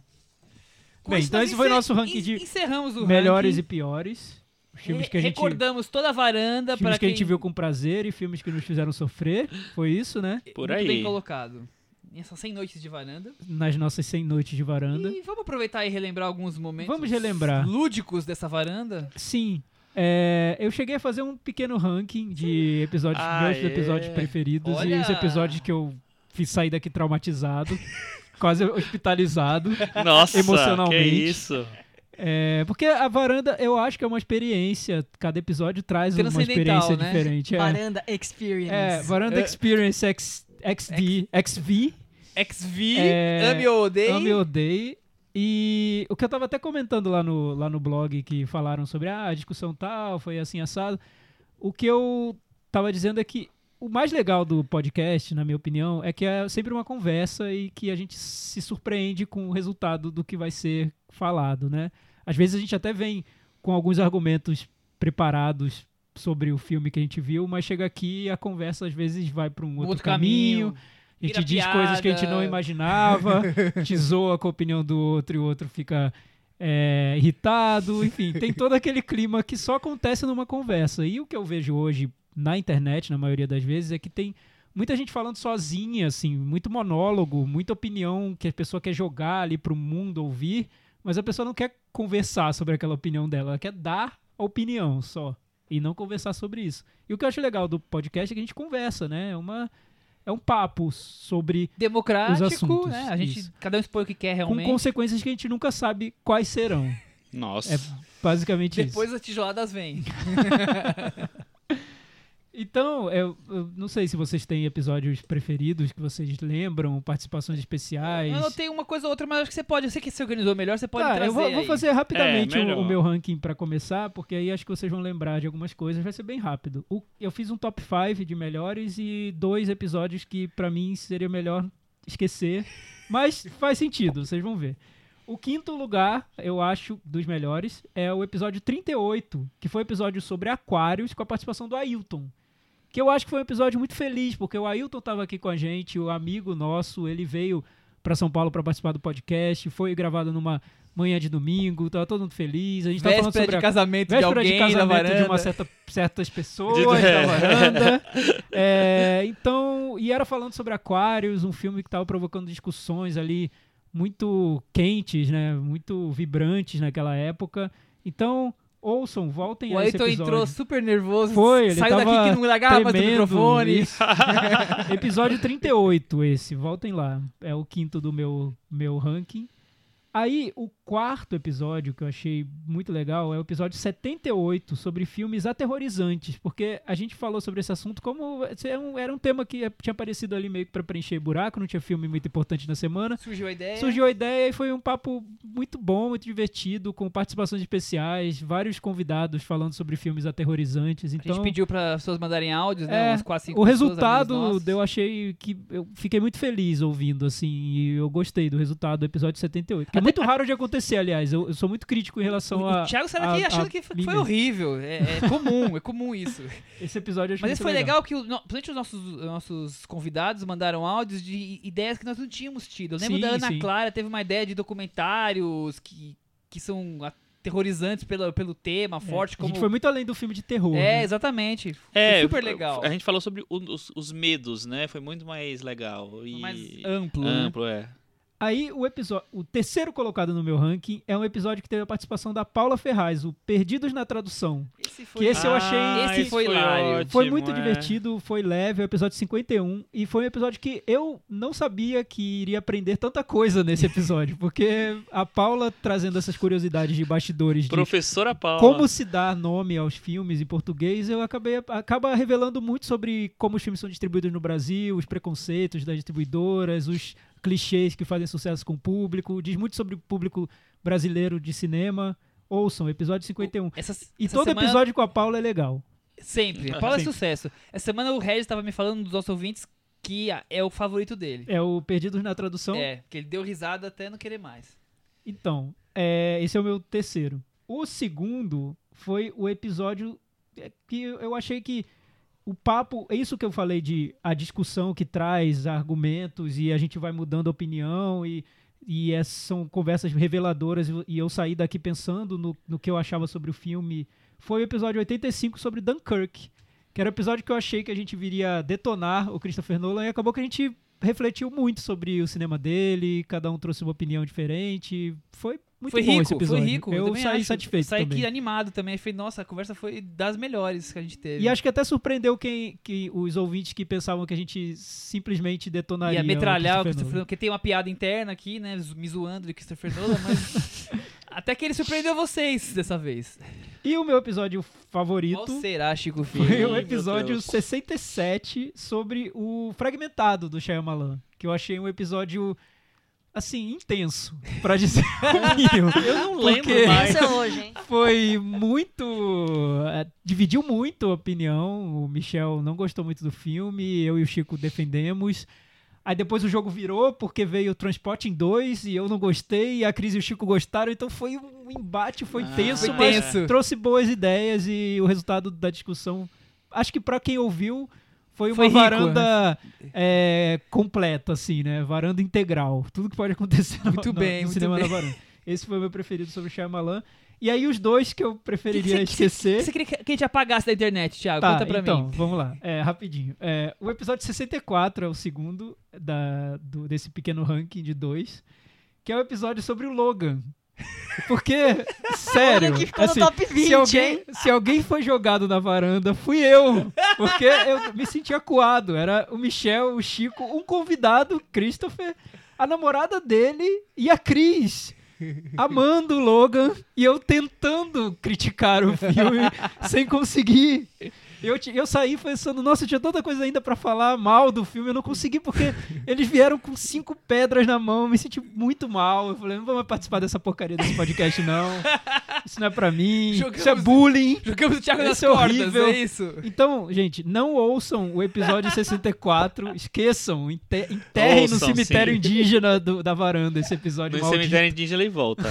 Speaker 2: Com
Speaker 4: Bem,
Speaker 2: isso,
Speaker 4: então
Speaker 2: nós
Speaker 4: esse foi
Speaker 2: encer-
Speaker 4: nosso ranking
Speaker 2: en-
Speaker 4: de
Speaker 2: encerramos o
Speaker 4: Melhores
Speaker 2: ranking. É,
Speaker 4: e piores. Os filmes
Speaker 2: Re-
Speaker 4: que a gente.
Speaker 2: Recordamos toda a varanda
Speaker 4: Filmes
Speaker 2: para
Speaker 4: que a gente viu com prazer e filmes que nos fizeram sofrer. Foi isso, né?
Speaker 3: Por
Speaker 2: Muito bem
Speaker 3: aí.
Speaker 2: colocado. Essas 100 noites de varanda.
Speaker 4: Nas nossas 100 noites de varanda.
Speaker 2: E vamos aproveitar e relembrar alguns momentos
Speaker 4: Vamos relembrar.
Speaker 2: lúdicos dessa varanda.
Speaker 4: Sim. é, eu cheguei a fazer um pequeno ranking de episódios,
Speaker 3: Ah,
Speaker 4: meus
Speaker 3: é.
Speaker 4: episódios preferidos e
Speaker 2: Olha!
Speaker 4: os episódios que eu fiz sair daqui traumatizado, quase hospitalizado.
Speaker 3: Nossa, que
Speaker 4: emocionalmente.
Speaker 3: isso.
Speaker 4: É, porque a varanda, eu acho que é uma experiência. Cada episódio traz uma
Speaker 2: Transcendental,
Speaker 4: experiência
Speaker 2: né?
Speaker 4: diferente. É,
Speaker 5: Varanda Experience.
Speaker 4: é Varanda Experience X, XD, XV.
Speaker 2: XV,
Speaker 4: É,
Speaker 2: Ame ou Odeie.
Speaker 4: Ame ou odeie. E o que eu tava até comentando lá no, lá no blog que falaram sobre ah, a discussão tal, foi assim assado. O que eu tava dizendo é que o mais legal do podcast, na minha opinião, é que é sempre uma conversa e que a gente se surpreende com o resultado do que vai ser falado, né? Às vezes a gente até vem com alguns argumentos preparados sobre o filme que a gente viu, mas chega aqui e a conversa às vezes vai para um outro, caminho. A gente
Speaker 2: Vira
Speaker 4: diz coisas que a gente não
Speaker 2: piada.
Speaker 4: imaginava, a gente zoa com a opinião do outro e o outro fica é, irritado, enfim, tem todo aquele clima que só acontece numa conversa. E o que eu vejo hoje na internet, na maioria das vezes, é que tem muita gente falando sozinha, assim, muito monólogo, muita opinião que a pessoa quer jogar ali pro mundo ouvir, mas a pessoa não quer conversar sobre aquela opinião dela, ela quer dar a opinião só. E não conversar sobre isso. E o que eu acho legal do podcast é que a gente conversa, né? É uma, é um papo sobre.
Speaker 2: Democrático,
Speaker 4: Os assuntos,
Speaker 2: né? A gente,
Speaker 4: isso.
Speaker 2: cada um expõe o que quer realmente.
Speaker 4: Com consequências que a gente nunca sabe quais serão.
Speaker 3: Nossa.
Speaker 4: É basicamente
Speaker 2: Depois as tijoladas vêm.
Speaker 4: isso. Então, eu, eu não sei se vocês têm episódios preferidos que vocês lembram, participações especiais.
Speaker 2: Ah, Eu tenho uma coisa ou outra, mas acho que você pode. Você que se organizou melhor, você pode
Speaker 4: É Tá,
Speaker 2: trazer
Speaker 4: eu vou, vou
Speaker 2: aí.
Speaker 4: fazer rapidamente
Speaker 3: É,
Speaker 4: o-
Speaker 3: melhor.
Speaker 4: o, meu ranking pra começar, porque aí acho que vocês vão lembrar de algumas coisas, vai ser bem rápido. O- eu fiz um top 5 de melhores e dois episódios que pra mim seria melhor esquecer, mas faz sentido, vocês vão ver. O quinto lugar, eu acho, dos melhores, é o episódio 38, que foi um episódio sobre aquários com a participação do Ailton. Que eu acho que foi um episódio muito feliz, porque o Ailton estava aqui com a gente, o amigo nosso, ele veio pra São Paulo pra participar do podcast, foi gravado numa manhã de domingo, tava todo mundo feliz, a gente tava
Speaker 2: Véspera
Speaker 4: Tá falando sobre
Speaker 2: de
Speaker 4: a
Speaker 2: casamento de
Speaker 4: véspera
Speaker 2: alguém
Speaker 4: de
Speaker 2: na
Speaker 4: casamento
Speaker 2: varanda.
Speaker 4: de uma certa, certas pessoas
Speaker 3: De-
Speaker 4: da
Speaker 3: é.
Speaker 4: varanda. É, então, e era falando sobre Aquarius, um filme que tava provocando discussões ali muito quentes, né? Muito vibrantes naquela época. Então, ouçam, voltem
Speaker 2: O
Speaker 4: a esse
Speaker 2: Ayrton
Speaker 4: episódio.
Speaker 2: então entrou super nervoso.
Speaker 4: Foi, ele
Speaker 2: saiu
Speaker 4: tava
Speaker 2: daqui que não agarrava do
Speaker 4: tremendo,
Speaker 2: microfone.
Speaker 4: isso. Episódio 38 esse, voltem lá. É o quinto do meu, meu ranking. Aí, o quarto episódio que eu achei muito legal é o episódio 78, sobre filmes aterrorizantes, porque a gente falou sobre esse assunto como esse é um- era um tema que tinha aparecido ali meio que pra preencher buraco, não tinha filme muito importante na semana.
Speaker 2: Surgiu a ideia.
Speaker 4: Surgiu a ideia e foi um papo muito bom, muito divertido, com participações especiais, vários convidados falando sobre filmes aterrorizantes.
Speaker 2: A gente
Speaker 4: Então,
Speaker 2: pediu para as pessoas mandarem áudios, né?
Speaker 4: É,
Speaker 2: umas 4, 5
Speaker 4: o resultado eu achei que eu fiquei muito feliz ouvindo assim e eu gostei do resultado do episódio 78 que é muito raro de acontecer aliás eu, eu sou muito crítico em relação a
Speaker 2: O Thiago saiu
Speaker 4: a-
Speaker 2: daqui
Speaker 4: a
Speaker 2: achando que foi, foi
Speaker 4: minha.
Speaker 2: horrível. É, é comum, é comum isso.
Speaker 4: esse episódio eu achei
Speaker 2: Mas isso foi
Speaker 4: muito
Speaker 2: legal, que, o, no- principalmente os nossos, nossos convidados mandaram áudios de ideias que nós não tínhamos tido. Eu lembro
Speaker 4: Sim,
Speaker 2: da Ana
Speaker 4: sim.
Speaker 2: Clara, teve uma ideia de documentários que, que são aterrorizantes pelo, pelo tema,
Speaker 4: É,
Speaker 2: forte,
Speaker 4: a
Speaker 2: como...
Speaker 4: gente foi muito além do filme de terror
Speaker 2: é,
Speaker 4: né?
Speaker 2: exatamente. Foi
Speaker 3: É,
Speaker 2: super legal.
Speaker 3: A gente falou sobre o- os, os medos, né? Foi muito mais legal. E...
Speaker 2: Mais amplo, né?
Speaker 3: amplo, é.
Speaker 4: aí o episódio o terceiro colocado no meu ranking é um episódio que teve a participação da Paula Ferraz o Perdidos na Tradução
Speaker 2: Esse Ah,
Speaker 4: que esse eu achei
Speaker 2: esse
Speaker 3: isso
Speaker 2: foi hilário.
Speaker 3: Ah, ótimo,
Speaker 4: Foi muito
Speaker 3: é.
Speaker 4: divertido, foi leve, é o episódio 51. E foi um episódio que eu não sabia que iria aprender tanta coisa nesse episódio. Porque a Paula trazendo essas curiosidades de bastidores de
Speaker 3: Professora Paula.
Speaker 4: como se dar nome aos filmes em português, eu acabei acaba revelando muito sobre como os filmes são distribuídos no Brasil, os preconceitos das distribuidoras, os clichês que fazem sucesso com o público. Diz muito sobre o público brasileiro de cinema. Ouçam, episódio 51.
Speaker 2: Essa,
Speaker 4: E
Speaker 2: essa
Speaker 4: todo
Speaker 2: semana-
Speaker 4: episódio com a Paula é legal.
Speaker 2: Sempre.
Speaker 3: Ah,
Speaker 2: A Paula é
Speaker 4: Sempre.
Speaker 2: sucesso. Essa semana o Regis estava me falando dos nossos ouvintes que ah, é o favorito dele.
Speaker 4: É o Perdidos na Tradução.
Speaker 2: É, que ele deu risada até não querer mais.
Speaker 4: Então, é, esse é o meu terceiro. O segundo foi o episódio é, que eu achei que o papo, é isso que eu falei de a discussão que traz argumentos e a gente vai mudando a opinião e, e essas são conversas reveladoras e- e eu saí daqui pensando no, no que eu achava sobre o filme. Foi o episódio 85 sobre Dunkirk, que era o episódio que eu achei que a gente viria detonar o Christopher Nolan e acabou que a gente refletiu muito sobre o cinema dele, cada um trouxe uma opinião diferente. Foi muito
Speaker 2: foi
Speaker 4: bom
Speaker 2: rico,
Speaker 4: esse episódio.
Speaker 2: foi rico.
Speaker 4: eu
Speaker 2: também
Speaker 4: saí
Speaker 2: acho.
Speaker 4: satisfeito
Speaker 2: Saí
Speaker 4: também.
Speaker 2: aqui animado também. Falei, nossa, a conversa foi das melhores que a gente teve.
Speaker 4: E acho que até surpreendeu quem, que os ouvintes que pensavam que a gente simplesmente detonaria.
Speaker 2: Ia metralhar o Christopher
Speaker 4: Nolan.
Speaker 2: Nolan, porque tem uma piada interna aqui, né? zo- Me zoando de Christopher Nolan, mas. Até que ele surpreendeu vocês dessa vez.
Speaker 4: E o meu episódio favorito
Speaker 2: Qual será, Chico Filho?
Speaker 4: foi o
Speaker 3: meu
Speaker 4: episódio
Speaker 3: Deus.
Speaker 4: 67 sobre o fragmentado do Shyamalan, que eu achei um episódio assim intenso, pra dizer o mínimo.
Speaker 3: Eu não
Speaker 4: Porque-
Speaker 3: lembro mais.
Speaker 5: Esse é hoje, hein?
Speaker 4: foi muito. eh, Dividiu muito a opinião. O Michel não gostou muito do filme, eu e o Chico defendemos. Aí depois o jogo virou porque veio o Transporting 2 e eu não gostei, e a Cris e o Chico gostaram, então foi um embate, foi
Speaker 3: Ah,
Speaker 4: tenso,
Speaker 2: Foi
Speaker 4: mas
Speaker 2: tenso.
Speaker 4: trouxe boas ideias e o resultado da discussão, acho que pra quem ouviu, foi uma
Speaker 2: Foi rico, né?
Speaker 4: varanda eh, completa, assim, né? Varanda integral. Tudo que pode acontecer no-
Speaker 2: Muito
Speaker 4: no,
Speaker 2: bem,
Speaker 4: no
Speaker 2: muito
Speaker 4: cinema
Speaker 2: bem.
Speaker 4: na varanda. Esse foi o meu preferido sobre Shyamalan. E aí os dois que eu preferiria
Speaker 2: Que que você-
Speaker 4: esquecer...
Speaker 2: Você queria que que a gente apagasse da internet, Thiago?
Speaker 4: Tá,
Speaker 2: Conta pra
Speaker 4: então,
Speaker 2: mim.
Speaker 4: vamos lá. É, rapidinho. É, o episódio 64 é o segundo da, do- desse pequeno ranking de dois, que é o episódio sobre o Logan. Porque, sério,
Speaker 5: Olha que ficou no
Speaker 4: assim,
Speaker 5: top 20,
Speaker 4: se, alguém,
Speaker 5: hein?
Speaker 4: se alguém foi jogado na varanda, fui eu. Porque eu me senti acuado. Era o Michel, o Chico, um convidado, Christopher, a namorada dele e a Cris. Amando o Logan e eu tentando criticar o filme sem conseguir. Eu, ti- eu saí pensando, nossa, eu tinha tanta coisa ainda pra falar mal do filme, eu não consegui porque eles vieram com cinco pedras na mão, eu me senti muito mal. Eu falei, não vou mais participar dessa porcaria desse podcast, não. Isso não é pra mim, isso é
Speaker 2: Jogamos-
Speaker 4: bullying.
Speaker 2: Jogamos o Thiago nas
Speaker 4: Esse é
Speaker 2: cordas,
Speaker 4: horrível.
Speaker 2: é isso?
Speaker 4: Então, gente, não ouçam o episódio 64, esqueçam, ente- enterrem
Speaker 3: Ouçam,
Speaker 4: no cemitério
Speaker 3: sim.
Speaker 4: indígena do- da varanda esse episódio
Speaker 3: No
Speaker 4: maldito.
Speaker 3: cemitério indígena ele volta.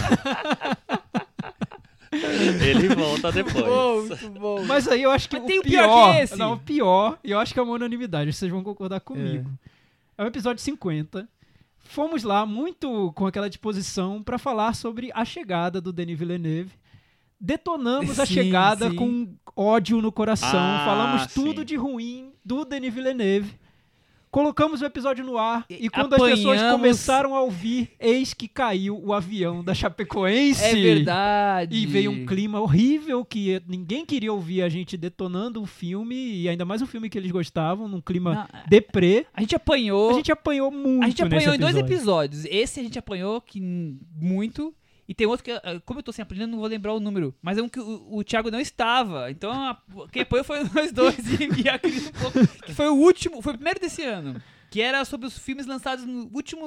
Speaker 3: ele volta depois.
Speaker 2: muito bom.
Speaker 4: Mas aí eu acho que
Speaker 2: Mas
Speaker 4: o
Speaker 2: tem o pior
Speaker 4: pior,
Speaker 2: que esse.
Speaker 4: Não, o pior, e eu acho que é uma unanimidade, vocês vão concordar comigo. É, o episódio 50. Fomos lá muito com aquela disposição pra falar sobre a chegada do Denis Villeneuve. Detonamos a
Speaker 2: Sim,
Speaker 4: chegada
Speaker 2: sim.
Speaker 4: com ódio no coração.
Speaker 3: Ah,
Speaker 4: Falamos tudo
Speaker 3: sim.
Speaker 4: de ruim do Denis Villeneuve. Colocamos o episódio no ar
Speaker 2: E
Speaker 4: e quando as pessoas
Speaker 2: apanhamos.
Speaker 4: começaram a ouvir, eis que caiu o avião da Chapecoense.
Speaker 2: É verdade.
Speaker 4: E veio um clima horrível que ninguém queria ouvir a gente detonando um filme, e ainda mais um filme que eles gostavam, num clima
Speaker 2: Não,
Speaker 4: deprê.
Speaker 2: A gente apanhou.
Speaker 4: A gente apanhou muito.
Speaker 2: A gente
Speaker 4: nesse
Speaker 2: apanhou em dois
Speaker 4: episódio.
Speaker 2: episódios. Esse a gente apanhou que n- muito. E tem outro que, ah, como eu tô sem aprendendo, não vou lembrar o número. Mas é um que o, o Thiago não estava. Então, a- quem apanhou foi nós dois e, e a Cris um pouco. Que foi o último, foi o primeiro desse ano. Que era sobre os filmes lançados no último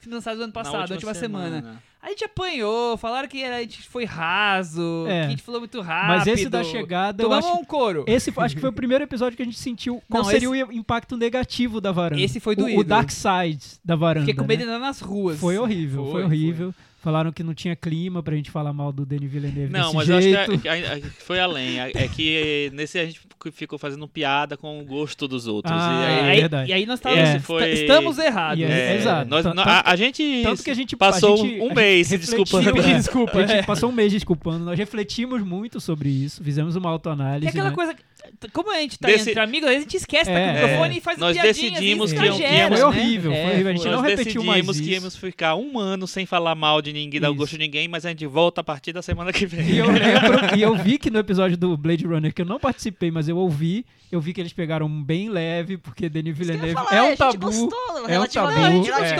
Speaker 2: filme lançado do ano
Speaker 3: Na
Speaker 2: passado, na última, semana. A gente apanhou, falaram que era- a gente foi raso,
Speaker 4: É.
Speaker 2: que a gente falou muito rápido.
Speaker 4: Mas esse da chegada, eu
Speaker 2: Tomamos
Speaker 4: acho.
Speaker 2: um couro.
Speaker 4: Esse foi- acho que foi o primeiro episódio que a gente sentiu qual
Speaker 2: Não,
Speaker 4: seria o impacto negativo da varanda.
Speaker 2: Esse foi
Speaker 4: do é O,
Speaker 2: doído.
Speaker 4: o Dark Side da varanda.
Speaker 2: Fiquei com medo
Speaker 4: né?
Speaker 2: de andar nas ruas.
Speaker 4: Foi horrível, foi,
Speaker 2: Foi,
Speaker 4: horrível. Falaram que não tinha clima pra gente falar mal do Denis Villeneuve
Speaker 3: Não,
Speaker 4: desse
Speaker 3: mas
Speaker 4: jeito.
Speaker 3: eu
Speaker 2: é
Speaker 3: acho que a- a- a- foi além. A- É que nesse a gente ficou fazendo piada com o gosto dos outros.
Speaker 4: Ah,
Speaker 3: e
Speaker 2: E
Speaker 3: aí,
Speaker 2: aí-
Speaker 4: é verdade.
Speaker 2: E aí nós
Speaker 3: Esse
Speaker 2: estávamos.
Speaker 3: foi-
Speaker 2: Estamos errados.
Speaker 4: E aí-
Speaker 3: É,
Speaker 4: exato.
Speaker 3: nós-
Speaker 4: Tanto-
Speaker 3: nó- a, a gente
Speaker 4: tanto que a gente-
Speaker 3: passou
Speaker 4: a gente-
Speaker 3: um mês se
Speaker 4: refletiu,
Speaker 3: desculpando.
Speaker 4: pedindo
Speaker 3: É.
Speaker 4: desculpa. A gente passou um mês desculpando. Nós refletimos muito sobre isso, fizemos uma autoanálise.
Speaker 2: Que é aquela
Speaker 4: né?
Speaker 2: coisa. que- Como a gente tá
Speaker 3: Desse-
Speaker 2: entre amigos, às vezes a gente esquece, tá com
Speaker 4: É.
Speaker 2: o microfone e faz
Speaker 3: Nós
Speaker 2: piadinhas,
Speaker 3: decidimos é um-
Speaker 2: e
Speaker 4: que
Speaker 2: exagera,
Speaker 4: iam- que íamos-
Speaker 2: né?
Speaker 4: Foi horrível, foi horrível, a gente
Speaker 2: foi.
Speaker 4: não
Speaker 3: Nós
Speaker 4: repetiu mais
Speaker 3: decidimos que
Speaker 4: isso.
Speaker 3: íamos ficar um ano sem falar mal de ninguém, dar o
Speaker 4: Isso.
Speaker 3: gosto de ninguém, mas a gente volta a partir da semana que vem.
Speaker 4: E eu lembro, e eu vi que no episódio do Blade Runner, que eu não participei, mas eu ouvi, eu vi que eles pegaram bem leve, porque Denis
Speaker 5: Isso que eu ia
Speaker 4: Villeneuve
Speaker 5: falar,
Speaker 4: é
Speaker 5: a
Speaker 4: um
Speaker 5: gente
Speaker 4: tabu.
Speaker 5: gostou,
Speaker 4: um
Speaker 5: relativamente,
Speaker 4: tabu,
Speaker 2: é,
Speaker 5: relativamente,
Speaker 2: é um
Speaker 5: a gente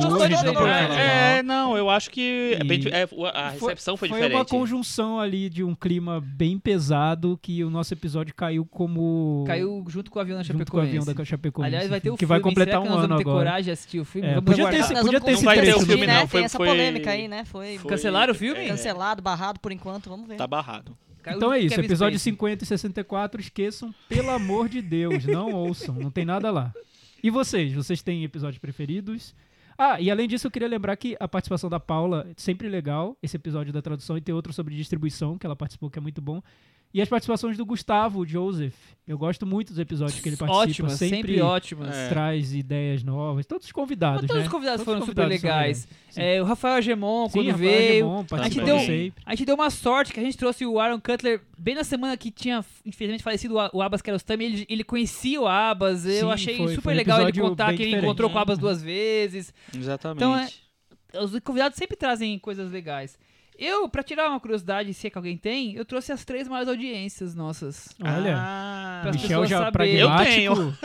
Speaker 2: tabu,
Speaker 5: gostou de
Speaker 2: gente,
Speaker 5: tudo.
Speaker 2: não
Speaker 5: né?
Speaker 2: pode falar.
Speaker 3: É, não, eu acho que é bem
Speaker 4: E-
Speaker 3: di- é, o- a recepção foi,
Speaker 4: Foi
Speaker 3: diferente.
Speaker 4: uma conjunção ali de um clima bem pesado que o nosso episódio caiu como.
Speaker 2: Caiu junto com o avião da
Speaker 4: junto com o
Speaker 2: Chapecoense.
Speaker 4: avião da Chapecoense.
Speaker 2: Aliás, vai ter o
Speaker 4: que
Speaker 2: filme.
Speaker 4: vai completar
Speaker 2: Será que
Speaker 4: um
Speaker 2: nós
Speaker 4: ano
Speaker 2: vamos ter
Speaker 4: agora.
Speaker 2: coragem de assistir o filme?
Speaker 4: É,
Speaker 2: Vamos
Speaker 4: podia ter
Speaker 2: aguardar.
Speaker 4: esse-
Speaker 5: Nós vamos
Speaker 4: ter esse
Speaker 5: conferir,
Speaker 3: trecho. Não vai ter o filme,
Speaker 5: né?
Speaker 3: não, foi-
Speaker 5: Tem essa
Speaker 3: foi-
Speaker 5: polêmica aí, né? Foi
Speaker 3: Foi-
Speaker 2: Cancelaram o filme?
Speaker 3: é,
Speaker 5: cancelado, barrado por enquanto, vamos ver.
Speaker 3: Tá barrado.
Speaker 2: Caiu
Speaker 4: Então é
Speaker 2: junto com
Speaker 4: isso,
Speaker 2: Kevin
Speaker 4: episódio
Speaker 2: Spacey.
Speaker 4: 50 e 64, esqueçam, pelo amor de Deus, não ouçam, não tem nada lá. E vocês, vocês têm episódios preferidos? Ah, e além disso, eu queria lembrar que a participação da Paula, é sempre legal, esse episódio da tradução, e tem outro sobre distribuição, que ela participou, que é muito bom. E as participações do Gustavo, o Joseph. Eu gosto muito dos episódios que ele participa.
Speaker 2: Ótimas, sempre, ótimas.
Speaker 3: É.
Speaker 4: traz ideias novas. Todos os convidados,
Speaker 2: Todos
Speaker 4: né?
Speaker 2: os convidados
Speaker 4: Todos os
Speaker 2: foram
Speaker 4: convidados
Speaker 2: super
Speaker 4: são
Speaker 2: legais.
Speaker 4: Sim.
Speaker 2: É, o Rafael Agemon,
Speaker 4: Sim,
Speaker 2: quando
Speaker 4: Rafael
Speaker 2: veio.
Speaker 4: Agemon
Speaker 3: a gente
Speaker 4: participou
Speaker 3: deu-
Speaker 4: sempre.
Speaker 2: A gente deu uma sorte que a gente trouxe o Aaron Cutler bem na semana que tinha, infelizmente, falecido o A- o Abbas Kiarostami. Ele, ele conhecia o Abbas. Eu
Speaker 4: Sim,
Speaker 2: achei
Speaker 4: foi-
Speaker 2: super
Speaker 4: foi um
Speaker 2: legal ele
Speaker 4: episódio
Speaker 2: contar
Speaker 4: bem
Speaker 2: que ele
Speaker 4: diferente.
Speaker 2: encontrou com o Abbas
Speaker 4: Uhum.
Speaker 2: duas vezes.
Speaker 3: Exatamente.
Speaker 2: Então é- Os convidados sempre trazem coisas legais. Eu, pra tirar uma curiosidade, se é que alguém tem, eu trouxe as três maiores audiências nossas.
Speaker 4: Olha,
Speaker 3: Ah,
Speaker 2: Pra as
Speaker 4: Michel
Speaker 2: pessoas
Speaker 4: já
Speaker 2: saberem. Eu
Speaker 4: pragmático.
Speaker 3: tenho.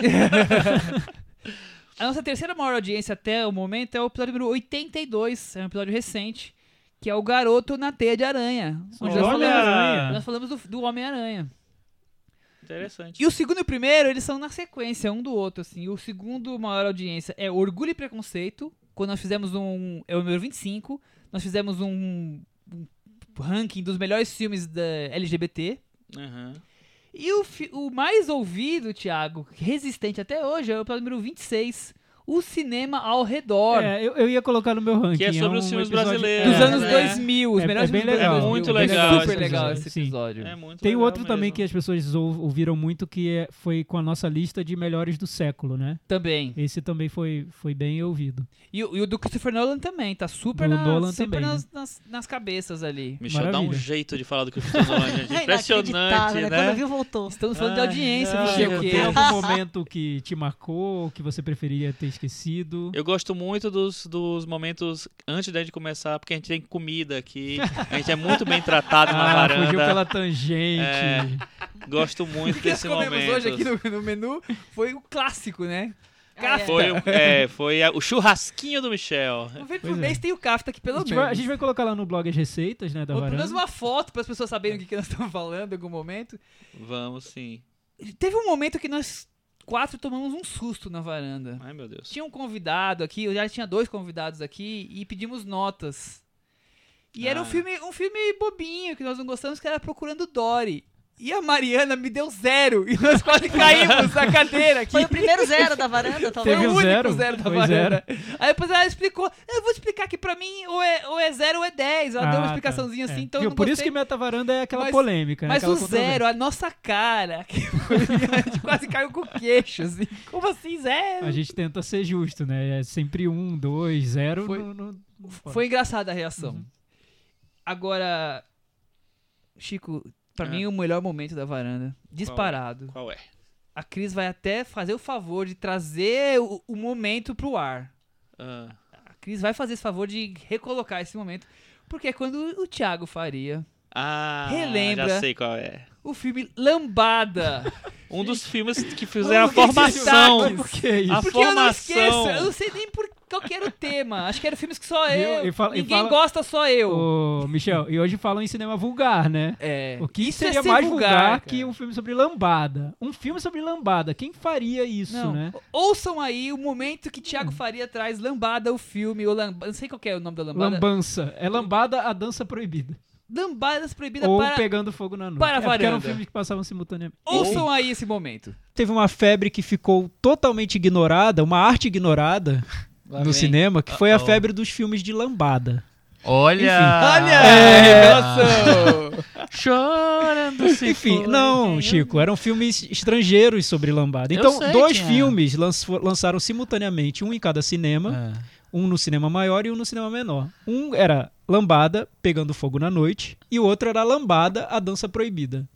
Speaker 2: A nossa terceira maior audiência até o momento é o episódio número 82. É um episódio recente. Que é o Garoto na Teia de Aranha. Onde nós
Speaker 4: Olha!
Speaker 2: falamos, nós falamos do, do Homem-Aranha.
Speaker 3: Interessante.
Speaker 2: E o segundo e o primeiro, eles são na sequência, um do outro, assim. O segundo maior audiência é Orgulho e Preconceito. Quando nós fizemos um... É o número 25. Nós fizemos um, um ranking dos melhores filmes da LGBT.
Speaker 3: Aham.
Speaker 2: E o, fi- o mais ouvido, Thiago, resistente até hoje, é o episódio número 26. O Cinema ao Redor.
Speaker 4: É, eu, eu ia colocar no meu ranking.
Speaker 3: Que é sobre os
Speaker 4: um
Speaker 3: filmes
Speaker 4: episódio-
Speaker 3: brasileiros,
Speaker 2: Dos
Speaker 3: É,
Speaker 2: anos
Speaker 3: né?
Speaker 2: 2000, os
Speaker 4: É-
Speaker 2: melhores
Speaker 4: é bem
Speaker 2: filmes dos
Speaker 4: legal.
Speaker 2: anos 2000.
Speaker 3: Muito legal
Speaker 2: super
Speaker 3: esse
Speaker 2: legal
Speaker 4: episódio,
Speaker 2: esse
Speaker 4: sim.
Speaker 2: episódio.
Speaker 3: É muito
Speaker 4: Tem
Speaker 3: legal
Speaker 4: outro também que
Speaker 3: mesmo.
Speaker 4: as pessoas ou- ouviram muito, que é- foi com a nossa lista de melhores do século, né?
Speaker 2: Também.
Speaker 4: Esse também foi, foi bem ouvido.
Speaker 2: E, o- e o do Christopher Nolan também, tá super,
Speaker 4: Do
Speaker 2: na-
Speaker 4: Nolan
Speaker 2: super
Speaker 4: também, né?
Speaker 2: nas, nas, nas cabeças ali.
Speaker 3: Michel dá um
Speaker 4: Maravilha.
Speaker 3: jeito de falar do que o Nolan, gente.
Speaker 5: É
Speaker 3: Impressionante, né?
Speaker 5: inacreditável, Quando viu, voltou.
Speaker 2: Estamos
Speaker 4: Ah,
Speaker 2: falando de
Speaker 3: Ai,
Speaker 2: audiência,
Speaker 3: ai,
Speaker 2: Michel.
Speaker 3: meu
Speaker 2: que- é
Speaker 4: tem é algum momento que te marcou, que você preferia ter esquecido?
Speaker 3: Eu gosto muito dos, dos momentos antes da gente começar, porque a gente tem comida aqui. A gente é muito bem tratado na
Speaker 4: Ah,
Speaker 3: varanda.
Speaker 4: fugiu pela tangente.
Speaker 3: É. Gosto muito
Speaker 2: O que nós
Speaker 3: desse
Speaker 2: comemos
Speaker 3: momento.
Speaker 2: hoje aqui no, no menu foi o clássico, né?
Speaker 5: Ah, é.
Speaker 3: Foi, o- é, foi a- o churrasquinho do Michel.
Speaker 2: Uma vez Um por
Speaker 4: Pois é.
Speaker 2: mês tem o Kafta aqui,
Speaker 4: A
Speaker 2: pelo
Speaker 4: gente, vai, a
Speaker 2: menos.
Speaker 4: gente vai colocar lá no blog as receitas, né, da
Speaker 2: Ou pelo menos
Speaker 4: varanda.
Speaker 2: uma foto para as pessoas saberem o que, que nós estamos falando em algum momento.
Speaker 3: Vamos sim.
Speaker 2: Teve um momento que nós quatro tomamos um susto na varanda.
Speaker 3: Ai, meu Deus.
Speaker 2: Tinha um convidado aqui, eu já tinha dois convidados aqui, e pedimos notas. E era um
Speaker 3: Ah.
Speaker 2: filme, um filme bobinho que nós não gostamos, que era Procurando Dory. E a Mariana me deu zero, e nós quase caímos da cadeira aqui.
Speaker 5: Foi o primeiro zero da varanda,
Speaker 4: Teve
Speaker 5: talvez.
Speaker 2: Foi
Speaker 4: um
Speaker 2: o único
Speaker 4: zero,
Speaker 2: zero, da
Speaker 4: foi
Speaker 2: varanda. Aí depois ela explicou. Eu vou explicar que pra mim ou é, ou é zero ou é 10. Ela deu uma
Speaker 4: Ah, tá.
Speaker 2: explicaçãozinha
Speaker 4: É.
Speaker 2: assim, então
Speaker 4: Viu?
Speaker 2: eu não
Speaker 4: Por
Speaker 2: gostei.
Speaker 4: isso que metavaranda é aquela
Speaker 2: Mas-
Speaker 4: polêmica. né?
Speaker 2: Mas o
Speaker 4: Aquela controvérsia.
Speaker 2: zero, a nossa cara, que foi- a gente quase caiu com o queixo, assim. Como assim zero?
Speaker 4: A gente tenta ser justo, né? É sempre um, dois, zero.
Speaker 2: Foi-
Speaker 4: no- no- no-
Speaker 2: Foi engraçada a reação.
Speaker 4: Uhum.
Speaker 2: Agora, Chico, pra
Speaker 4: É.
Speaker 3: Ah.
Speaker 2: mim o melhor momento da varanda, disparado.
Speaker 3: Qual é?
Speaker 2: A Cris vai até fazer o favor de trazer o, o momento pro ar.
Speaker 3: Ah,
Speaker 2: A Cris vai fazer esse favor de recolocar esse momento. Porque é quando o Thiago Faria
Speaker 3: Ah,
Speaker 2: Relembra.
Speaker 3: já sei qual é.
Speaker 2: o filme Lambada.
Speaker 3: Um dos filmes que
Speaker 4: é
Speaker 3: fizeram a
Speaker 2: Um dos
Speaker 3: formação.
Speaker 2: destaques.
Speaker 4: Por que isso?
Speaker 3: A
Speaker 2: Porque eu não
Speaker 3: formação.
Speaker 2: esqueço, eu não sei nem por qual que era o tema. Acho que era filmes que só
Speaker 4: Viu?
Speaker 2: eu.
Speaker 4: E fala- e
Speaker 2: ninguém
Speaker 4: fala-
Speaker 2: gosta, só eu.
Speaker 4: Ô, Michel, e hoje falam em cinema vulgar, né?
Speaker 2: É.
Speaker 4: O que
Speaker 2: Isso é
Speaker 4: seria
Speaker 2: ser
Speaker 4: mais vulgar,
Speaker 2: cara.
Speaker 4: que um filme sobre lambada? Um filme sobre lambada, quem faria isso,
Speaker 2: Não.
Speaker 4: né?
Speaker 2: Ouçam aí o momento que Thiago Faria traz Lambada, o filme, ou Lambada, não sei qual que é o nome da Lambada.
Speaker 4: Lambança. É lambada a dança proibida.
Speaker 2: Lambadas proibidas
Speaker 4: Ou
Speaker 2: para...
Speaker 4: pegando fogo na noite.
Speaker 2: para a
Speaker 4: é porque eram
Speaker 2: varanda.
Speaker 4: filmes que passavam simultaneamente.
Speaker 2: Ouçam aí esse momento.
Speaker 4: Teve uma febre que ficou totalmente ignorada, uma arte ignorada
Speaker 2: Lá
Speaker 4: no
Speaker 2: vem.
Speaker 4: cinema, que foi a
Speaker 6: Uh-oh.
Speaker 4: febre dos filmes de lambada.
Speaker 6: Olha!
Speaker 2: Olha!
Speaker 3: Chorando se
Speaker 4: Enfim,
Speaker 3: for.
Speaker 4: não, Chico, eram filmes estrangeiros sobre lambada.
Speaker 6: Eu
Speaker 4: Então,
Speaker 6: sei
Speaker 4: dois
Speaker 6: que é.
Speaker 4: filmes lanç- fo- lançaram simultaneamente, um em cada cinema,
Speaker 6: Ah.
Speaker 4: um no cinema maior e um no cinema menor. Um era Lambada, Pegando Fogo na Noite, e o outro era Lambada, A Dança Proibida.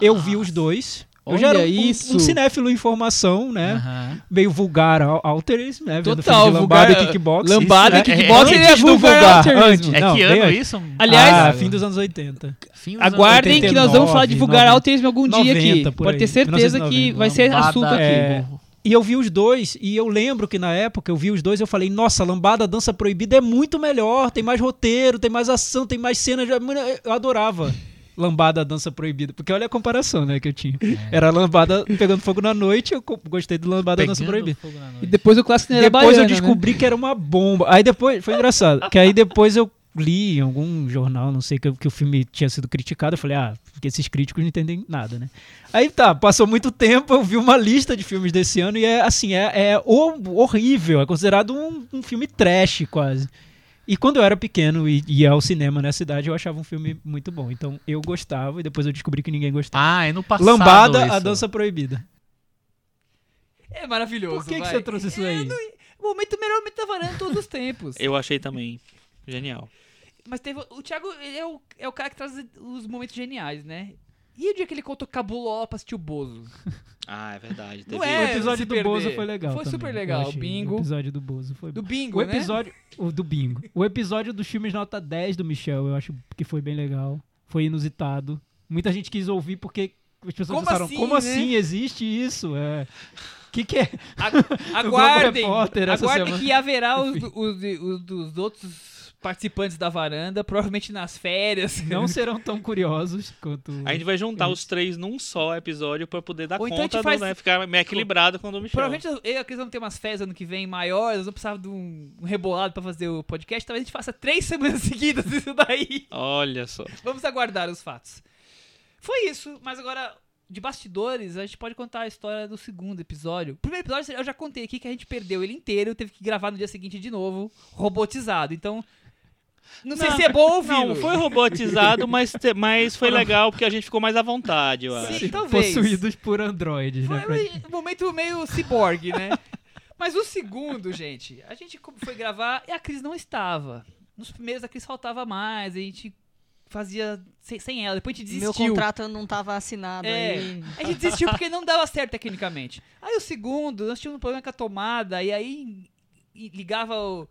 Speaker 4: Eu vi os dois. eu já
Speaker 6: Olha
Speaker 4: era um,
Speaker 6: isso. Ah.
Speaker 4: um cinéfilo em formação, né?
Speaker 6: Aham.
Speaker 4: Meio vulgar, al- alterismo, né? Vendo
Speaker 2: Total,
Speaker 4: filme de lambada
Speaker 2: vulgar,
Speaker 4: e kickbox.
Speaker 2: Lambada,
Speaker 4: isso, né?
Speaker 2: kickbox,
Speaker 4: É,
Speaker 2: ele é
Speaker 4: antes do
Speaker 2: vulgar, alterismo.
Speaker 4: antes,
Speaker 6: É
Speaker 4: não,
Speaker 6: que
Speaker 4: bem
Speaker 6: ano
Speaker 4: antes.
Speaker 6: isso?
Speaker 4: Ah,
Speaker 2: Aliás,
Speaker 4: fim dos anos 80.
Speaker 6: Fim dos anos
Speaker 2: Aguardem que
Speaker 6: 80.
Speaker 2: nós vamos falar de
Speaker 4: 89,
Speaker 2: vulgar
Speaker 4: 90,
Speaker 2: alterismo algum dia aqui.
Speaker 4: por
Speaker 2: Pode
Speaker 4: aí.
Speaker 2: ter certeza que
Speaker 4: 1990.
Speaker 2: vai ser assunto
Speaker 6: Lambada,
Speaker 2: aqui.
Speaker 4: É. E eu vi os dois, e eu lembro que na época eu vi os dois, eu falei, nossa, Lambada Dança Proibida é muito melhor, tem mais roteiro, tem mais ação, tem mais cenas. de- Mano, Eu adorava Lambada Dança Proibida, porque olha a comparação né, que eu tinha. Era Lambada pegando fogo na noite, eu co- gostei do Lambada Dança
Speaker 6: Pegando
Speaker 4: Proibida.
Speaker 6: fogo na noite.
Speaker 2: E depois o clássico
Speaker 4: Depois
Speaker 2: era baiana,
Speaker 4: eu
Speaker 2: né?
Speaker 4: descobri que era uma bomba. Aí depois, foi engraçado, que aí depois eu li em algum jornal, não sei, que, que o filme tinha sido criticado, eu falei, ah, porque esses críticos não entendem nada, né? Aí tá, passou muito tempo, eu vi uma lista de filmes desse ano e é assim, é, é hor- horrível, é considerado um, um filme trash quase. E quando eu era pequeno e ia ao cinema nessa idade, eu achava um filme muito bom. Então eu gostava e depois eu descobri que ninguém gostava.
Speaker 6: Ah, é no passado.
Speaker 4: Lambada, a
Speaker 6: isso.
Speaker 4: dança proibida.
Speaker 2: É maravilhoso,
Speaker 4: Por que, que
Speaker 2: vai. É,
Speaker 4: você trouxe isso aí?
Speaker 2: Momento melhor, momento da varanda de todos os tempos.
Speaker 3: Eu achei também genial.
Speaker 2: Mas teve. O Thiago ele é, o, é o cara que traz os momentos geniais, né? E o dia que ele contou cabuló pra assistir o Bozo?
Speaker 3: Ah, é verdade.
Speaker 2: Não
Speaker 3: Teve-
Speaker 2: é,
Speaker 4: o episódio
Speaker 2: se
Speaker 4: do
Speaker 2: perder.
Speaker 4: Bozo foi legal.
Speaker 2: Foi
Speaker 4: também,
Speaker 2: super
Speaker 4: eu
Speaker 2: legal,
Speaker 4: achei.
Speaker 2: bingo.
Speaker 4: O episódio do Bozo foi
Speaker 2: Do
Speaker 4: bom.
Speaker 2: bingo,
Speaker 4: O
Speaker 2: né?
Speaker 4: episódio o do bingo. O episódio dos filmes nota 10 do Michel, eu acho que foi bem legal. Foi inusitado. Muita gente quis ouvir porque as pessoas
Speaker 2: Como
Speaker 4: pensaram,
Speaker 2: assim,
Speaker 4: como
Speaker 2: né?
Speaker 4: assim existe isso? É. Que que é?
Speaker 2: A- aguardem!
Speaker 4: Globo Repórter essa
Speaker 2: Aguardem
Speaker 4: semana.
Speaker 2: que haverá os, do- os de- os dos outros participantes da varanda, provavelmente nas férias.
Speaker 4: Não serão tão curiosos quanto
Speaker 3: A gente vai juntar os três num só episódio pra poder dar
Speaker 2: Ou então a
Speaker 3: conta,
Speaker 2: gente
Speaker 3: do,
Speaker 2: faz-
Speaker 3: né? Ficar meio equilibrado quando o Michel.
Speaker 2: Provavelmente eu e a Cris vamos ter umas férias ano que vem maiores, vamos precisar de um, um rebolado pra fazer o podcast, talvez a gente faça três semanas seguidas isso daí.
Speaker 3: Olha só.
Speaker 2: Vamos aguardar os fatos. Foi isso, mas agora, de bastidores, a gente pode contar a história do segundo episódio. O primeiro episódio eu já contei aqui que a gente perdeu ele inteiro, teve que gravar no dia seguinte de novo, robotizado. Então, não, sei
Speaker 3: Não,
Speaker 2: se é bom ouvir.
Speaker 3: Não, foi robotizado, mas, te- mas foi legal porque a gente ficou mais à vontade, eu acho.
Speaker 2: Sim, talvez.
Speaker 4: possuídos por androides, né?
Speaker 2: Foi um momento meio ciborgue, né? Mas o segundo, gente, a gente co- foi gravar e a Cris não estava. Nos primeiros a Cris faltava mais, a gente fazia sem, sem ela, depois a gente
Speaker 5: Meu
Speaker 2: desistiu.
Speaker 5: contrato não tava assinado
Speaker 2: É.
Speaker 5: aí.
Speaker 2: A gente desistiu porque não dava certo tecnicamente. Aí o segundo, nós tínhamos um problema com a tomada, e aí e ligava o-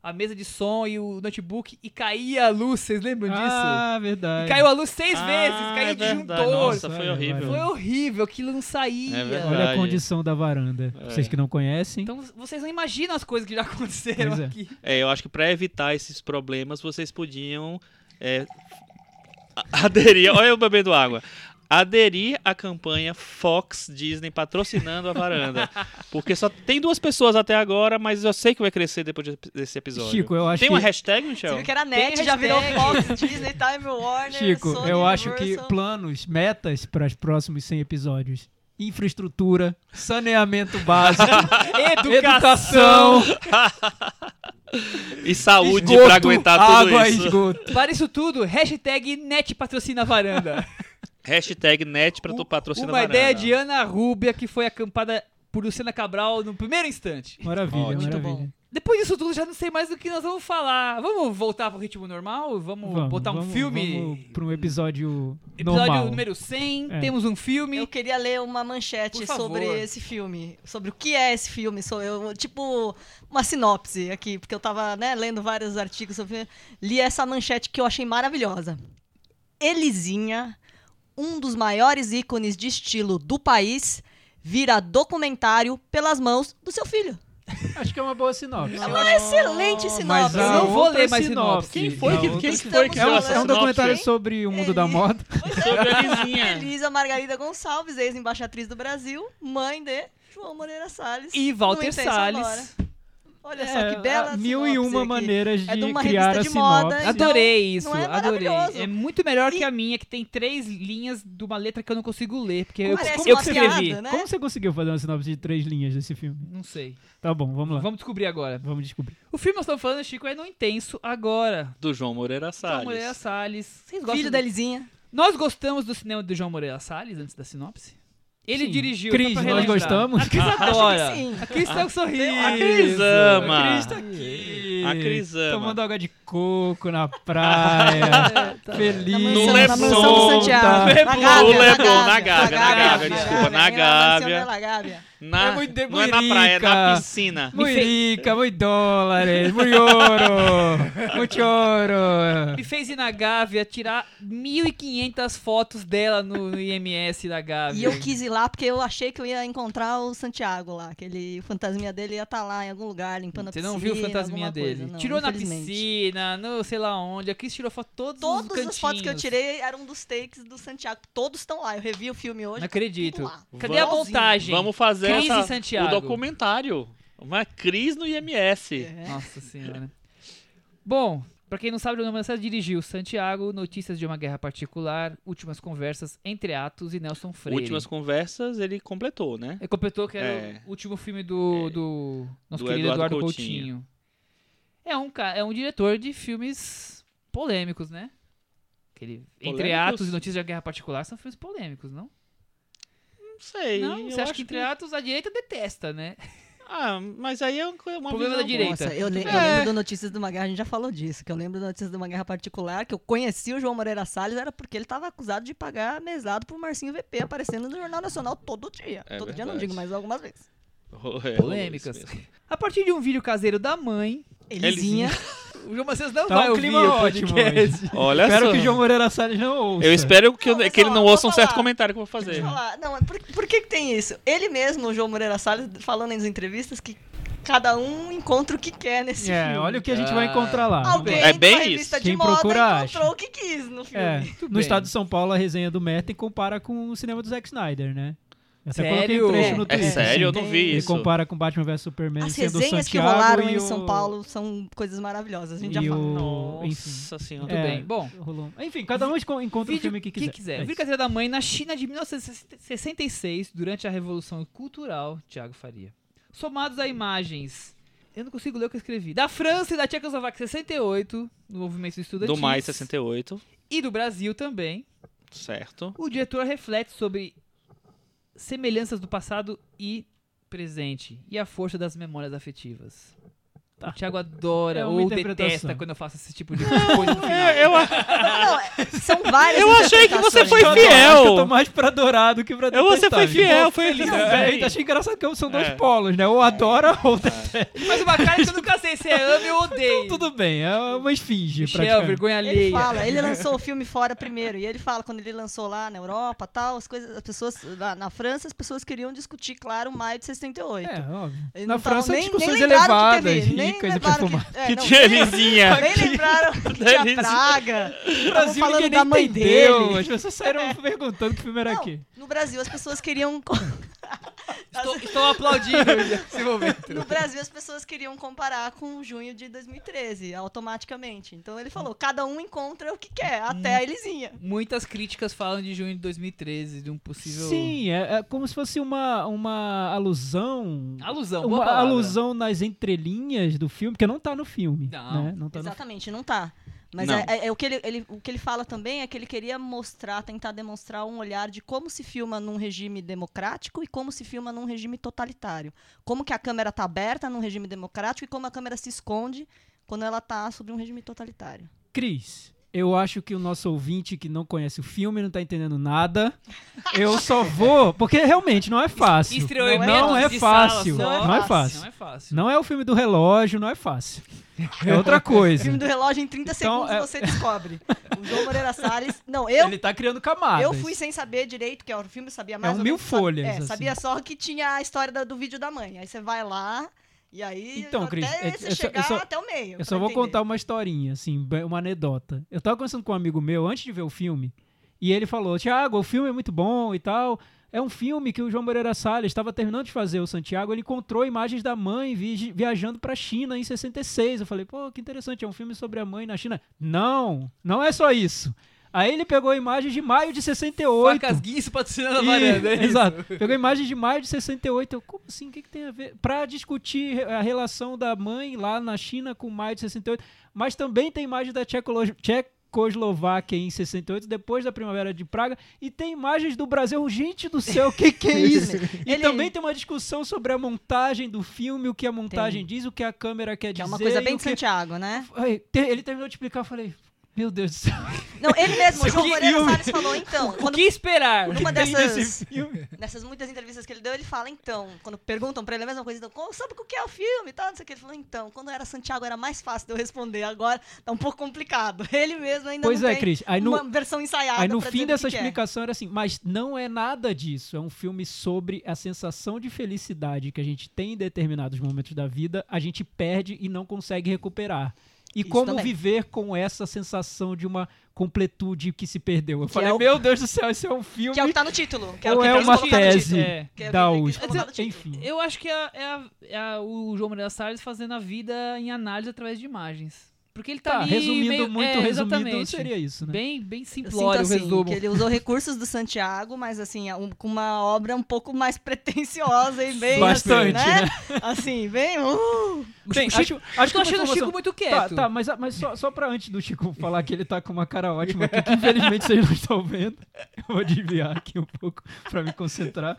Speaker 2: a mesa de som e o notebook e caía a luz, vocês lembram disso?
Speaker 4: Ah,
Speaker 2: E
Speaker 4: verdade.
Speaker 2: caiu a luz seis
Speaker 3: Ah,
Speaker 2: vezes, caiu
Speaker 3: é
Speaker 2: o disjuntor.
Speaker 3: verdade. Nossa,
Speaker 4: Foi
Speaker 3: foi horrível.
Speaker 2: Foi horrível, aquilo não saía.
Speaker 3: É verdade.
Speaker 4: Olha a condição da varanda.
Speaker 3: É.
Speaker 4: Vocês que não conhecem.
Speaker 2: Então vocês não imaginam as coisas que já aconteceram
Speaker 4: Pois é.
Speaker 2: aqui.
Speaker 3: É, eu acho que pra evitar esses problemas, vocês podiam é, a- aderir. Olha eu bebendo água. aderir à campanha Fox Disney patrocinando a varanda. Porque só tem duas pessoas até agora, mas eu sei que vai crescer depois de- desse episódio.
Speaker 4: Chico, eu acho
Speaker 3: tem uma
Speaker 4: que-
Speaker 3: hashtag,
Speaker 5: Você
Speaker 3: Michel?
Speaker 5: viu que era net, já virou
Speaker 2: hashtag.
Speaker 5: Fox, Disney, Time Warner,
Speaker 4: Chico,
Speaker 5: Sony,
Speaker 4: eu acho que
Speaker 5: Universal.
Speaker 4: planos, metas para os próximos 100 episódios. Infraestrutura, saneamento básico, educação,
Speaker 3: E saúde
Speaker 4: esgoto,
Speaker 3: pra aguentar tudo
Speaker 4: água,
Speaker 3: isso.
Speaker 4: esgoto.
Speaker 2: Para isso tudo, hashtag net patrocina a varanda.
Speaker 3: Hashtag net pra tu
Speaker 2: Um-
Speaker 3: patrocinar
Speaker 2: Uma ideia de Ana Rúbia que foi acampada por Luciana Cabral no primeiro instante.
Speaker 4: Maravilha,
Speaker 3: Ótimo.
Speaker 5: Muito bom.
Speaker 4: maravilha.
Speaker 2: Depois disso tudo, já não sei mais do que nós vamos falar. Vamos voltar pro ritmo normal? Vamos,
Speaker 4: Vamos,
Speaker 2: botar um
Speaker 4: vamos-
Speaker 2: filme?
Speaker 4: Vamos para um episódio,
Speaker 2: Episódio
Speaker 4: normal.
Speaker 2: número 100,
Speaker 4: É.
Speaker 2: temos um filme.
Speaker 5: Eu queria ler uma manchete
Speaker 2: Por favor.
Speaker 5: sobre esse filme, sobre o que é esse filme, sou eu, tipo uma sinopse aqui, porque eu tava, né, lendo vários artigos sobre, li essa manchete que eu achei maravilhosa. Elisinha, um dos maiores ícones de estilo do país, vira documentário pelas mãos do seu filho.
Speaker 4: Acho que é uma boa sinopse.
Speaker 5: É uma excelente
Speaker 4: Mas
Speaker 5: sinopse.
Speaker 4: a
Speaker 2: não vou
Speaker 4: outra
Speaker 2: ler mais sinopse.
Speaker 3: Quem foi
Speaker 4: a
Speaker 3: que,
Speaker 4: outra-
Speaker 3: quem que foi que
Speaker 5: É
Speaker 4: É
Speaker 5: um-
Speaker 3: deu
Speaker 4: um,
Speaker 3: essa
Speaker 5: é um
Speaker 4: documentário
Speaker 3: sinopse,
Speaker 4: sobre o mundo da
Speaker 5: Ele-
Speaker 4: moda.
Speaker 3: hein? sobre a Lizinha.
Speaker 5: Elisa Margarida Gonçalves, ex-embaixatriz do Brasil, mãe de João Moreira Salles.
Speaker 2: E
Speaker 5: No
Speaker 2: Walter
Speaker 5: Intenso Agora.
Speaker 2: Salles.
Speaker 5: Olha só que
Speaker 4: É,
Speaker 5: bela
Speaker 4: Mil e
Speaker 5: sinopse
Speaker 4: uma
Speaker 5: aqui.
Speaker 4: maneiras de,
Speaker 5: É de uma
Speaker 4: criar a
Speaker 5: revista de
Speaker 4: sinopse.
Speaker 5: moda, então-
Speaker 2: Adorei isso,
Speaker 5: não é
Speaker 2: adorei.
Speaker 5: maravilhoso?
Speaker 2: É muito melhor que
Speaker 5: E-
Speaker 2: a minha, que tem três linhas de uma letra que eu não consigo ler, porque eu,
Speaker 5: Parece
Speaker 2: eu
Speaker 5: uma
Speaker 2: que escrevi.
Speaker 5: piada, né?
Speaker 4: Como você conseguiu fazer uma sinopse de três linhas desse filme?
Speaker 2: Não sei.
Speaker 4: Tá bom, vamos lá.
Speaker 2: Vamos descobrir agora.
Speaker 4: Vamos descobrir.
Speaker 2: O filme que nós estamos falando, Chico, é No Intenso Agora.
Speaker 3: Do João Moreira
Speaker 2: João Moreira
Speaker 3: Salles.
Speaker 2: Salles. Vocês gostam
Speaker 5: Filho
Speaker 2: do-
Speaker 5: da Elisinha.
Speaker 2: Nós gostamos do cinema do João Moreira Salles, antes da sinopse. Ele
Speaker 4: Sim.
Speaker 2: dirigiu. só
Speaker 4: Cris,
Speaker 2: pra
Speaker 4: nós
Speaker 2: relembrar.
Speaker 4: gostamos.
Speaker 2: A Cris
Speaker 5: Acho que
Speaker 2: adora.
Speaker 5: sim.
Speaker 2: A Cris
Speaker 3: Ah,
Speaker 2: tá com sorriso.
Speaker 3: A Cris ama.
Speaker 4: A Cris tá
Speaker 5: é
Speaker 4: aqui.
Speaker 3: A Cris ama.
Speaker 4: Tomando água de coco na praia.
Speaker 2: É, tá.
Speaker 4: feliz.
Speaker 5: Tá Na
Speaker 3: No
Speaker 5: mansão,
Speaker 4: é
Speaker 5: na mansão
Speaker 3: Leblon,
Speaker 5: do Santiago.
Speaker 3: é tá?
Speaker 5: Na
Speaker 3: No
Speaker 5: Gávea, na
Speaker 3: Leblon,
Speaker 5: Gávea,
Speaker 3: na Gávea,
Speaker 2: na Gávea,
Speaker 3: desculpa, na
Speaker 5: Era mansão
Speaker 3: Gávea.
Speaker 5: dela, Gávea.
Speaker 3: Na,
Speaker 4: É muito
Speaker 3: não é na praia, é na
Speaker 4: Ibirica.
Speaker 3: piscina.
Speaker 4: Muito rica, muito dólares, muito ouro, muito ouro.
Speaker 2: Me fez ir na Gávea tirar 1.500 fotos dela no, no IMS da Gávea.
Speaker 5: E eu quis ir lá porque eu achei que eu ia encontrar o Santiago lá. Aquele o fantasminha dele ia estar lá em algum lugar, limpando a
Speaker 2: Você
Speaker 5: piscina.
Speaker 2: não viu o fantasminha
Speaker 5: alguma
Speaker 2: dele?
Speaker 5: coisa. Não,
Speaker 2: tirou na
Speaker 5: infelizmente.
Speaker 2: piscina, no sei lá onde. A Cris tirou foto todos os
Speaker 5: Todas
Speaker 2: cantinhos.
Speaker 5: as fotos que eu tirei eram dos takes do Santiago. Todos estão lá. Eu revi o filme hoje. tá
Speaker 2: Não acredito.
Speaker 5: Tudo lá.
Speaker 2: Cadê a
Speaker 3: Vamos-
Speaker 2: montagem?
Speaker 3: Vamos fazer
Speaker 2: Cris
Speaker 3: essa-
Speaker 2: e Santiago.
Speaker 3: o documentário. Uma Cris no IMS.
Speaker 5: É.
Speaker 2: Nossa senhora. Bom, pra quem não sabe, o Leonardo Mansell dirigiu Santiago, Notícias de uma Guerra Particular, Últimas Conversas entre Atos e Nelson Freire.
Speaker 3: Últimas conversas ele completou, né?
Speaker 2: Ele completou que era
Speaker 3: É.
Speaker 2: o último filme do, do nosso
Speaker 3: Do
Speaker 2: querido Eduardo,
Speaker 3: Eduardo
Speaker 2: Coutinho. É um, ca- é um diretor de filmes polêmicos, né? Aquele, entre
Speaker 3: Polêmicos?
Speaker 2: Atos e Notícias de uma Guerra Particular são filmes polêmicos, não?
Speaker 3: Não sei.
Speaker 2: não,
Speaker 3: eu
Speaker 2: você acha
Speaker 3: acho é
Speaker 2: que entre Atos a direita detesta, né?
Speaker 3: Ah, mas aí é uma co- uma
Speaker 2: Problema
Speaker 3: visão
Speaker 2: da direita.
Speaker 5: Nossa, eu, le- eu
Speaker 3: É.
Speaker 5: lembro do Notícias de uma Guerra, a gente já falou disso, que eu lembro do Notícias de uma Guerra particular, que eu conheci o João Moreira Salles, era porque ele estava acusado de pagar mesado pro Marcinho VP aparecendo no Jornal Nacional todo dia.
Speaker 3: É
Speaker 5: todo dia não
Speaker 3: verdade.
Speaker 5: digo, mas algumas vezes.
Speaker 3: É,
Speaker 2: Polêmicas.
Speaker 3: isso mesmo.
Speaker 2: A partir de um vídeo caseiro da mãe,
Speaker 5: Elisinha.
Speaker 2: o João Macedo não
Speaker 4: Tá
Speaker 2: vai
Speaker 4: um
Speaker 2: ouvir
Speaker 4: clima
Speaker 2: o
Speaker 4: ótimo
Speaker 2: podcast.
Speaker 3: Olha
Speaker 4: Espero
Speaker 3: só.
Speaker 4: que o João Moreira Salles não ouça.
Speaker 3: Eu espero que, eu-
Speaker 5: Não, mas
Speaker 3: que ele
Speaker 5: ó,
Speaker 3: não
Speaker 5: vou
Speaker 3: ouça um certo
Speaker 5: falar.
Speaker 3: comentário que eu vou fazer.
Speaker 5: Deixa eu falar. Não, por, por que, que tem isso? Ele mesmo, o João Moreira Salles, falando nas entrevistas que cada um encontra o que quer nesse
Speaker 4: É,
Speaker 5: filme.
Speaker 4: olha o que a gente vai encontrar lá.
Speaker 5: Ah. Alguém
Speaker 3: É bem
Speaker 5: com a revista
Speaker 3: isso.
Speaker 5: de
Speaker 4: Ah, Quem
Speaker 5: moda
Speaker 4: procura,
Speaker 5: encontrou
Speaker 4: acha.
Speaker 5: o que quis no filme.
Speaker 4: É, no
Speaker 2: bem.
Speaker 4: estado de São Paulo, a resenha do Merten compara com o cinema do Zack Snyder, né? Eu até coloquei
Speaker 2: Sério?
Speaker 4: um trecho no
Speaker 5: É
Speaker 3: É
Speaker 4: Twitter.
Speaker 3: sério, eu
Speaker 4: assim.
Speaker 3: não vi
Speaker 4: Ele
Speaker 3: isso.
Speaker 4: compara com Batman vs Superman,
Speaker 5: As
Speaker 4: sendo o
Speaker 5: resenhas que
Speaker 4: Santiago
Speaker 5: rolaram
Speaker 4: e
Speaker 5: em
Speaker 4: o-
Speaker 5: São Paulo são coisas maravilhosas, a gente já
Speaker 4: E
Speaker 5: fala.
Speaker 4: o- Enfim.
Speaker 3: Nossa senhora.
Speaker 2: Tudo
Speaker 4: É.
Speaker 2: bem. Bom,
Speaker 4: Rolou. Enfim, cada um esco- encontra o filme que quiser. É
Speaker 2: O Vídeo
Speaker 4: isso.
Speaker 2: Caseiro da Mãe na China de 1966, durante a Revolução Cultural, Tiago Faria. Somados a imagens. Eu não consigo ler o que eu escrevi. Da França e da Tchecoslováquia 68, no movimento estudantil.
Speaker 3: Do mais 68,
Speaker 2: E do Brasil também.
Speaker 3: certo.
Speaker 2: O diretor reflete sobre semelhanças do passado e presente e a força das memórias afetivas.
Speaker 4: Tá.
Speaker 2: O Thiago adora
Speaker 4: É uma
Speaker 2: ou
Speaker 4: interpretação.
Speaker 2: detesta quando eu faço esse tipo de coisa no final.
Speaker 3: É, eu,
Speaker 5: Não, é- são várias
Speaker 3: Eu achei que você
Speaker 5: interpretações.
Speaker 3: foi
Speaker 4: Eu tô-
Speaker 3: fiel.
Speaker 4: acho um que Eu tô mais pra adorado que pra
Speaker 3: eu, você foi
Speaker 4: detestável.
Speaker 3: fiel, foi lindo.
Speaker 4: Não,
Speaker 3: Bem.
Speaker 4: eu então achei engraçado que são dois
Speaker 3: É.
Speaker 4: polos, né? Ou adora ou detesta.
Speaker 2: Mas uma cara que eu nunca sei se é ama ou odeia.
Speaker 4: Tudo bem, é uma esfinge
Speaker 2: Michel,
Speaker 4: praticamente.
Speaker 2: vergonha alheia.
Speaker 5: Ele fala, ele lançou o filme fora primeiro. E ele fala, quando ele lançou lá na Europa tal, as coisas, as pessoas, na, na França, as pessoas queriam discutir, claro, o maio de 68.
Speaker 4: É, óbvio.
Speaker 5: Eles
Speaker 4: Na
Speaker 5: não tavam
Speaker 4: França,
Speaker 5: nem,
Speaker 4: discussões
Speaker 5: nem lembraram que
Speaker 4: elevadas.
Speaker 5: teve,
Speaker 4: de
Speaker 5: nem bem
Speaker 4: coisa pra
Speaker 5: lembraram
Speaker 4: fumar.
Speaker 5: é,
Speaker 3: que
Speaker 5: não,
Speaker 3: tinha né?
Speaker 5: bem-
Speaker 3: vizinha.
Speaker 5: Bem lembraram que
Speaker 3: Da
Speaker 5: tinha
Speaker 3: vizinha.
Speaker 5: praga.
Speaker 4: No
Speaker 5: Estavam
Speaker 4: Brasil
Speaker 5: falando
Speaker 4: ninguém
Speaker 5: da
Speaker 4: nem
Speaker 5: mãe
Speaker 4: entendeu.
Speaker 5: dele.
Speaker 4: As pessoas saíram perguntando que filme era
Speaker 5: Não,
Speaker 4: aqui.
Speaker 5: no Brasil as pessoas queriam.
Speaker 2: Estou, estou aplaudindo esse momento.
Speaker 5: No Brasil as pessoas queriam comparar com junho de 2013, automaticamente. Então ele falou: cada um encontra o que quer, até
Speaker 4: Hum.
Speaker 5: a Elisinha.
Speaker 2: Muitas críticas falam de junho de 2013, de um possível.
Speaker 4: Sim, é, é como se fosse uma, uma alusão.
Speaker 2: Alusão, boa
Speaker 4: Uma
Speaker 2: palavra.
Speaker 4: alusão nas entrelinhas do filme, porque não tá no filme.
Speaker 2: Não.
Speaker 4: né? não tá no
Speaker 5: Exatamente, não tá. Mas
Speaker 3: Não.
Speaker 5: É, é- é o, que ele, ele- o que ele fala também é que ele queria mostrar, tentar demonstrar um olhar de como se filma num regime democrático e como se filma num regime totalitário. Como que a câmera tá aberta num regime democrático e como a câmera se esconde quando ela tá sob um regime totalitário.
Speaker 4: Cris, eu acho que o nosso ouvinte que não conhece o filme não tá entendendo nada. Eu só vou, porque realmente não é fácil.
Speaker 2: Estreou em
Speaker 4: não, é
Speaker 2: menos de sala
Speaker 4: fácil.
Speaker 2: só.
Speaker 4: Não é fácil.
Speaker 2: Não é fácil.
Speaker 4: Não é o filme do relógio, não é fácil. É outra
Speaker 5: O filme
Speaker 4: coisa.
Speaker 5: do relógio, em 30
Speaker 4: Então,
Speaker 5: segundos,
Speaker 4: é-
Speaker 5: você descobre. O João Moreira Salles. Não, eu.
Speaker 4: Ele tá criando camadas.
Speaker 5: Eu fui sem saber direito que era o filme, sabia mais.
Speaker 4: um
Speaker 5: ou
Speaker 4: mil
Speaker 5: menos, sabe-
Speaker 4: folhas,
Speaker 5: É,
Speaker 4: assim.
Speaker 5: sabia só que tinha a história da- do vídeo da mãe. Aí você vai lá e aí
Speaker 4: Então,
Speaker 5: até
Speaker 4: Cris, eu-
Speaker 5: você
Speaker 4: eu só- eu
Speaker 5: chegar
Speaker 4: só-
Speaker 5: até o meio.
Speaker 4: Eu só
Speaker 5: pra
Speaker 4: vou
Speaker 5: entender.
Speaker 4: contar uma historinha, assim, bem- uma anedota. Eu tava conversando com um amigo meu antes de ver o filme, e ele falou: Tiago, o filme é muito bom e tal. É um filme que o João Moreira Salles estava terminando de fazer o Santiago. Ele encontrou imagens da mãe vi- viajando pra China em 66. Eu falei, pô, que interessante, é um filme sobre a mãe na China. Não, não é só isso. Aí ele pegou imagens de maio de 68.
Speaker 2: Facas Guinness patrocinando a
Speaker 4: E-
Speaker 2: varanda. é isso?
Speaker 4: é Exato. Pegou imagem de maio de 68. Eu, como assim? O que, que tem a ver? Pra discutir a relação da mãe lá na China com maio de 68. Mas também tem imagem da Tchecolo- Tchecoslováquia em 68, depois da Primavera de Praga, e tem imagens do Brasil. Gente do céu, o que, que é isso? E
Speaker 5: Ele-
Speaker 4: também tem uma discussão sobre a montagem do filme, o que a montagem diz, o que a câmera quer
Speaker 5: Que
Speaker 4: dizer.
Speaker 5: é uma coisa
Speaker 4: e
Speaker 5: bem
Speaker 4: o
Speaker 5: de
Speaker 4: que...
Speaker 5: Santiago, né?
Speaker 4: Ai, te- Ele terminou de explicar, eu falei, meu Deus do céu.
Speaker 5: Não, ele mesmo, o João
Speaker 4: Que
Speaker 5: Moreira
Speaker 4: filme?
Speaker 5: Salles falou, então.
Speaker 2: O
Speaker 5: Quando,
Speaker 2: que esperar?
Speaker 5: numa
Speaker 4: tem
Speaker 5: dessas,
Speaker 4: nesse filme?
Speaker 5: nessas muitas entrevistas que ele deu, ele fala, então, quando perguntam pra ele a mesma coisa, então, "Como- sabe o que é o filme e tal, não sei o que. Ele falou, então, quando era Santiago era mais fácil de eu responder, agora tá um pouco complicado. Ele mesmo ainda
Speaker 4: Pois
Speaker 5: não
Speaker 4: é,
Speaker 5: tem
Speaker 4: Cris. Aí no,
Speaker 5: uma versão ensaiada
Speaker 4: Aí no
Speaker 5: pra
Speaker 4: fim
Speaker 5: dizer o que
Speaker 4: dessa
Speaker 5: que é.
Speaker 4: explicação era assim, mas não é nada disso. É um filme sobre a sensação de felicidade que a gente tem em determinados momentos da vida, a gente perde e não consegue recuperar. E
Speaker 5: Isso
Speaker 4: como
Speaker 5: também.
Speaker 4: viver com essa sensação de uma completude que se perdeu. Eu
Speaker 5: Que
Speaker 4: falei,
Speaker 5: é o-
Speaker 4: meu Deus do céu, esse é um filme.
Speaker 5: Que é o que tá no título. Que é o
Speaker 4: ou
Speaker 5: que
Speaker 4: é
Speaker 5: eles
Speaker 4: uma
Speaker 5: colocaram no
Speaker 4: tese
Speaker 5: título.
Speaker 2: É.
Speaker 5: Que é o que
Speaker 4: da
Speaker 5: eles
Speaker 4: USP.
Speaker 5: colocaram no título.
Speaker 4: Enfim.
Speaker 2: Eu acho que é, é a- é a- o João Moreira Salles fazendo a vida em análise através de imagens. Porque ele tá,
Speaker 4: Tá,
Speaker 2: ali
Speaker 4: resumindo
Speaker 2: meio-
Speaker 4: muito,
Speaker 2: é,
Speaker 4: resumindo,
Speaker 2: exatamente.
Speaker 4: seria isso, né?
Speaker 2: Bem, bem
Speaker 5: Eu
Speaker 2: simplório
Speaker 5: sinto
Speaker 2: o
Speaker 5: assim,
Speaker 2: resumo.
Speaker 5: que ele usou recursos do Santiago, mas assim, um- com uma obra um pouco mais pretensiosa e bem
Speaker 4: Bastante,
Speaker 5: assim, né? Assim, bem... uh,
Speaker 2: O
Speaker 4: Bem,
Speaker 2: Chico-
Speaker 4: acho, acho
Speaker 2: tô
Speaker 4: que uma
Speaker 5: um
Speaker 2: achando o
Speaker 4: informação-
Speaker 2: Chico muito
Speaker 4: Tá,
Speaker 2: quieto.
Speaker 4: tá, mas, mas só, só pra antes do Chico falar que ele tá com uma cara ótima aqui, que infelizmente vocês não estão vendo. Eu vou desviar aqui um pouco pra me concentrar.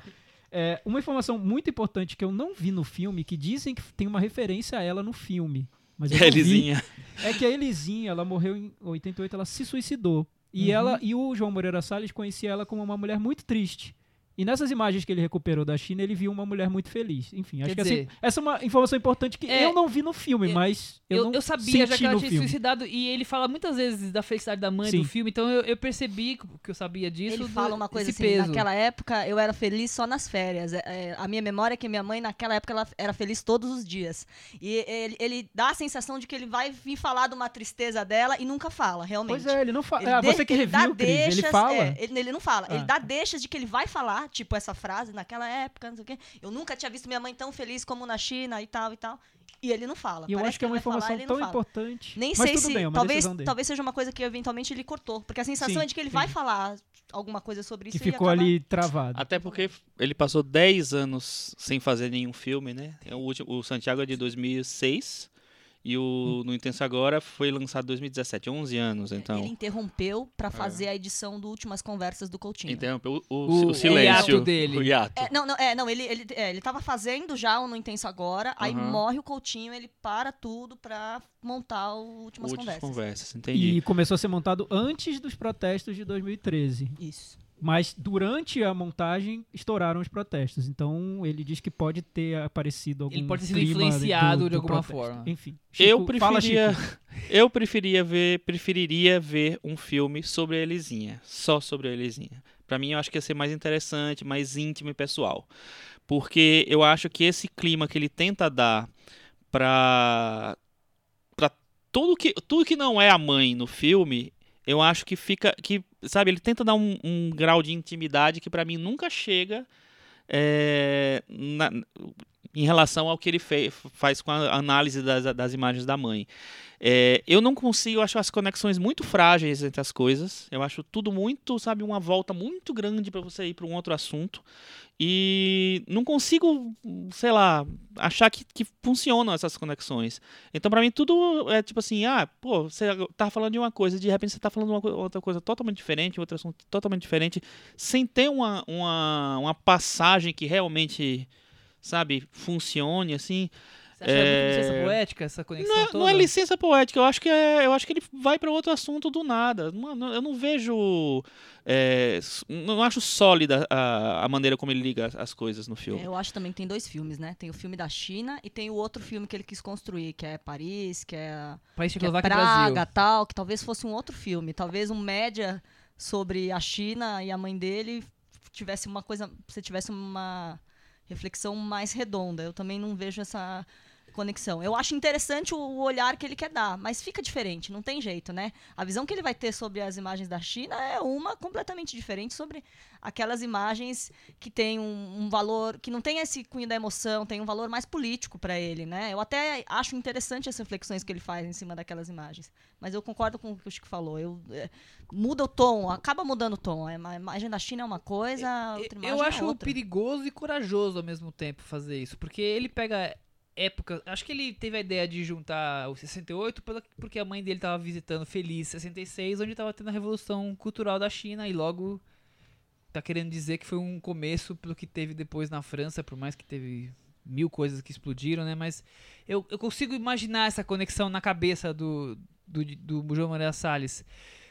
Speaker 4: É, uma informação muito importante que eu não vi no filme, que dizem que tem uma referência a ela no filme. Mas eu não vi,
Speaker 3: Elisinha.
Speaker 4: é que a Elisinha, ela morreu em 88, ela se suicidou. E
Speaker 2: Uhum.
Speaker 4: ela e o João Moreira Salles conhecia ela como uma mulher muito triste. E nessas imagens que ele recuperou da China, ele viu uma mulher muito feliz. Enfim, acho
Speaker 2: Quer
Speaker 4: que
Speaker 2: dizer-
Speaker 4: assim, essa é uma informação importante que
Speaker 2: É,
Speaker 4: eu não vi no filme,
Speaker 2: eu-
Speaker 4: mas eu,
Speaker 2: Eu,
Speaker 4: não
Speaker 2: eu sabia já
Speaker 4: senti
Speaker 2: que ela
Speaker 4: no
Speaker 2: tinha se
Speaker 4: filme.
Speaker 2: suicidado e ele fala muitas vezes da felicidade da mãe
Speaker 4: Sim.
Speaker 2: do filme, então eu, eu percebi que eu sabia disso.
Speaker 5: ele
Speaker 2: do-
Speaker 5: fala uma coisa
Speaker 2: esse
Speaker 5: assim,
Speaker 2: peso.
Speaker 5: naquela época eu era feliz só nas férias. É, é, a minha memória é que minha mãe naquela época ela era feliz todos os dias. E ele, ele dá a sensação de que ele vai vir falar de uma tristeza dela e nunca fala, realmente.
Speaker 4: Pois é, ele não fala.
Speaker 5: Ele
Speaker 4: ah,
Speaker 5: de-
Speaker 4: você que
Speaker 5: ele dá
Speaker 4: reviu, Cris, ele
Speaker 5: deixas-
Speaker 4: fala.
Speaker 5: é, ele, ele não fala. Ele
Speaker 4: Ah.
Speaker 5: dá deixas de que ele vai falar, tipo, essa frase naquela época, não sei o quê. Eu nunca tinha visto minha mãe tão feliz como na China e tal e tal. E ele não fala.
Speaker 4: e eu
Speaker 5: Parece
Speaker 4: acho que é
Speaker 5: ele
Speaker 4: uma
Speaker 5: vai falar,
Speaker 4: informação
Speaker 5: ele não
Speaker 4: tão
Speaker 5: fala.
Speaker 4: importante.
Speaker 5: Nem
Speaker 4: mas
Speaker 5: sei
Speaker 4: tudo
Speaker 5: se.
Speaker 4: bem, é uma
Speaker 5: talvez,
Speaker 4: decisão dele.
Speaker 5: talvez seja uma coisa que eventualmente ele cortou. Porque a sensação
Speaker 4: Sim,
Speaker 5: é de que ele vai
Speaker 4: entendi.
Speaker 5: falar alguma coisa sobre isso
Speaker 4: que ficou
Speaker 5: e acaba...
Speaker 4: ali travado.
Speaker 3: Até porque ele passou 10 anos sem fazer nenhum filme, né? É O, último, o Santiago é de 2006 e
Speaker 5: Hum.
Speaker 3: o No Intenso Agora foi lançado em 2017, 11 anos, então.
Speaker 5: É,
Speaker 3: é.
Speaker 5: Ele interrompeu pra fazer a edição do Últimas Conversas do Coutinho.
Speaker 3: Interrompeu o,
Speaker 2: O-
Speaker 3: o,
Speaker 2: o
Speaker 3: o silêncio.
Speaker 2: hiato dele.
Speaker 3: O hiato.
Speaker 5: É, não, não, é, não, ele, ele, é, ele tava fazendo já o No Intenso Agora, aí
Speaker 3: Aham.
Speaker 5: morre o Coutinho, ele para tudo pra montar o Últimas
Speaker 3: Últimas
Speaker 5: Conversas.
Speaker 3: conversas, entendi.
Speaker 4: E começou a ser montado antes dos protestos de 2013.
Speaker 5: Isso.
Speaker 4: Mas durante a montagem estouraram os protestos. Então ele diz que pode ter aparecido algum
Speaker 2: Ele pode ter sido
Speaker 4: clima
Speaker 2: influenciado
Speaker 4: do- do
Speaker 2: de alguma
Speaker 4: protesto.
Speaker 2: forma.
Speaker 4: Enfim.
Speaker 3: eu
Speaker 4: Chico, fala,
Speaker 3: preferia,
Speaker 4: Chico.
Speaker 3: eu preferiria ver, preferiria ver um filme sobre a Elisinha, só sobre a Elisinha. Pra mim, eu acho que ia ser mais interessante, mais íntimo e pessoal, porque eu acho que esse clima que ele tenta dar pra. pra tudo que, tudo que não é a mãe no filme, eu acho que fica. que Sabe, ele tenta dar um, um grau de intimidade que pra mim nunca chega é, na- em relação ao que ele fe- faz com a análise das, das imagens da mãe. É, eu não consigo, eu acho as conexões muito frágeis entre as coisas. Eu acho tudo muito, sabe, uma volta muito grande pra você ir pra um outro assunto. E não consigo, sei lá, achar que, que funcionam essas conexões. Então, pra mim, tudo é tipo assim: ah, pô, você tá falando de uma coisa, e de repente você tá falando de uma co- outra coisa totalmente diferente, outro assunto totalmente diferente, sem ter uma, uma, uma passagem que realmente, sabe, funcione assim.
Speaker 2: Você acha que é muito
Speaker 3: É.
Speaker 2: licença poética essa conexão
Speaker 3: Não, é-
Speaker 2: toda?
Speaker 3: não é licença poética, eu acho que, é- eu acho que ele vai para outro assunto do nada. Não- não- eu não vejo. é, s- não acho sólida a, a maneira como ele liga as- as coisas no filme.
Speaker 5: É, Eu acho também que tem dois filmes, né? Tem o filme da China e tem o outro filme que ele quis construir, que é Paris, que é,
Speaker 2: País
Speaker 5: que é
Speaker 2: Tchecoslováquia e Brasil.
Speaker 5: Praga, tal, que talvez fosse um outro filme, talvez um média sobre a China e a mãe dele tivesse uma coisa, você tivesse uma reflexão mais redonda. Eu também não vejo essa conexão. Eu acho interessante o- o olhar que ele quer dar, mas fica diferente, não tem jeito, né? A visão que ele vai ter sobre as imagens da China é uma completamente diferente sobre aquelas imagens que tem um, um valor, que não tem esse cunho da emoção, tem um valor mais político para ele, né? Eu até acho interessante as reflexões que ele faz em cima daquelas imagens. Mas eu concordo com o que o Chico falou. Eu, é, muda o tom, acaba mudando o tom. A ima- a imagem da China é uma coisa, a outra imagem
Speaker 2: Eu acho
Speaker 5: é outra.
Speaker 2: perigoso e corajoso ao mesmo tempo fazer isso, porque ele pega épocas. Acho que ele teve a ideia de juntar o 68 pela- porque a mãe dele estava visitando feliz 66, onde estava tendo a revolução cultural da China e logo tá querendo dizer que foi um começo pelo que teve depois na França, por mais que teve mil coisas que explodiram, né? Mas eu, eu consigo imaginar essa conexão na cabeça do do, do João Maria Salles.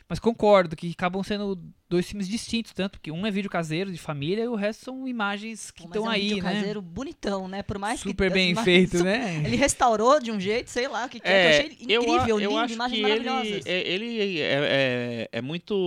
Speaker 2: Mas concordo que acabam sendo dois filmes distintos, tanto que um é vídeo caseiro de família e o resto são imagens que
Speaker 5: Pô, mas
Speaker 2: estão
Speaker 5: é um
Speaker 2: aí,
Speaker 5: vídeo
Speaker 2: né?
Speaker 5: caseiro bonitão, né? Por mais que
Speaker 2: Super
Speaker 5: as
Speaker 2: bem
Speaker 5: imagens-
Speaker 2: feito, né?
Speaker 5: Ele restaurou de um jeito, sei lá, o que, que é, que eu achei
Speaker 3: a-
Speaker 5: incrível, lindo,
Speaker 3: acho
Speaker 5: imagens
Speaker 3: que
Speaker 5: maravilhosas.
Speaker 3: ele, é, ele é, é- é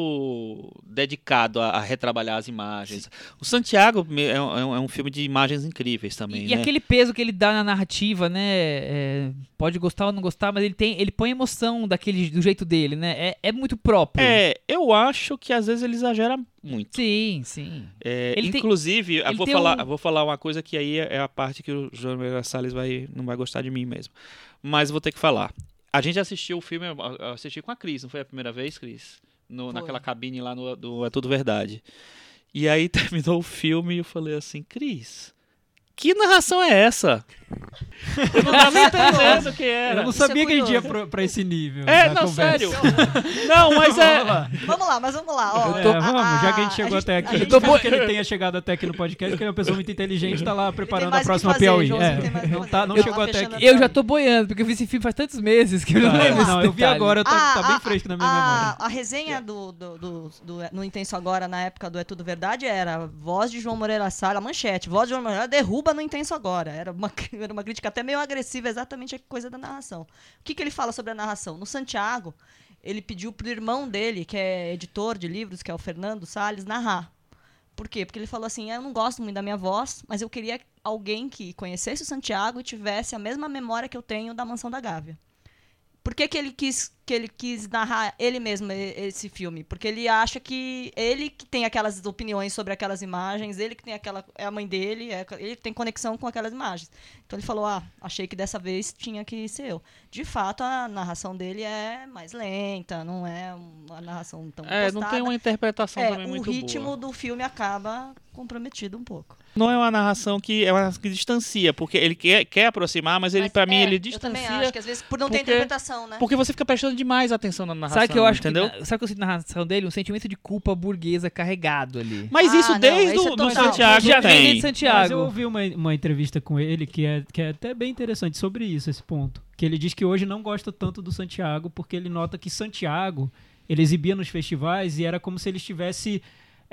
Speaker 3: muito dedicado a, a retrabalhar as imagens. O Santiago me- é, um- é um- é um filme de imagens incríveis também,
Speaker 2: E, e
Speaker 3: né?
Speaker 2: aquele peso que ele dá na narrativa, né? é, pode gostar ou não gostar, mas ele tem, ele põe emoção daquele do jeito dele, né? É, é muito próprio.
Speaker 3: É, eu acho que às vezes ele exagera muito.
Speaker 2: Sim, sim.
Speaker 3: É,
Speaker 2: Ele tem-
Speaker 3: inclusive, eu
Speaker 2: ele
Speaker 3: vou,
Speaker 2: tem
Speaker 3: falar,
Speaker 2: um-
Speaker 3: eu vou falar uma coisa que aí é a parte que o João Moreira Salles vai, não vai gostar de mim mesmo. Mas vou ter que falar. A gente assistiu o filme, eu assisti com a Cris, não foi a primeira vez, Cris? No-
Speaker 5: Foi.
Speaker 3: naquela cabine lá no, do É Tudo Verdade. E aí terminou o filme e eu falei assim, Cris, que narração é essa? Eu não tava nem entendendo o que era.
Speaker 4: Eu não
Speaker 5: Isso é
Speaker 4: sabia que a gente ia
Speaker 5: curioso.
Speaker 4: pra, pra esse nível.
Speaker 3: É,
Speaker 4: da
Speaker 3: não,
Speaker 4: conversa.
Speaker 3: sério. Não, mas é...
Speaker 5: Vamos lá, mas vamos lá. Ó,
Speaker 4: É,
Speaker 5: Ah, a-
Speaker 4: vamos, já que a gente chegou até aqui. Eu tô
Speaker 5: tá
Speaker 4: bom que ele tenha chegado até aqui no podcast, porque ele é uma pessoa muito inteligente, tá lá preparando a
Speaker 5: mais o que
Speaker 4: próxima
Speaker 5: fazer,
Speaker 4: Piauí.
Speaker 5: João,
Speaker 4: É,
Speaker 5: você tem mais o que
Speaker 4: não tá,
Speaker 5: fazer.
Speaker 4: não
Speaker 5: Tá
Speaker 4: chegou até
Speaker 5: fechando
Speaker 4: aqui.
Speaker 5: a-
Speaker 2: Eu já tô boiando, porque eu vi esse filme faz tantos meses que eu não
Speaker 4: Tá,
Speaker 2: lembro.
Speaker 4: não,
Speaker 2: esse
Speaker 4: eu vi
Speaker 2: detalhe.
Speaker 4: agora, tá,
Speaker 5: A-
Speaker 4: tá bem
Speaker 5: Ah, a-
Speaker 4: fresco na minha memória.
Speaker 5: a, a resenha do, do, do, do- é, No Intenso Agora, na época do É Tudo Verdade, era voz de João Moreira Salles, a manchete, voz de João Moreira derruba no Intenso Agora. Era uma, era uma crítica até meio agressiva, exatamente a coisa da narração. O que, que ele fala sobre a narração? No Santiago, ele pediu pro irmão dele, que é editor de livros, que é o Fernando Salles, narrar. Por quê? Porque ele falou assim: "Ah, eu não gosto muito da minha voz, mas eu queria alguém que conhecesse o Santiago e tivesse a mesma memória que eu tenho da Mansão da Gávea. Por que, que ele quis que ele quis narrar ele mesmo e- esse filme? Porque ele acha que ele que tem aquelas opiniões sobre aquelas imagens, ele que tem aquela é a mãe dele, é- ele tem conexão com aquelas imagens. Então ele falou: "Ah, achei que dessa vez tinha que ser eu". De fato, a narração dele é mais lenta, não é uma narração tão
Speaker 3: É, não tem
Speaker 5: postada.
Speaker 3: uma interpretação
Speaker 5: É,
Speaker 3: também um muito
Speaker 5: o
Speaker 3: boa.
Speaker 5: ritmo do filme acaba comprometido um pouco.
Speaker 3: Não é uma narração que é uma narração que distancia, porque ele quer, quer aproximar, mas ele para mim ele
Speaker 5: é, Eu também
Speaker 3: distancia,
Speaker 5: acho que às vezes por não ter
Speaker 3: porque-
Speaker 5: interpretação, né?
Speaker 3: porque você fica prestando demais atenção na narração,
Speaker 2: Sabe que eu acho
Speaker 3: entendeu?
Speaker 2: que. Sabe que eu sinto na narração dele? Um sentimento de culpa burguesa carregado ali.
Speaker 3: Mas
Speaker 5: Ah,
Speaker 3: isso
Speaker 5: não,
Speaker 3: desde
Speaker 5: isso é
Speaker 3: o do
Speaker 5: total.
Speaker 3: Santiago
Speaker 2: Já vem
Speaker 3: tem.
Speaker 2: desde
Speaker 4: Mas eu
Speaker 2: Santiago.
Speaker 4: ouvi uma, uma entrevista com ele que é, que é até bem interessante sobre isso, esse ponto. Que ele diz que hoje não gosta tanto do Santiago, porque ele nota que Santiago ele exibia nos festivais e era como se ele estivesse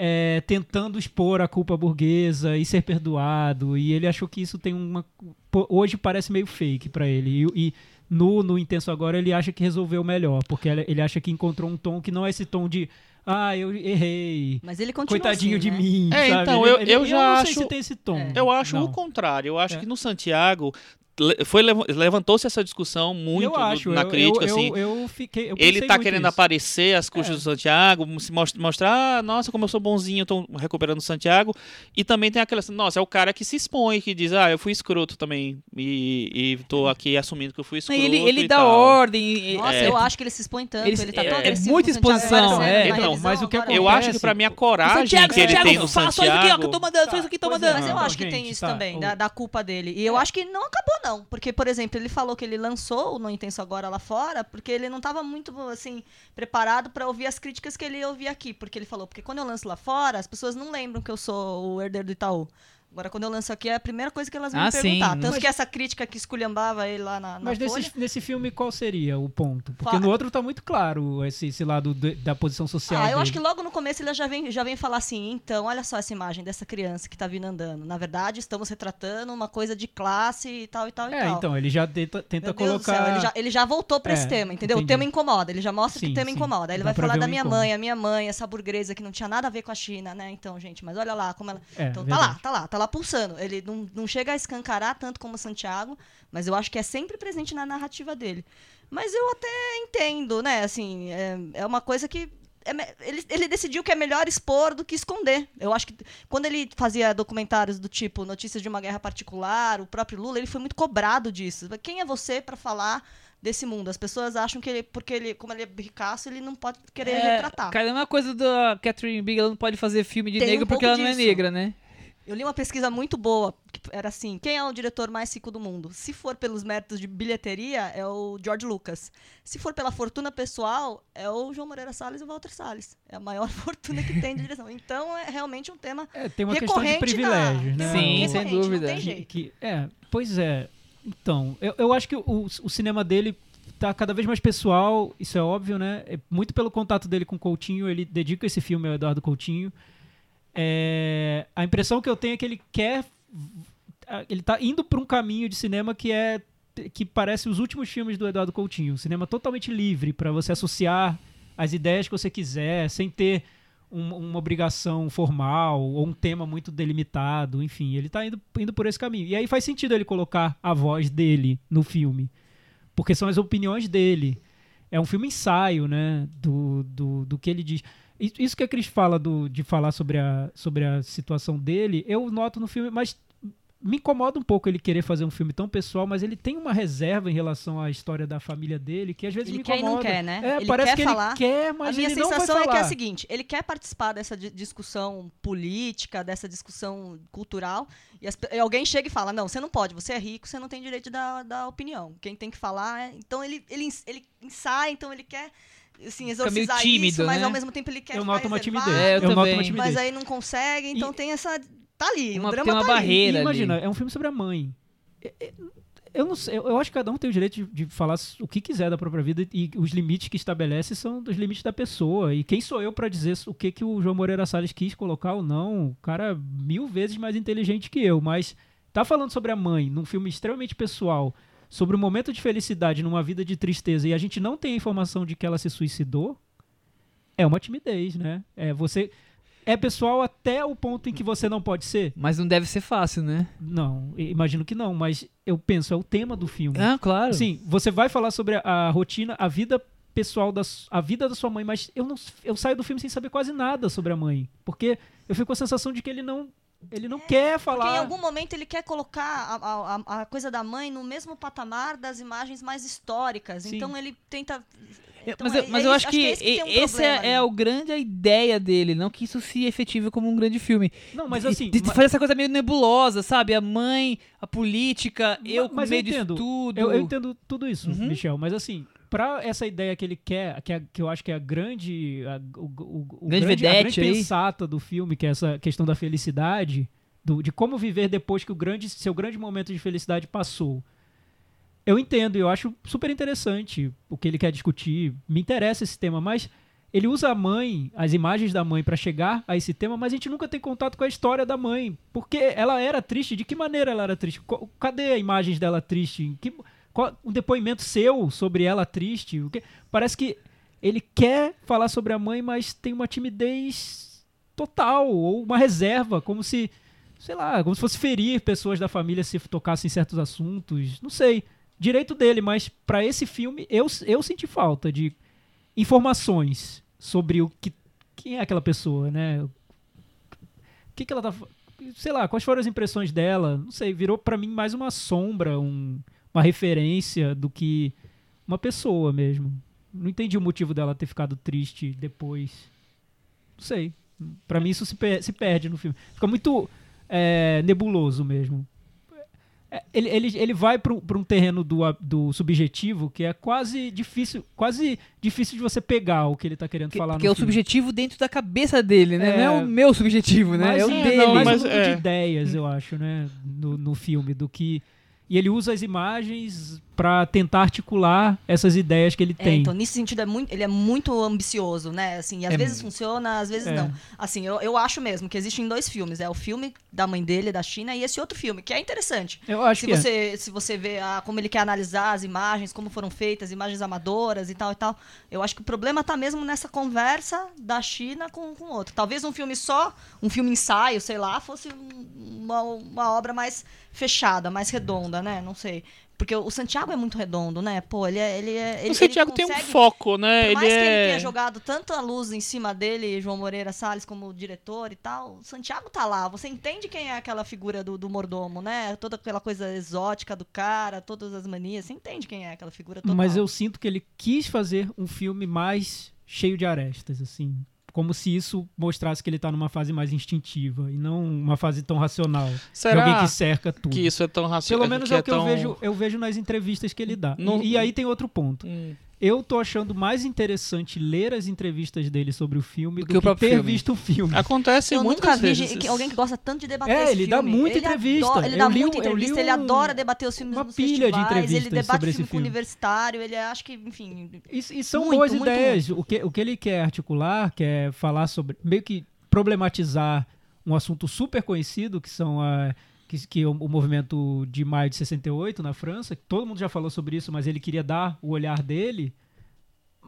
Speaker 4: é, tentando expor a culpa burguesa e ser perdoado. E ele achou que isso tem uma. pô, Hoje parece meio fake pra ele. E, e no, no Intenso Agora ele acha que resolveu melhor, porque ele ele acha que encontrou um tom que não é esse tom de. Ah, eu errei.
Speaker 5: Mas ele continua
Speaker 4: Coitadinho
Speaker 5: assim,
Speaker 4: de
Speaker 5: né?
Speaker 4: mim.
Speaker 3: É,
Speaker 4: sabe?
Speaker 3: então,
Speaker 4: Ele-
Speaker 3: eu-
Speaker 4: ele-
Speaker 3: eu já
Speaker 4: não sei
Speaker 3: acho-
Speaker 4: se tem esse tom.
Speaker 5: É.
Speaker 3: Eu acho
Speaker 4: Não.
Speaker 3: o contrário. Eu acho
Speaker 4: É.
Speaker 3: que no Santiago le- foi lev- levantou-se essa discussão muito
Speaker 4: eu
Speaker 3: no-
Speaker 4: acho,
Speaker 3: na
Speaker 4: eu,
Speaker 3: crítica,
Speaker 4: eu,
Speaker 3: assim.
Speaker 4: Eu, eu fiquei. eu
Speaker 3: ele
Speaker 4: pensei
Speaker 3: tá
Speaker 4: muito
Speaker 3: querendo
Speaker 4: nisso.
Speaker 3: aparecer às custas do Santiago, se mos- mostrar, ah, nossa, como eu sou bonzinho, eu tô recuperando o Santiago. E também tem aquela, assim, nossa, é o cara que se expõe, que diz, ah, eu fui escroto também. E, e tô aqui assumindo que eu fui
Speaker 2: Não,
Speaker 3: escroto.
Speaker 2: ele ele
Speaker 3: e
Speaker 2: dá
Speaker 3: tal.
Speaker 2: ordem. e-
Speaker 5: Nossa,
Speaker 2: é,
Speaker 5: eu acho que ele se expõe tanto.
Speaker 2: Ele-
Speaker 5: Ele, tá
Speaker 3: é-
Speaker 5: tão
Speaker 3: é
Speaker 5: agressivo
Speaker 2: muita
Speaker 5: com o Santiago né?
Speaker 2: exposição,
Speaker 5: Agora,
Speaker 2: é.
Speaker 5: na
Speaker 3: Então,
Speaker 5: revisão,
Speaker 4: mas o que
Speaker 5: agora- um
Speaker 3: Eu acho que
Speaker 4: Acontece,
Speaker 3: pra mim a
Speaker 4: pô.
Speaker 3: coragem
Speaker 2: Santiago,
Speaker 3: que ele
Speaker 2: Santiago,
Speaker 3: tem no
Speaker 2: fala
Speaker 3: Santiago.
Speaker 2: só isso aqui, ó, que eu tô mandando,
Speaker 4: Tá,
Speaker 2: faz isso aqui, que eu tô
Speaker 4: pois é,
Speaker 2: mandando.
Speaker 5: Mas eu
Speaker 4: Então,
Speaker 5: acho que tem
Speaker 4: gente,
Speaker 5: isso
Speaker 4: tá,
Speaker 5: também,
Speaker 4: o-
Speaker 5: da, da culpa dele. E eu
Speaker 4: É.
Speaker 5: acho que não acabou, não. Porque, por exemplo, ele falou que ele lançou o No Intenso Agora lá fora, porque ele não estava muito, assim, preparado para ouvir as críticas que ele ouvia aqui. Porque ele falou, porque quando eu lanço lá fora, as pessoas não lembram que eu sou o herdeiro do Itaú. Agora, quando eu lanço aqui, é a primeira coisa que elas vão
Speaker 2: Ah,
Speaker 5: me
Speaker 2: sim.
Speaker 5: perguntar. Tanto
Speaker 4: Mas-
Speaker 5: que essa crítica que esculhambava ele lá na, na
Speaker 4: Mas
Speaker 5: Folha...
Speaker 4: nesse, nesse filme, qual seria o ponto? Porque
Speaker 5: Fa-
Speaker 4: no outro tá muito claro esse, esse lado de- da posição social.
Speaker 5: Ah, eu acho que
Speaker 4: dele.
Speaker 5: logo no começo ele já vem, já vem falar assim, então, olha só essa imagem dessa criança que tá vindo andando. Na verdade, estamos retratando uma coisa de classe e tal, e tal, e
Speaker 4: É,
Speaker 5: tal.
Speaker 4: então, ele já tenta, tenta
Speaker 5: tá Meu Deus do
Speaker 4: colocar.
Speaker 5: céu, ele, já, ele já voltou pra
Speaker 4: É,
Speaker 5: esse tema, entendeu?
Speaker 4: entendi.
Speaker 5: O tema incomoda, ele já mostra que
Speaker 4: Sim,
Speaker 5: o tema
Speaker 4: sim.
Speaker 5: incomoda. Aí
Speaker 4: Dá
Speaker 5: Ele vai
Speaker 4: pra
Speaker 5: falar
Speaker 4: ver
Speaker 5: da
Speaker 4: um
Speaker 5: minha
Speaker 4: incômodo.
Speaker 5: mãe, a minha mãe, essa burguesa que não tinha nada a ver com a China, né? Então, gente, mas olha lá como ela.
Speaker 4: É,
Speaker 5: então tá
Speaker 4: verdade.
Speaker 5: lá, tá lá, tá lá pulsando. Ele não, não chega a escancarar tanto como o Santiago, mas eu acho que é sempre presente na narrativa dele. Mas eu até entendo, né? Assim, é, é uma coisa que. é me- ele, ele decidiu que é melhor expor do que esconder. Eu acho que quando ele fazia documentários do tipo Notícias de uma Guerra Particular, o próprio Lula, ele foi muito cobrado disso. Quem é você para falar desse mundo? As pessoas acham que ele, porque ele, como ele é ricaço, ele não pode querer retratar.
Speaker 2: Cara, é uma coisa da Catherine Biggs, ela não pode fazer filme de
Speaker 5: Tem um
Speaker 2: negro porque ela
Speaker 5: pouco
Speaker 2: não é
Speaker 5: disso.
Speaker 2: negra, né?
Speaker 5: Eu li uma pesquisa muito boa, que era assim, quem é o diretor mais rico do mundo? Se for pelos méritos de bilheteria, é o George Lucas. Se for pela fortuna pessoal, é o João Moreira Salles e o Walter Salles. É a maior fortuna que tem de direção. Então, é realmente um tema
Speaker 4: É, tem uma questão de
Speaker 5: recorrente
Speaker 4: privilégios,
Speaker 5: da-
Speaker 4: né?
Speaker 2: Sim,
Speaker 4: O-
Speaker 5: recorrente,
Speaker 2: sem dúvida.
Speaker 5: Não tem
Speaker 4: que,
Speaker 5: jeito.
Speaker 4: que- é, pois é. Então, eu, eu acho que o, o cinema dele tá cada vez mais pessoal, isso é óbvio, né? É Muito pelo contato dele com o Coutinho, ele dedica esse filme ao Eduardo Coutinho. É, a impressão que eu tenho é que ele quer. Ele tá indo para um caminho de cinema que é que parece os últimos filmes do Eduardo Coutinho, um cinema totalmente livre para você associar as ideias que você quiser, sem ter um- uma obrigação formal ou um tema muito delimitado, enfim, ele tá indo, indo por esse caminho. E aí faz sentido ele colocar a voz dele no filme, porque são as opiniões dele. É um filme ensaio, né, do, do, do que ele diz. Isso- Isso que a Cris fala do, de falar sobre a, sobre a situação dele, eu noto no filme, mas me incomoda um pouco ele querer fazer um filme tão pessoal, mas ele tem uma reserva em relação à história da família dele que às vezes
Speaker 5: Ele
Speaker 4: me
Speaker 5: quer e
Speaker 4: incomoda.
Speaker 5: não quer, né?
Speaker 4: É,
Speaker 5: Ele
Speaker 4: parece
Speaker 5: quer
Speaker 4: que
Speaker 5: falar.
Speaker 4: ele quer, mas
Speaker 5: a minha
Speaker 4: ele não vai
Speaker 5: sensação é que é a
Speaker 4: falar.
Speaker 5: seguinte: ele quer participar dessa di- discussão política, dessa discussão cultural, e, as pe- e alguém chega e fala: não, você não pode, você é rico, você não tem direito da, da opinião. Quem tem que falar. É... Então ele, ele, ens- ele ensaia, então ele quer assim,
Speaker 2: Fica meio
Speaker 5: exorcizar
Speaker 2: tímido,
Speaker 5: isso, mas
Speaker 2: né?
Speaker 5: ao mesmo tempo ele quer
Speaker 4: eu
Speaker 5: ficar
Speaker 4: noto uma
Speaker 5: reservado,
Speaker 4: timidez.
Speaker 2: É, eu
Speaker 4: eu noto
Speaker 2: também.
Speaker 4: uma
Speaker 5: mas
Speaker 4: timidez.
Speaker 5: aí não consegue, então
Speaker 4: E-
Speaker 5: tem essa. Tá ali,
Speaker 2: Uma-
Speaker 5: o drama
Speaker 2: tem uma
Speaker 5: tá ali.
Speaker 2: barreira
Speaker 4: E imagina,
Speaker 2: ali.
Speaker 4: é um filme sobre a mãe. É, é, Eu não sei, eu eu acho que cada um tem o direito de, de falar s- o que quiser da própria vida e os limites que estabelece são dos limites da pessoa. E quem sou eu pra dizer o que que o João Moreira Salles quis colocar ou não? O cara é mil vezes mais inteligente que eu, mas tá falando sobre a mãe num filme extremamente pessoal, sobre um momento de felicidade numa vida de tristeza e a gente não tem a informação de que ela se suicidou. É uma timidez, né? É você é pessoal até o ponto em que você não pode ser.
Speaker 2: Mas não deve ser fácil, né?
Speaker 4: Não, i- imagino que não, mas eu penso, é o tema do filme.
Speaker 2: Ah, claro.
Speaker 4: Sim, você vai falar sobre a, a rotina, a vida pessoal, da, su- a vida da sua mãe, mas eu, não, s- eu saio do filme sem saber quase nada sobre a mãe. Porque eu fico com a sensação de que ele não, ele não quer
Speaker 5: É, Porque
Speaker 4: falar.
Speaker 5: em algum momento ele quer colocar a, a- a coisa da mãe no mesmo patamar das imagens mais históricas.
Speaker 4: Sim.
Speaker 5: Então ele tenta.
Speaker 2: Eu-
Speaker 5: Então
Speaker 2: mas
Speaker 5: é-
Speaker 2: eu, mas
Speaker 5: é
Speaker 2: eu
Speaker 5: isso-
Speaker 2: acho que, esse,
Speaker 5: tem um
Speaker 2: esse
Speaker 5: problema
Speaker 2: é, é
Speaker 5: ali.
Speaker 2: o grande a ideia dele, não que isso se efetive como um grande filme.
Speaker 4: Não, mas
Speaker 2: E-
Speaker 4: assim.
Speaker 2: de- de
Speaker 4: ma-
Speaker 2: fazer essa coisa meio nebulosa, sabe? A mãe, a política,
Speaker 4: Ma-
Speaker 2: eu com
Speaker 4: mas eu
Speaker 2: meio disso
Speaker 4: entendo.
Speaker 2: tudo.
Speaker 4: Eu, eu entendo tudo isso,
Speaker 2: Uhum.
Speaker 4: Michel, mas assim, pra essa ideia que ele quer, que, é- que eu acho que é a grande. A, o, o- o
Speaker 2: Grande
Speaker 4: a
Speaker 2: vedete
Speaker 4: grande
Speaker 2: aí.
Speaker 4: pensata do filme, que é essa questão da felicidade, do- de como viver depois que o grande, seu grande momento de felicidade passou. Eu entendo, e eu acho super interessante o que ele quer discutir. Me interessa esse tema, mas ele usa a mãe, as imagens da mãe pra chegar a esse tema, mas a gente nunca tem contato com a história da mãe, porque ela era triste. De que maneira ela era triste? Co- Cadê a imagem dela triste? Em Que, qual- um depoimento seu sobre ela triste? O que, parece que ele quer falar sobre a mãe, mas tem uma timidez total ou uma reserva, como se sei lá, como se fosse ferir pessoas da família se tocassem certos assuntos, não sei. Direito dele, mas pra esse filme eu, eu senti falta de informações sobre o que quem é aquela pessoa, né? O que que ela tá, fa- sei lá, quais foram as impressões dela? Não sei, virou pra mim mais uma sombra, um, uma referência do que uma pessoa mesmo. Não entendi o motivo dela ter ficado triste depois. Não sei. Pra mim isso se, per- se perde no filme. Fica muito é, nebuloso mesmo. É, Ele, ele, ele vai para um terreno do, a- do subjetivo que é quase difícil, quase difícil de você pegar o que ele tá querendo
Speaker 6: Que,
Speaker 4: falar
Speaker 6: que é
Speaker 4: no
Speaker 6: o
Speaker 4: filme.
Speaker 6: subjetivo dentro da cabeça dele, né?
Speaker 4: É.
Speaker 6: Não é o meu subjetivo, né?
Speaker 4: Mas
Speaker 6: é o
Speaker 4: é,
Speaker 6: dele.
Speaker 3: não,
Speaker 4: mais
Speaker 3: mas
Speaker 4: um mundo
Speaker 3: é.
Speaker 4: de ideias, eu acho, né? No, no filme, do que. E ele usa as imagens pra tentar articular essas ideias que ele
Speaker 5: É,
Speaker 4: tem.
Speaker 5: então, nesse sentido, é muito, ele é muito ambicioso, né? Assim, e às vezes funciona, às vezes
Speaker 4: É.
Speaker 5: não. Assim, eu, eu acho mesmo que existem dois filmes. É o filme da mãe dele, da China, e esse outro filme, que é interessante.
Speaker 4: eu acho
Speaker 5: Se
Speaker 4: que é.
Speaker 5: você, se você vê ah, como ele quer analisar as imagens, como foram feitas, imagens amadoras e tal e tal, eu acho que o problema tá mesmo nessa conversa da China com o outro. Talvez um filme só, um filme ensaio, sei lá, fosse um- uma, uma obra mais fechada, mais redonda, né? Não sei. Porque o Santiago é muito redondo, né? Pô, ele é. Ele é ele,
Speaker 3: o Santiago
Speaker 5: ele
Speaker 3: tem um
Speaker 5: consegue-
Speaker 3: foco, né?
Speaker 5: Por mais
Speaker 3: Ele
Speaker 5: que ele
Speaker 3: é.
Speaker 5: tenha jogado tanta luz em cima dele, João Moreira Salles como diretor e tal, o Santiago tá lá. Você entende quem é aquela figura do, do mordomo, né? Toda aquela coisa exótica do cara, todas as manias. Você entende quem é aquela figura total.
Speaker 4: Mas eu sinto que ele quis fazer um filme mais cheio de arestas, assim. Como se isso mostrasse que ele tá numa fase mais instintiva e não uma fase tão racional. De alguém
Speaker 3: Será
Speaker 4: que cerca tudo.
Speaker 3: que isso é tão racional?
Speaker 4: Pelo menos é o que eu, vejo, eu vejo nas entrevistas que ele dá. E-
Speaker 3: Não-
Speaker 4: e aí tem outro ponto. Eu tô achando mais interessante ler as entrevistas dele sobre o filme do,
Speaker 6: que o próprio
Speaker 4: ter
Speaker 6: filme.
Speaker 4: visto o filme.
Speaker 3: Acontece
Speaker 5: Eu
Speaker 3: muitas
Speaker 5: nunca vi
Speaker 3: vezes.
Speaker 5: gente- que- alguém que gosta tanto de debater
Speaker 4: É,
Speaker 5: esse
Speaker 4: ele
Speaker 5: filme.
Speaker 4: dá muita entrevista.
Speaker 5: adora- ele
Speaker 4: Eu
Speaker 5: dá
Speaker 4: li um-
Speaker 5: muita
Speaker 4: eu li
Speaker 5: entrevista. ele
Speaker 4: um-
Speaker 5: adora debater os filmes
Speaker 4: uma
Speaker 5: nos
Speaker 4: pilha de
Speaker 5: festivais, Ele
Speaker 4: entrevistas
Speaker 5: debate
Speaker 4: sobre
Speaker 5: filme
Speaker 4: esse
Speaker 5: com
Speaker 4: filme.
Speaker 5: universitário. Ele acho que, enfim...
Speaker 4: E, e são
Speaker 5: Muito,
Speaker 4: boas
Speaker 5: muito,
Speaker 4: ideias. O, que, o que ele quer articular, quer falar sobre. meio que problematizar um assunto super conhecido, que são a. Que, que é o, o movimento de maio de 68 na França, que todo mundo já falou sobre isso, mas ele queria dar o olhar dele.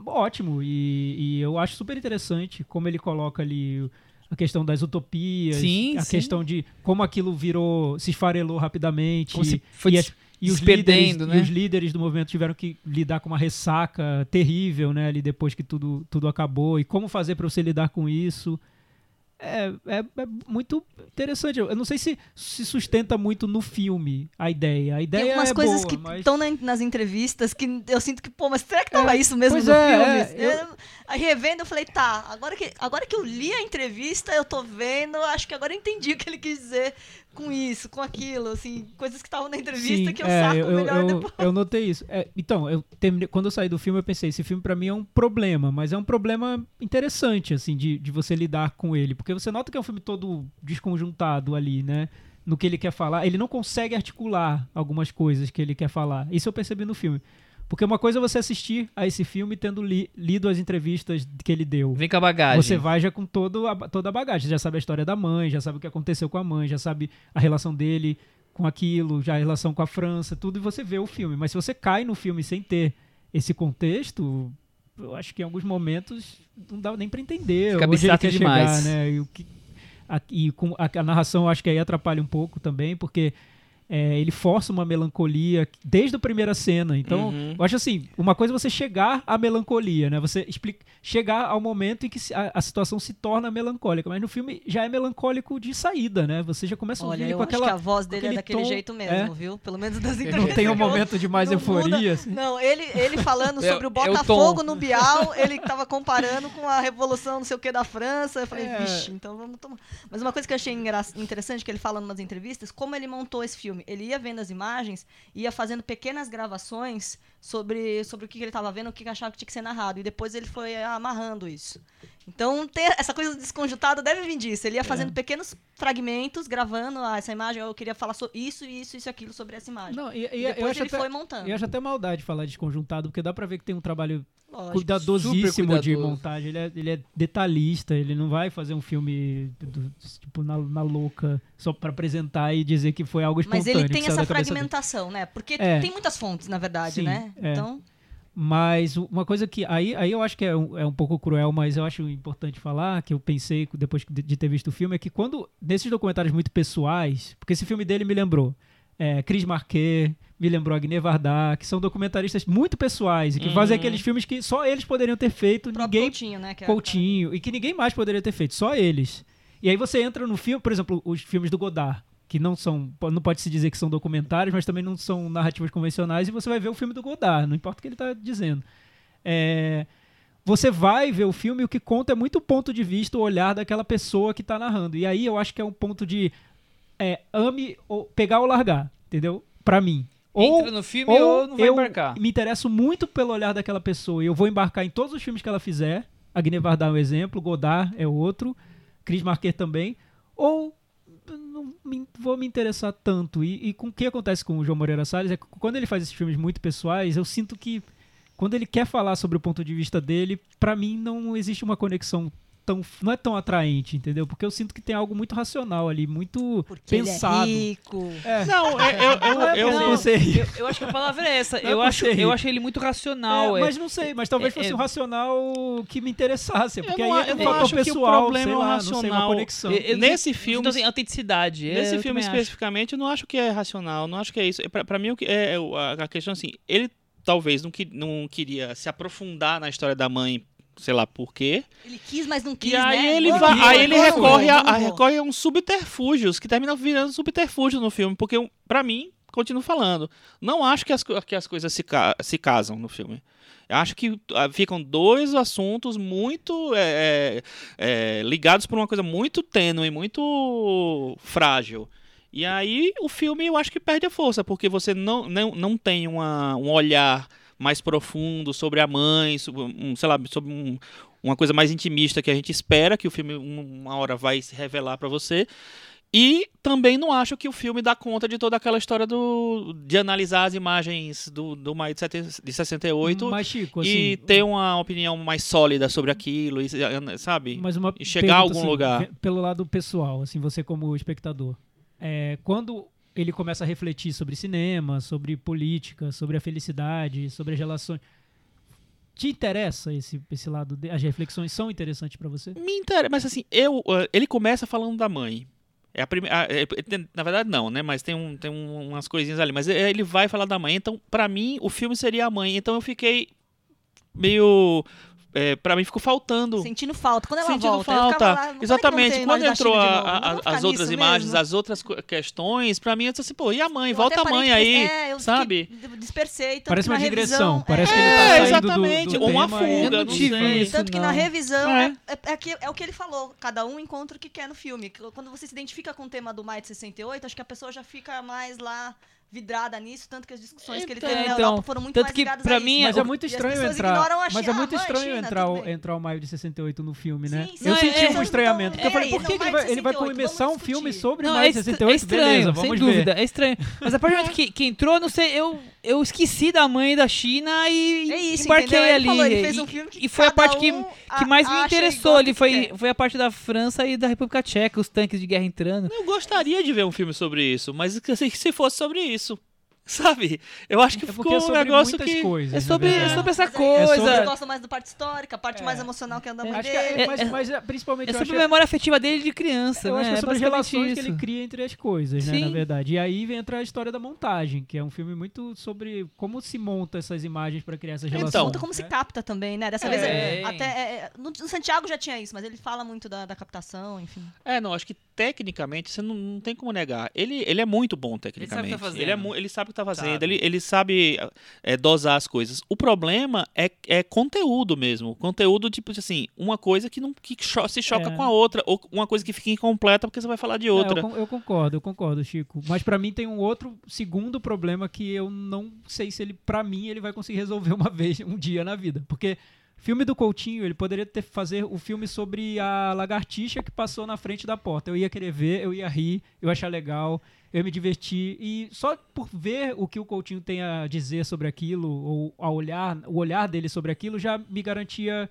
Speaker 4: Ótimo, e, e eu acho super interessante como ele coloca ali a questão das utopias,
Speaker 6: Sim,
Speaker 4: a
Speaker 6: sim.
Speaker 4: questão de como aquilo virou, se esfarelou rapidamente.
Speaker 6: Como se foi
Speaker 4: e é, as- e os,
Speaker 6: se
Speaker 4: líderes,
Speaker 6: perdendo,
Speaker 4: e
Speaker 6: né?
Speaker 4: os líderes do movimento tiveram que lidar com uma ressaca terrível, né? Ali depois que tudo, tudo acabou. E como fazer para você lidar com isso? É, é, é muito interessante. Eu não sei se se sustenta muito no filme a ideia. A ideia
Speaker 5: Tem algumas
Speaker 4: é
Speaker 5: coisas
Speaker 4: boa,
Speaker 5: que
Speaker 4: mas... É,
Speaker 5: estão nas entrevistas que eu sinto que, pô, mas será que tava isso mesmo
Speaker 4: pois
Speaker 5: no
Speaker 4: é,
Speaker 5: filme?
Speaker 4: é, eu-
Speaker 5: Eu- aí revendo, eu falei, tá, agora que, agora que eu li a entrevista, eu tô vendo, acho que agora eu entendi o que ele quis dizer com isso, com aquilo, assim, coisas que estavam na entrevista que eu
Speaker 4: é,
Speaker 5: saco
Speaker 4: eu,
Speaker 5: melhor
Speaker 4: eu-
Speaker 5: depois.
Speaker 4: eu notei isso. É, então, eu terminei- quando eu saí do filme, eu pensei, esse filme pra mim é um problema, mas é um problema interessante, assim, de, de você lidar com ele. Porque você nota que é um filme todo desconjuntado ali, né? No que ele quer falar. Ele não consegue articular algumas coisas que ele quer falar. Isso eu percebi no filme. Porque uma coisa é você assistir a esse filme tendo li- lido as entrevistas que ele deu.
Speaker 2: Vem com a bagagem.
Speaker 4: Você vai já com todo a, toda a bagagem. Você já sabe a história da mãe, já sabe o que aconteceu com a mãe, já sabe a relação dele com aquilo, já a relação com a França, tudo, e você vê o filme. Mas se você cai no filme sem ter esse contexto, eu acho que em alguns momentos não dá nem pra entender.
Speaker 6: Fica
Speaker 4: onde ele
Speaker 6: abstrato
Speaker 4: quer
Speaker 6: demais.
Speaker 4: Chegar, né? E, o que- a, e com, a, a narração eu acho que aí atrapalha um pouco também, porque é, ele força uma melancolia desde a primeira cena. Então,
Speaker 3: Uhum.
Speaker 4: eu acho assim, uma coisa é você chegar à melancolia, né? Você explica, chegar ao momento em que se- a, a situação se torna melancólica. Mas no filme já é melancólico de saída, né? Você já começa a ouvir
Speaker 5: Olha,
Speaker 4: ele
Speaker 5: eu
Speaker 4: com
Speaker 5: acho que a
Speaker 4: aquela...
Speaker 5: voz dele é
Speaker 4: aquele
Speaker 5: daquele
Speaker 4: tom,
Speaker 5: jeito mesmo,
Speaker 4: é.
Speaker 5: viu? Pelo menos das
Speaker 4: Não
Speaker 5: entrevistas.
Speaker 4: tem um
Speaker 5: que eu-
Speaker 4: momento de mais
Speaker 5: não
Speaker 4: euforia, assim.
Speaker 5: Não, ele, ele falando
Speaker 6: É-
Speaker 5: sobre
Speaker 6: é
Speaker 5: o
Speaker 6: o
Speaker 5: Botafogo no Bial, ele tava comparando com a Revolução não sei o que da França. Eu falei,
Speaker 4: É.
Speaker 5: vixe, então vamos tomar. Mas uma coisa que eu achei engra- interessante, que ele fala em umas entrevistas, como ele montou esse filme. Ele ia vendo as imagens, ia fazendo pequenas gravações sobre, sobre o que que ele tava vendo, o que que achava que tinha que ser narrado. E depois ele foi é, amarrando isso. Então, ter essa coisa desconjuntada deve vir disso.
Speaker 4: É.
Speaker 5: Ele ia fazendo pequenos fragmentos, gravando ah, essa imagem. Eu queria falar sobre isso, isso, isso, e aquilo sobre essa imagem.
Speaker 4: Não, e, e-
Speaker 5: E
Speaker 4: eu,
Speaker 5: depois
Speaker 4: acho
Speaker 5: ele
Speaker 4: até,
Speaker 5: foi montando.
Speaker 4: eu acho até maldade falar desconjuntado, porque dá pra ver que tem um trabalho
Speaker 5: Lógico.
Speaker 4: cuidadosíssimo de
Speaker 6: cuidadoso.
Speaker 4: montagem. Ele é, ele é detalhista, ele não vai fazer um filme do- tipo na, na louca só pra apresentar e dizer que foi algo
Speaker 5: Mas
Speaker 4: espontâneo.
Speaker 5: ele
Speaker 4: que
Speaker 5: tem
Speaker 4: saiu
Speaker 5: essa
Speaker 4: da cabeça dele.
Speaker 5: fragmentação, né? Porque
Speaker 4: É.
Speaker 5: tem muitas fontes, na verdade,
Speaker 4: Sim,
Speaker 5: né?
Speaker 4: é.
Speaker 5: Então,
Speaker 4: Mas u- uma coisa que. Aí, aí eu acho que é um, é um pouco cruel, mas eu acho importante falar, que eu pensei co- depois de de ter visto o filme, é que quando. Nesses documentários muito pessoais, porque esse filme dele me lembrou. É, Cris Marquet, me lembrou Agne Vardar, que são documentaristas muito pessoais e que fazem
Speaker 3: Uhum.
Speaker 4: aqueles filmes que só eles poderiam ter feito,
Speaker 5: O próprio
Speaker 4: ninguém
Speaker 5: Coutinho, né? que é-
Speaker 4: Coutinho, e que ninguém mais poderia ter feito, só eles. E aí você entra no filme, por exemplo, os filmes do Godard, que não são, po- não pode se dizer que são documentários, mas também não são narrativas convencionais, e você vai ver o filme do Godard, não importa o que ele está dizendo. É, você vai ver o filme, e o que conta é muito o ponto de vista, o olhar daquela pessoa que está narrando. E aí eu acho que é um ponto de é, ame ou pegar ou largar, entendeu? Pra mim. Ou
Speaker 2: Entra no filme ou, não vai
Speaker 4: eu
Speaker 2: embarcar.
Speaker 4: me interesso muito pelo olhar daquela pessoa e eu vou embarcar em todos os filmes que ela fizer. Agne Vardar é um exemplo, Godard é outro, Chris Marquet também. Ou não me- vou me interessar tanto. E, e com o que acontece com o João Moreira Salles é que quando ele faz esses filmes muito pessoais, eu sinto que quando ele quer falar sobre o ponto de vista dele, pra mim não existe uma conexão tão não é tão atraente, entendeu? Porque eu sinto que tem algo muito racional ali, muito
Speaker 5: Porque
Speaker 4: pensado.
Speaker 5: ele é rico.
Speaker 4: É.
Speaker 3: Não, eu, eu, eu,
Speaker 4: Não,
Speaker 3: eu,
Speaker 2: não.
Speaker 4: você ri.
Speaker 2: Eu, eu acho que a palavra é essa.
Speaker 4: Não é
Speaker 2: eu,
Speaker 4: por
Speaker 2: acho,
Speaker 4: ser
Speaker 2: eu
Speaker 4: rico.
Speaker 2: acho ele muito
Speaker 4: É,
Speaker 2: racional. é.
Speaker 4: mas não sei, mas talvez
Speaker 2: é-
Speaker 4: fosse
Speaker 2: é-
Speaker 4: um racional que me interessasse, porque
Speaker 3: não
Speaker 4: aí
Speaker 3: a-
Speaker 4: é
Speaker 3: eu
Speaker 4: um
Speaker 2: não
Speaker 4: fator
Speaker 3: acho que o
Speaker 4: pessoal,
Speaker 3: problema
Speaker 4: sei
Speaker 3: é o
Speaker 4: lá, não sei, uma
Speaker 3: racional.
Speaker 4: conexão.
Speaker 3: É,
Speaker 2: Eu- eu-
Speaker 3: Nesse filme-
Speaker 2: Então, assim, autenticidade. é,
Speaker 3: Nesse
Speaker 2: eu também
Speaker 3: filme
Speaker 2: acho.
Speaker 3: especificamente, eu não acho que é racional, não acho que é isso. Pra, pra mim, o que é, é o- a a questão assim, ele talvez não, que, não queria se aprofundar na história da mãe, sei lá por quê.
Speaker 5: Ele quis, mas não quis,
Speaker 3: E
Speaker 2: É,
Speaker 3: aí
Speaker 5: né?
Speaker 3: ele,
Speaker 5: Vamos,
Speaker 3: vai, aí
Speaker 5: vamos,
Speaker 3: ele
Speaker 5: vamos,
Speaker 3: recorre, a,
Speaker 5: vamos.
Speaker 3: a- recorre a uns subterfúgios, que terminam virando subterfúgio no filme, porque um- pra mim, continuo falando, não acho que as, co- que as coisas se, ca- se casam no filme. Eu Acho que ah, ficam dois assuntos muito é, é, é, ligados por uma coisa muito tênue, muito frágil. E aí o filme eu acho que perde a força, porque você não, não, não tem uma, um olhar mais profundo sobre a mãe, sobre, um, sei lá, sobre um- uma coisa mais intimista que a gente espera que o filme um- uma hora vai se revelar pra você. E também não acho que o filme dá conta de toda aquela história do, de analisar as imagens do, do maio de, sete- de 68
Speaker 4: mas, Chico,
Speaker 3: e
Speaker 4: assim,
Speaker 3: ter uma opinião mais sólida sobre aquilo, e, sabe?
Speaker 4: mas uma
Speaker 3: e chegar
Speaker 4: pergunta,
Speaker 3: a algum
Speaker 4: assim,
Speaker 3: lugar.
Speaker 4: ve- Pelo lado pessoal, assim, você como espectador, é, quando ele começa a refletir sobre cinema, sobre política, sobre a felicidade, sobre as relações, te interessa esse, esse lado? de- as reflexões são interessantes pra você?
Speaker 3: Me interessa, mas assim, eu, ah, ele começa falando da mãe. É a primeira, na verdade não, né? Mas tem, um, tem um- umas coisinhas ali. Mas é, ele vai falar da mãe. Então, pra mim, o filme seria a mãe. Então eu fiquei meio, é, para mim ficou faltando.
Speaker 5: Sentindo falta. Quando ela
Speaker 3: sentindo
Speaker 5: volta, eu
Speaker 3: falta.
Speaker 5: ficava lá, como é que não
Speaker 3: Exatamente.
Speaker 5: tem
Speaker 3: Quando
Speaker 5: imagem da
Speaker 3: entrou
Speaker 5: China de
Speaker 3: a-
Speaker 5: novo?
Speaker 3: a-
Speaker 5: Não vou ficar
Speaker 3: as outras
Speaker 5: nisso
Speaker 3: imagens,
Speaker 5: mesmo.
Speaker 3: as outras co- questões, pra mim eu disse assim, pô, e a mãe?
Speaker 5: Eu
Speaker 3: Volta
Speaker 5: até
Speaker 3: a
Speaker 5: parei
Speaker 3: mãe
Speaker 5: de
Speaker 3: aí,
Speaker 5: pensar- é, eu
Speaker 3: sabe?
Speaker 5: fiquei- Dispersei. tanto
Speaker 4: Parece
Speaker 5: que na
Speaker 4: uma digressão,
Speaker 5: revisão-
Speaker 4: parece
Speaker 5: é,
Speaker 4: que ele
Speaker 3: É,
Speaker 4: tá saindo do-
Speaker 3: exatamente,
Speaker 4: do,
Speaker 3: ou uma
Speaker 4: tema e-
Speaker 3: fuga,
Speaker 6: Eu não não tive sei. isso.
Speaker 5: Tanto que na
Speaker 6: não.
Speaker 5: revisão
Speaker 3: É.
Speaker 5: é. é- é que- é o que ele falou. Cada um encontra o que quer no filme. Que Quando você se identifica com o tema do Maio de 68, acho que a pessoa já fica mais lá vidrada nisso, tanto que as discussões que ele
Speaker 2: Então,
Speaker 5: teve na
Speaker 2: então,
Speaker 5: Europa foram muito
Speaker 2: tanto
Speaker 5: mais
Speaker 2: que
Speaker 5: ligadas
Speaker 2: pra
Speaker 5: a isso.
Speaker 2: mim
Speaker 4: Mas
Speaker 2: É,
Speaker 4: é
Speaker 2: o-
Speaker 4: muito
Speaker 5: e as
Speaker 4: estranho
Speaker 5: pessoas
Speaker 4: entrar.
Speaker 5: ignoram a
Speaker 4: Mas é
Speaker 5: China.
Speaker 4: muito
Speaker 5: Ah, mãe,
Speaker 4: estranho
Speaker 5: China,
Speaker 4: entrar,
Speaker 5: tudo
Speaker 4: o,
Speaker 5: bem.
Speaker 4: entrar o maio de 68 no filme, né?
Speaker 5: Sim, sim,
Speaker 4: eu
Speaker 5: mas
Speaker 4: senti
Speaker 5: eles
Speaker 4: um
Speaker 5: não
Speaker 4: estranhamento.
Speaker 5: tão-
Speaker 4: porque eu falei,
Speaker 5: é,
Speaker 4: por
Speaker 5: não
Speaker 4: que, que ele
Speaker 5: vai
Speaker 4: vai,
Speaker 5: de
Speaker 4: ele vai comemorar
Speaker 5: 68,
Speaker 4: um
Speaker 5: vamos
Speaker 4: filme
Speaker 5: discutir.
Speaker 4: sobre assim, o
Speaker 2: Não,
Speaker 4: maio
Speaker 2: é
Speaker 4: de
Speaker 2: estra-
Speaker 4: 68?
Speaker 2: é estranho,
Speaker 4: Beleza,
Speaker 2: sem
Speaker 4: um, vamos ver.
Speaker 2: dúvida, é estranho. Mas a partir do momento que, que entrou, não sei, eu, eu esqueci da mãe da China e
Speaker 5: É isso,
Speaker 2: embarquei
Speaker 5: entendeu? Ele
Speaker 2: ali. é,
Speaker 5: falou, ele fez
Speaker 2: E-
Speaker 5: um filme que
Speaker 2: e foi a
Speaker 5: cada
Speaker 2: parte que,
Speaker 5: um
Speaker 2: que mais me
Speaker 5: acha e
Speaker 2: interessou
Speaker 5: gosta
Speaker 2: ali,
Speaker 5: que
Speaker 2: foi, "Hum,
Speaker 5: quer.
Speaker 2: foi a parte da França e da República Tcheca, os tanques de guerra entrando.
Speaker 3: Eu gostaria de ver um filme sobre isso, mas assim, se fosse sobre isso, sabe? Eu acho que
Speaker 4: É porque
Speaker 3: ficou
Speaker 4: é
Speaker 3: um
Speaker 4: sobre
Speaker 3: negócio
Speaker 4: muitas
Speaker 3: que.
Speaker 4: coisas.
Speaker 2: É
Speaker 4: na
Speaker 2: sobre, é
Speaker 4: verdade.
Speaker 2: sobre essa
Speaker 5: Mas aí, Vocês
Speaker 2: coisa.
Speaker 5: gostam mais da parte histórica, a parte mais emocional que é a da mãe
Speaker 4: Acho que
Speaker 5: dele.
Speaker 4: é- mas, mas, é, principalmente
Speaker 2: É
Speaker 4: eu
Speaker 2: sobre
Speaker 4: acho
Speaker 2: a memória afetiva dele de criança,
Speaker 4: Eu
Speaker 2: né?
Speaker 4: acho que é
Speaker 2: é
Speaker 4: sobre as
Speaker 2: basicamente
Speaker 4: relações que
Speaker 2: isso.
Speaker 4: ele cria entre as coisas, né,
Speaker 2: Sim.
Speaker 4: na verdade. E aí vem entrar a história da montagem, que é um filme muito sobre como se monta essas imagens pra criar essas
Speaker 3: Então,
Speaker 4: relações.
Speaker 5: Muito como se
Speaker 4: né?
Speaker 5: capta também, né? Dessa
Speaker 2: É.
Speaker 5: vez,
Speaker 2: É.
Speaker 5: até, é, é, no no Santiago já tinha isso, mas ele fala muito da, da captação, enfim.
Speaker 3: É, não, acho que tecnicamente você não, não tem como negar. Ele, ele é muito bom tecnicamente.
Speaker 2: Ele sabe o que tá
Speaker 3: ele, é
Speaker 2: fazendo.
Speaker 3: mu- ele sabe o que tá fazendo,
Speaker 2: Sabe.
Speaker 3: Ele, ele sabe é, dosar as coisas. O problema é, é conteúdo mesmo. Conteúdo, tipo assim, uma coisa que não que cho- se choca
Speaker 4: É.
Speaker 3: com a outra, ou uma coisa que fica incompleta porque você vai falar de
Speaker 4: É, eu
Speaker 3: outra.
Speaker 4: con- eu, concordo, eu concordo, Chico. Mas pra mim tem um outro segundo problema que eu não sei se ele, pra mim, ele vai conseguir resolver uma vez, um dia na vida. Porque filme do Coutinho, ele poderia ter fazer o filme sobre a lagartixa que passou na frente da porta. Eu ia querer ver, eu ia rir, eu ia achar legal, eu ia me divertir e só por ver o que o Coutinho tem a dizer sobre aquilo ou a olhar, o olhar dele sobre aquilo já me garantia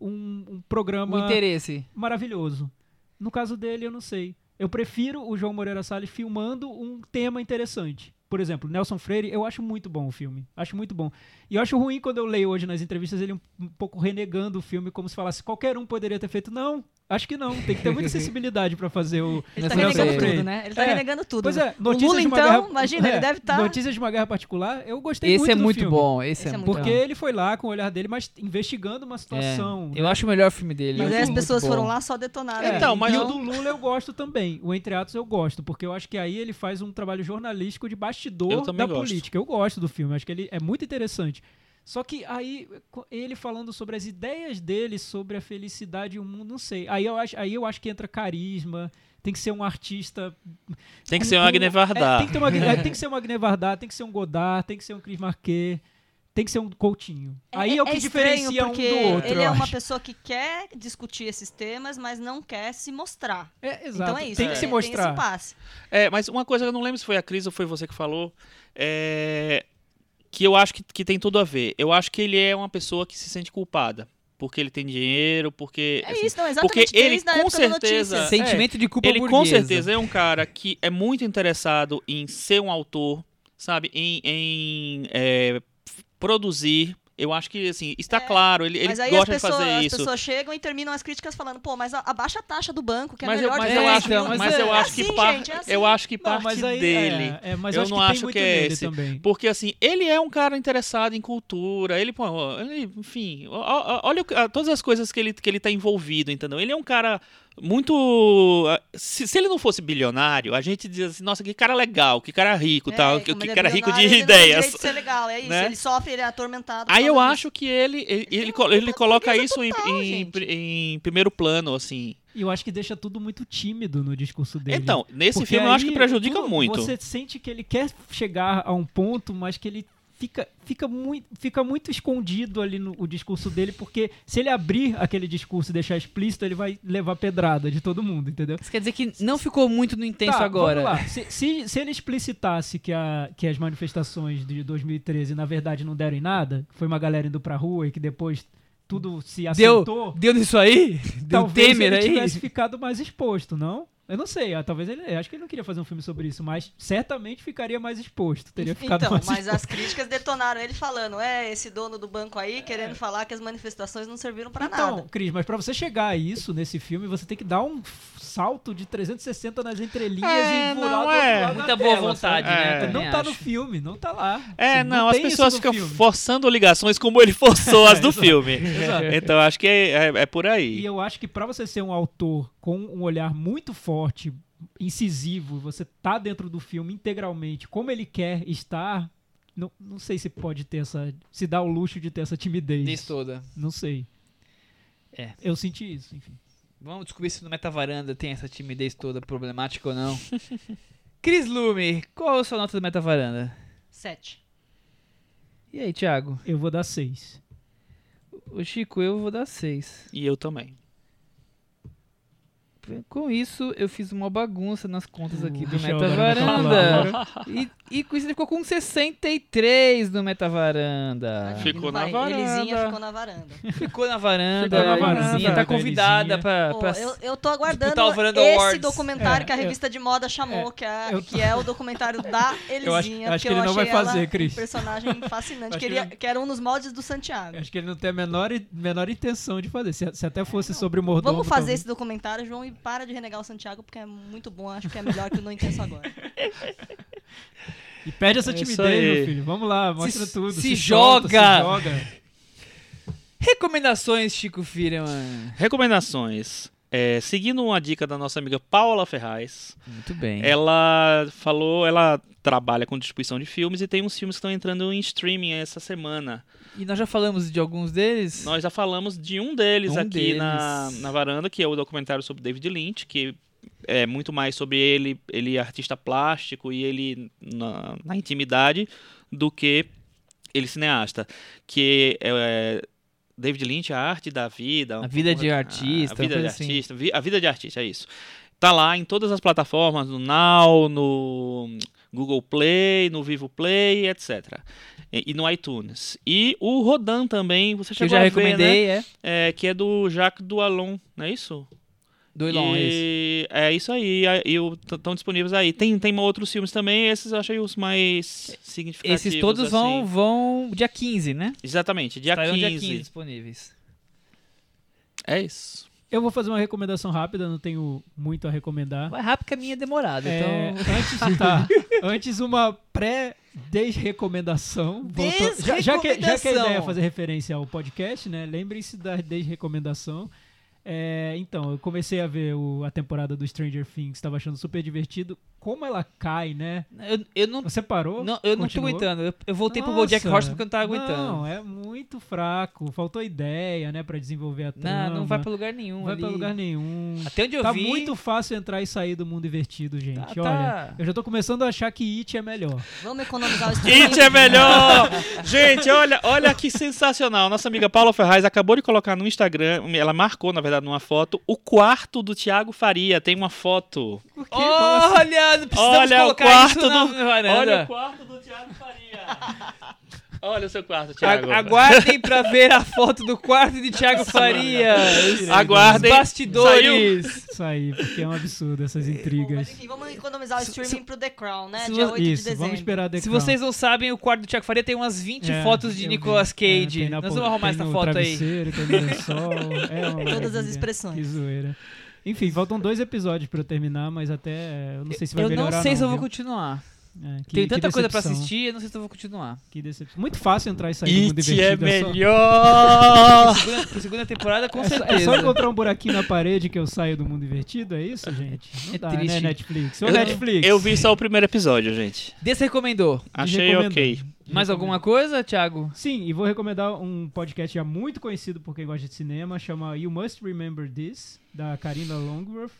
Speaker 4: um, um
Speaker 2: O
Speaker 4: programa
Speaker 2: interesse.
Speaker 4: maravilhoso. No caso dele, eu não sei. Eu prefiro o João Moreira Salles filmando um tema interessante. Por exemplo, Nelson Freire, eu acho muito bom o filme. Acho muito bom. E eu acho ruim quando eu leio hoje nas entrevistas ele um, um pouco renegando o filme, como se falasse qualquer um poderia ter feito. Não, acho que não. Tem que ter muita sensibilidade pra fazer o.
Speaker 5: Ele tá
Speaker 4: Nelson
Speaker 5: renegando
Speaker 4: Freire.
Speaker 5: tudo, né? Ele tá
Speaker 4: É.
Speaker 5: renegando tudo.
Speaker 4: Pois é,
Speaker 5: O
Speaker 4: notícias
Speaker 5: Lula,
Speaker 4: de uma
Speaker 5: então,
Speaker 4: guerra-
Speaker 5: imagina, ele
Speaker 4: é,
Speaker 5: deve tá. estar.
Speaker 4: Notícias de uma guerra particular, eu gostei
Speaker 6: Esse
Speaker 4: muito
Speaker 6: é
Speaker 4: do
Speaker 6: muito
Speaker 4: filme.
Speaker 6: bom. Esse,
Speaker 5: Esse
Speaker 6: é,
Speaker 5: é
Speaker 6: muito
Speaker 5: muito
Speaker 4: Porque
Speaker 6: bom.
Speaker 4: ele foi lá com o olhar dele, mas investigando uma situação. né?
Speaker 6: Eu acho o melhor filme dele.
Speaker 5: Mas
Speaker 2: é
Speaker 6: eu
Speaker 5: aí as
Speaker 6: acho
Speaker 5: pessoas
Speaker 6: muito bom.
Speaker 5: foram lá só detonaram.
Speaker 4: É,
Speaker 3: Então, mas
Speaker 4: e
Speaker 3: eu-
Speaker 4: o do Lula eu gosto também. O Entre Atos eu gosto, porque eu acho que aí ele faz um trabalho jornalístico de
Speaker 3: Eu
Speaker 4: bastidor
Speaker 3: também
Speaker 4: da
Speaker 3: gosto.
Speaker 4: política. Eu gosto do filme, eu acho que ele é muito interessante. Só que aí co- ele falando sobre as ideias dele, sobre a felicidade e o mundo, não sei. Aí eu acho, aí eu acho que entra carisma, tem que ser um artista
Speaker 3: Tem que ser um Agne
Speaker 4: é,
Speaker 3: Vardar.
Speaker 4: tem, que ter uma, Agne- é, tem que ser uma Agne Vardar, tem que ser um Godard, tem que ser um Chris Marquet, tem que ser um Coutinho. Aí é o que
Speaker 5: estranho,
Speaker 4: diferencia um do
Speaker 5: porque
Speaker 4: outro.
Speaker 5: Ele
Speaker 4: eu
Speaker 5: é uma
Speaker 4: acho.
Speaker 5: pessoa que quer discutir esses temas, mas não quer se mostrar.
Speaker 4: É, exato.
Speaker 5: Então é isso.
Speaker 4: Tem
Speaker 5: é,
Speaker 4: que se
Speaker 5: esse
Speaker 4: mostrar.
Speaker 5: impasse.
Speaker 3: É, mas uma coisa que eu não lembro se foi a Cris ou foi você que falou, é, que eu acho que, que tem tudo a ver. Eu acho que ele é uma pessoa que se sente culpada. Porque ele tem dinheiro, porque.
Speaker 5: É
Speaker 3: assim,
Speaker 5: isso, não,
Speaker 3: porque
Speaker 5: exatamente
Speaker 3: ele
Speaker 5: desde na
Speaker 3: com
Speaker 5: época da
Speaker 4: É.
Speaker 3: certeza.
Speaker 5: notícia.
Speaker 6: Sentimento de culpa
Speaker 3: ele com
Speaker 6: burguesa.
Speaker 3: certeza é um cara que é muito interessado em ser um autor, sabe? Em, em, é, f- produzir. Eu acho que, assim, está
Speaker 5: É,
Speaker 3: claro, ele, ele
Speaker 5: mas aí
Speaker 3: gosta de
Speaker 5: as, pessoas,
Speaker 3: fazer
Speaker 5: as
Speaker 3: isso.
Speaker 5: pessoas chegam e terminam as críticas falando, pô, mas a- abaixa a taxa do banco, que é
Speaker 3: Mas eu,
Speaker 5: melhor
Speaker 3: mas
Speaker 5: de
Speaker 3: eu
Speaker 5: fazer
Speaker 3: acho,
Speaker 5: aquilo.
Speaker 3: mas eu
Speaker 5: É
Speaker 3: acho que
Speaker 5: assim,
Speaker 3: par-
Speaker 5: gente, é assim.
Speaker 3: eu acho que
Speaker 4: Não,
Speaker 3: parte
Speaker 4: Tá, mas aí,
Speaker 3: dele.
Speaker 4: É, é, mas
Speaker 3: Eu
Speaker 4: acho
Speaker 3: não
Speaker 4: que
Speaker 3: acho
Speaker 4: tem muito
Speaker 3: que é
Speaker 4: nele
Speaker 3: esse.
Speaker 4: também.
Speaker 3: Porque, assim, ele é um cara interessado em cultura, ele, pô, ele, enfim, ó- ó- olha o que- ah, todas as coisas que ele, que ele tá envolvido, entendeu? Ele é um cara muito... ah, Se, se ele não fosse bilionário, a gente diz assim, nossa, que cara legal, que cara rico,
Speaker 5: É,
Speaker 3: tal, que,
Speaker 5: como
Speaker 3: que
Speaker 5: ele é
Speaker 3: cara rico de
Speaker 5: bilionário, ele não tem
Speaker 3: ideias.
Speaker 5: direito de ser legal, é isso.
Speaker 3: né?
Speaker 5: Ele sofre, ele é atormentado. por
Speaker 3: Aí eu
Speaker 5: causa
Speaker 3: acho que ele, ele,
Speaker 5: tem
Speaker 3: ele
Speaker 5: uma
Speaker 3: co- ele
Speaker 5: culpa
Speaker 3: coloca
Speaker 5: burguesa
Speaker 3: isso em,
Speaker 5: total,
Speaker 3: em-
Speaker 5: gente.
Speaker 3: em primeiro plano, assim.
Speaker 4: E eu acho que deixa tudo muito tímido no discurso dele.
Speaker 3: Então, nesse
Speaker 4: Porque
Speaker 3: filme eu acho
Speaker 4: aí
Speaker 3: que prejudica
Speaker 4: tu-
Speaker 3: muito.
Speaker 4: Você sente que ele quer chegar a um ponto, mas que ele fica, fica, muito, fica muito escondido ali no o discurso dele, porque se ele abrir aquele discurso e deixar explícito, ele vai levar pedrada de todo mundo, entendeu?
Speaker 6: Isso quer dizer que não ficou muito no intenso
Speaker 4: Tá,
Speaker 6: agora.
Speaker 4: Vamos lá. Se, se- se ele explicitasse que, a- que as manifestações de 2013 na verdade não deram em nada, que foi uma galera indo pra rua e que depois tudo se
Speaker 6: Deu,
Speaker 4: assentou,
Speaker 6: deu nisso aí? Deu
Speaker 4: talvez
Speaker 6: Temer
Speaker 4: ele
Speaker 6: aí?
Speaker 4: tivesse ficado mais exposto, não? Eu não sei, ah, talvez ele. eu Acho que ele não queria fazer um filme sobre isso, mas certamente ficaria mais exposto. Teria ficado
Speaker 5: Então,
Speaker 4: mais
Speaker 5: mas
Speaker 4: exposto.
Speaker 5: as críticas detonaram ele falando, é, esse dono do banco aí querendo falar que as manifestações não serviram pra
Speaker 4: É. então,
Speaker 5: nada.
Speaker 4: Cris, mas pra você chegar a isso nesse filme, você tem que dar um f- salto de 360 nas entrelinhas
Speaker 3: É,
Speaker 4: e voar
Speaker 3: não
Speaker 4: do outro
Speaker 3: é.
Speaker 4: lado da
Speaker 2: Muita boa
Speaker 4: tela,
Speaker 2: vontade,
Speaker 4: sabe?
Speaker 3: né?
Speaker 2: né?
Speaker 3: É.
Speaker 2: Também
Speaker 4: Não tá no
Speaker 2: acho.
Speaker 4: filme, não tá lá.
Speaker 3: É,
Speaker 4: Assim,
Speaker 3: não, as
Speaker 4: tem isso
Speaker 3: pessoas
Speaker 4: no
Speaker 3: ficam
Speaker 4: filme.
Speaker 3: forçando ligações como ele forçou as do
Speaker 4: Exato.
Speaker 3: filme.
Speaker 4: Exato.
Speaker 3: Então acho que é, é- é por
Speaker 4: E
Speaker 3: aí.
Speaker 4: eu acho que pra você ser um autor com um olhar muito forte, incisivo, você tá dentro do filme integralmente, como ele quer estar, não, não sei se pode ter essa, se dá o luxo de ter essa timidez.
Speaker 6: Diz toda.
Speaker 4: Não sei.
Speaker 2: É.
Speaker 4: Eu senti isso, enfim.
Speaker 2: Vamos descobrir se no Metavaranda tem essa timidez toda problemática ou não. Cris Lume, qual a sua nota do Metavaranda?
Speaker 5: Sete.
Speaker 2: E aí, Thiago?
Speaker 4: Eu vou dar seis.
Speaker 2: O Chico, eu vou dar 6.
Speaker 3: E eu também.
Speaker 2: Com isso, eu fiz uma bagunça nas contas aqui do
Speaker 4: Michel agora vai
Speaker 2: Metavaranda. E, e com isso ele ficou com 63 no Metavaranda.
Speaker 5: Tadinho,
Speaker 3: Ficou
Speaker 5: vai,
Speaker 3: na varanda.
Speaker 5: Elisinha ficou na varanda.
Speaker 2: Ficou na varanda.
Speaker 4: Ficou na
Speaker 2: a Elisinha
Speaker 4: varanda,
Speaker 2: tá
Speaker 4: da
Speaker 2: convidada
Speaker 4: Elisinha.
Speaker 2: pra...
Speaker 5: Pô,
Speaker 2: pra-
Speaker 5: eu, eu tô aguardando
Speaker 2: disputar o Varanda
Speaker 5: esse
Speaker 2: Awards.
Speaker 5: documentário
Speaker 4: É,
Speaker 5: que a
Speaker 4: eu-
Speaker 5: revista de moda chamou, que, é,
Speaker 4: eu-
Speaker 5: que é o documentário da Elisinha.
Speaker 4: Eu acho- acho
Speaker 5: porque
Speaker 4: que ele
Speaker 5: eu
Speaker 4: não vai
Speaker 5: achei ela
Speaker 4: fazer, Cris.
Speaker 5: Um personagem fascinante,
Speaker 4: Acho
Speaker 5: que,
Speaker 4: que
Speaker 5: ele-
Speaker 4: ele-
Speaker 5: que era um dos moldes do Santiago.
Speaker 4: Acho que ele não tem a menor, i- menor intenção de fazer. Se, se até fosse sobre o mordomo.
Speaker 5: Vamos fazer
Speaker 4: talvez.
Speaker 5: esse documentário, João, e para de renegar o Santiago, porque é muito bom. Acho que é melhor que o Não Intenso Agora.
Speaker 4: E perde essa
Speaker 3: É isso
Speaker 4: timidez, meu
Speaker 3: aí.
Speaker 4: filho. Vamos lá, mostra tudo.
Speaker 2: se
Speaker 4: solta,
Speaker 2: joga.
Speaker 4: se joga.
Speaker 2: Recomendações, Chico Firman.
Speaker 3: Recomendações. É, seguindo uma dica da nossa amiga Paula Ferraz,
Speaker 2: Muito bem.
Speaker 3: ela falou, ela trabalha com distribuição de filmes e tem uns filmes que estão entrando em streaming essa semana.
Speaker 2: E nós já falamos de alguns deles?
Speaker 3: Nós já falamos de um deles
Speaker 2: Um
Speaker 3: aqui Na,
Speaker 2: deles.
Speaker 3: na varanda, que é o documentário sobre David Lynch, que é muito mais sobre ele, ele é artista plástico e ele na, na intimidade, do que ele cineasta. Que é, é, David Lynch, a arte da vida.
Speaker 2: A vida de
Speaker 3: a-
Speaker 2: artista,
Speaker 3: A vida
Speaker 2: uma coisa
Speaker 3: de
Speaker 2: assim.
Speaker 3: artista, vi- a vida de artista, é isso. Tá lá em todas as plataformas, no Now, no Google Play, no Vivo Play, etc. E, e no iTunes. E o Rodan também, você
Speaker 2: que eu
Speaker 3: chegou
Speaker 2: já
Speaker 3: a ver, né?
Speaker 2: recomendei, é.
Speaker 3: É, que é do Jacques Dualon, não é isso?
Speaker 2: Do Elon, é esse.
Speaker 3: E é isso aí. Estão disponíveis aí. Tem, tem outros filmes também, esses eu achei os mais significativos.
Speaker 2: Esses todos vão,
Speaker 3: assim.
Speaker 2: vão dia 15, né?
Speaker 3: Exatamente, dia
Speaker 2: Sairão
Speaker 3: 15.
Speaker 2: dia 15 disponíveis.
Speaker 3: É isso.
Speaker 4: Eu vou fazer uma recomendação rápida, não tenho muito a recomendar.
Speaker 2: Vai rápido que a minha é demorada,
Speaker 4: É,
Speaker 2: então...
Speaker 4: antes, tá, antes, uma pré-desrecomendação. Voltou- Já, já que, já que a
Speaker 2: Desrecomendação.
Speaker 4: ideia é fazer referência ao podcast, né? Lembrem-se da desrecomendação. É, então, eu comecei a ver o- a temporada do Stranger Things, tava achando super divertido. Como ela cai, né?
Speaker 2: Eu, eu não,
Speaker 4: Você parou?
Speaker 2: não, eu não tô
Speaker 4: Continuou?
Speaker 2: aguentando. Eu, eu voltei pro Bojack
Speaker 4: Nossa,
Speaker 2: Horseman porque eu não tava aguentando.
Speaker 4: Não, é muito fraco. Faltou ideia, né, pra desenvolver a trama.
Speaker 2: Não, não vai pra lugar nenhum
Speaker 4: Não vai
Speaker 2: ali.
Speaker 4: pra lugar nenhum.
Speaker 2: Até onde eu
Speaker 4: Tá
Speaker 2: vi...
Speaker 4: muito fácil entrar e sair do mundo invertido, gente.
Speaker 2: Tá,
Speaker 4: Olha,
Speaker 2: tá.
Speaker 4: eu já tô começando a achar que It é melhor.
Speaker 5: Vamos economizar o streaming.
Speaker 3: It é melhor! Gente, olha, olha que sensacional. Nossa amiga Paula Ferraz acabou de colocar no Instagram, ela marcou, na verdade, numa foto, o quarto do Tiago Faria. Tem uma foto.
Speaker 4: assim?
Speaker 2: Olha, não precisamos
Speaker 4: é
Speaker 3: Olha o
Speaker 2: colocar
Speaker 3: quarto
Speaker 2: isso na
Speaker 3: do-
Speaker 2: varanda.
Speaker 3: quarto do Tiago Faria. Olha o seu quarto, Tiago.
Speaker 2: A- Aguardem pra ver a foto do quarto de Thiago Faria. Os-
Speaker 3: Aguardem.
Speaker 2: Os bastidores.
Speaker 4: Isso aí, porque é um absurdo essas
Speaker 5: Bom, mas
Speaker 4: intrigas.
Speaker 5: enfim, vamos economizar o
Speaker 2: Se-
Speaker 5: streaming pro The Crown, né?
Speaker 2: se
Speaker 5: Dia
Speaker 2: vo-
Speaker 5: 8 de
Speaker 4: Isso,
Speaker 5: dezembro.
Speaker 4: vamos esperar a The
Speaker 2: Se
Speaker 4: Crown.
Speaker 2: vocês não sabem, o quarto do Thiago Faria tem umas 20
Speaker 4: É,
Speaker 2: fotos de
Speaker 4: eu vi.
Speaker 2: Nicolas
Speaker 4: É,
Speaker 2: Cage.
Speaker 4: tem na
Speaker 2: Nós
Speaker 4: pol-
Speaker 2: vamos arrumar
Speaker 4: tem
Speaker 2: essa
Speaker 4: no
Speaker 2: foto aí.
Speaker 4: travesseiro, Tem no lençol. É uma
Speaker 5: Todas as
Speaker 4: maravilha. Que
Speaker 5: expressões.
Speaker 4: zoeira. Enfim, faltam dois episódios pra eu terminar, mas até. Eu não sei se vai
Speaker 2: Eu
Speaker 4: melhorar.
Speaker 2: não sei se eu vou
Speaker 4: viu?
Speaker 2: continuar.
Speaker 4: É, que-
Speaker 2: tem
Speaker 4: que
Speaker 2: tanta coisa pra
Speaker 4: decepção,
Speaker 2: assistir, eu não sei se eu vou continuar.
Speaker 4: que decepção. Muito fácil entrar e sair do mundo
Speaker 3: It é
Speaker 4: invertido. só-
Speaker 3: melhor!
Speaker 2: Segunda, pra segunda temporada, com
Speaker 4: É só, é
Speaker 2: certeza.
Speaker 4: só encontrar um buraquinho na parede que eu saio do mundo invertido, é isso, gente? Não
Speaker 2: É
Speaker 4: dá,
Speaker 2: triste.
Speaker 4: né, Netflix? Ô,
Speaker 3: Eu-
Speaker 4: Netflix!
Speaker 3: Eu vi só o primeiro episódio, gente.
Speaker 2: Desrecomendou.
Speaker 3: Achei
Speaker 4: recomendo.
Speaker 3: ok.
Speaker 2: Mais alguma coisa, Thiago?
Speaker 4: Sim, e vou recomendar um podcast já muito conhecido por quem gosta de cinema, chama You Must Remember This, da Karina Longworth.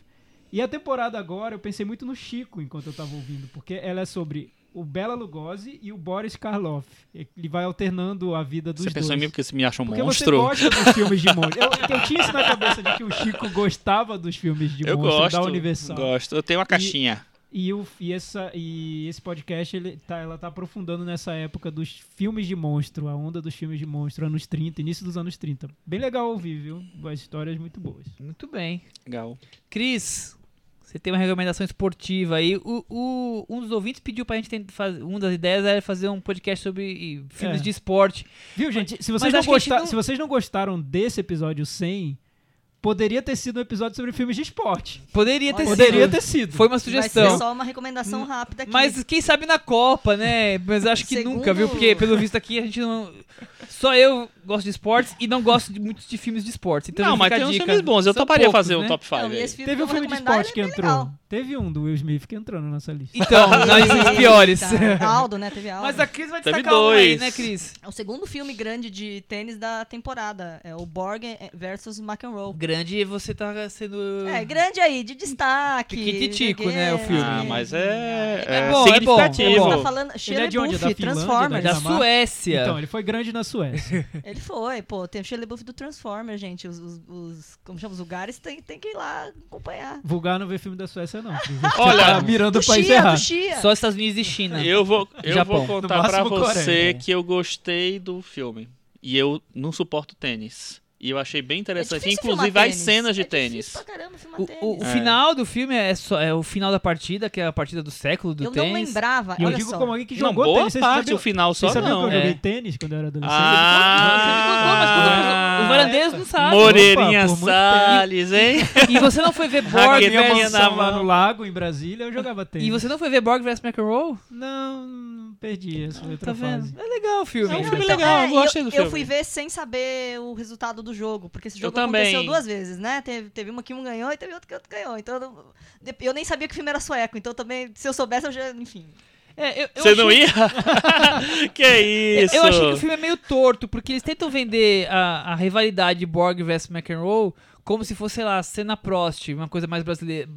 Speaker 4: E a temporada agora, eu pensei muito no Chico enquanto eu tava ouvindo, porque ela é sobre o Bela Lugosi e o Boris Karloff. Ele vai alternando a vida dos
Speaker 3: Você
Speaker 4: dois.
Speaker 3: pensou em mim porque você me acha um
Speaker 4: Porque
Speaker 3: monstro?
Speaker 4: você gosta dos filmes de monstro. Eu, eu tinha isso na cabeça de que o Chico gostava dos filmes de
Speaker 3: eu
Speaker 4: monstro
Speaker 3: gosto.
Speaker 4: da Universal.
Speaker 3: Gosto. Eu tenho uma caixinha.
Speaker 4: E, o, e, essa, e esse podcast, ele tá, ela tá aprofundando nessa época dos filmes de monstro, a onda dos filmes de monstro, anos 30, início dos anos 30. Bem legal ouvir, viu? Boas histórias muito boas.
Speaker 2: Muito bem.
Speaker 3: Legal.
Speaker 2: Cris, você tem uma recomendação esportiva aí. O, o- um dos ouvintes pediu pra gente tentar fazer. Uma das ideias era fazer um podcast sobre eh, filmes
Speaker 4: É.
Speaker 2: de esporte.
Speaker 4: Viu, gente? Se
Speaker 2: mas
Speaker 4: vocês, não
Speaker 2: acho que a gente
Speaker 4: gostar-
Speaker 2: não-
Speaker 4: se vocês não gostaram desse episódio 100, poderia ter sido um episódio sobre filmes de esporte.
Speaker 2: Poderia ter
Speaker 5: Olha,
Speaker 2: sido.
Speaker 4: Poderia ter sido.
Speaker 2: Foi uma
Speaker 5: Vai ser
Speaker 2: sugestão.
Speaker 5: só uma
Speaker 4: Hum,
Speaker 5: recomendação rápida aqui.
Speaker 2: Mas quem sabe na Copa, né? Mas acho que
Speaker 5: Segundo-
Speaker 2: nunca, viu? Porque, pelo visto aqui, a gente não. Só eu gosto de esportes e não gosto de, muito de filmes de esportes. Então
Speaker 3: não,
Speaker 2: fica
Speaker 3: mas tem
Speaker 2: a
Speaker 3: uns
Speaker 2: dica.
Speaker 3: filmes bons. Eu
Speaker 2: São
Speaker 3: toparia
Speaker 2: poucos,
Speaker 3: fazer
Speaker 2: né?
Speaker 3: um top 5.
Speaker 5: Não, e esse filme
Speaker 4: Teve um
Speaker 5: que eu
Speaker 4: filme de
Speaker 5: recomendar,
Speaker 4: esporte que
Speaker 5: ele é bem
Speaker 4: entrou.
Speaker 5: legal.
Speaker 4: Teve um do Will Smith que entrou na nossa lista.
Speaker 2: Então, nós os piores.
Speaker 5: Eita, né? Aldo, né? Teve Aldo.
Speaker 2: Mas a Cris vai
Speaker 3: Teve
Speaker 2: destacar um aí,
Speaker 3: dois.
Speaker 2: né, Cris?
Speaker 5: É o segundo filme grande de tênis da temporada. É o Borg versus McEnroe.
Speaker 2: Grande, você tá sendo.
Speaker 5: É, grande aí, de destaque.
Speaker 2: Piquititico,
Speaker 5: jogueira,
Speaker 2: né, o filme.
Speaker 3: Ah, mas é,
Speaker 2: É
Speaker 3: é
Speaker 2: bom, é bom,
Speaker 3: significativo.
Speaker 2: é
Speaker 5: Você
Speaker 2: bom.
Speaker 5: tá falando... Shia
Speaker 4: Ele é de onde? É da
Speaker 5: LaBeouf,
Speaker 4: Finlândia,
Speaker 5: Transformers.
Speaker 2: Da
Speaker 4: Dinamarca?
Speaker 2: Suécia.
Speaker 4: Então, ele foi grande na Suécia.
Speaker 5: Ele foi, pô. Tem o Shia LaBeouf do Transformers, gente. Os, os, os- como chama, os lugares tem, tem que ir lá acompanhar.
Speaker 4: Vulgar não ver filme da Suécia, não.
Speaker 3: Olha,
Speaker 4: tá mirando
Speaker 5: Do
Speaker 4: o país
Speaker 5: Chia, do
Speaker 4: errado.
Speaker 5: Chia.
Speaker 2: Então, Só Estados Unidos e China.
Speaker 3: Eu vou, eu
Speaker 2: Japão.
Speaker 3: vou contar
Speaker 4: No
Speaker 3: pra
Speaker 4: máximo,
Speaker 3: você
Speaker 4: Coreia.
Speaker 3: que eu gostei do filme. E eu não suporto tênis. E eu achei bem
Speaker 5: É
Speaker 3: interessante.
Speaker 5: difícil filmar
Speaker 3: Inclusive, as
Speaker 5: tênis.
Speaker 3: cenas de
Speaker 5: É
Speaker 3: tênis.
Speaker 5: difícil pra caramba filmar
Speaker 2: O, o- o
Speaker 5: tênis.
Speaker 3: É.
Speaker 2: final do filme é, só, é o final da partida, que é a partida do século do
Speaker 5: Eu não
Speaker 2: tênis.
Speaker 5: lembrava.
Speaker 4: E eu
Speaker 5: Olha
Speaker 4: digo
Speaker 5: só.
Speaker 4: como alguém que
Speaker 3: Não,
Speaker 4: jogou
Speaker 3: boa
Speaker 4: tênis. Vocês
Speaker 3: parte,
Speaker 4: sabiam-
Speaker 3: o final
Speaker 4: vocês
Speaker 3: só
Speaker 4: sabiam
Speaker 3: não. né?
Speaker 4: que eu joguei
Speaker 2: É.
Speaker 4: tênis quando eu era adolescente?
Speaker 3: Ah,
Speaker 2: Os varandeiros não sabem.
Speaker 3: Moreirinha
Speaker 4: Opa, por muito
Speaker 3: Salles, hein?
Speaker 2: E você não foi ver Borg
Speaker 3: Raquel
Speaker 2: versus...
Speaker 3: na
Speaker 4: lá
Speaker 3: mão.
Speaker 4: no lago, em Brasília, eu jogava tênis.
Speaker 2: E você não foi ver Borg versus McEnroe?
Speaker 4: Não, não perdi essa
Speaker 2: Tá
Speaker 4: outra fase.
Speaker 2: vendo? É legal o filme.
Speaker 3: É um filme
Speaker 5: Então,
Speaker 3: legal, eu
Speaker 5: e
Speaker 3: gostei do
Speaker 5: eu,
Speaker 3: filme.
Speaker 5: fui ver sem saber o resultado do jogo, porque esse
Speaker 3: Eu
Speaker 5: jogo
Speaker 3: também.
Speaker 5: aconteceu duas vezes, né? Teve, teve uma que um ganhou e teve outro que outro ganhou. Então eu, não- de- eu nem sabia que o filme era sueco, então também, se eu soubesse, eu já, enfim.
Speaker 2: É, eu- eu
Speaker 3: Você não
Speaker 2: achei-
Speaker 3: ia? que
Speaker 2: eu-
Speaker 3: isso?
Speaker 2: Eu achei que o filme é meio torto, porque eles tentam vender a, a rivalidade Borg versus McEnroe como se fosse, sei lá, cena Prost, uma coisa mais brasileira,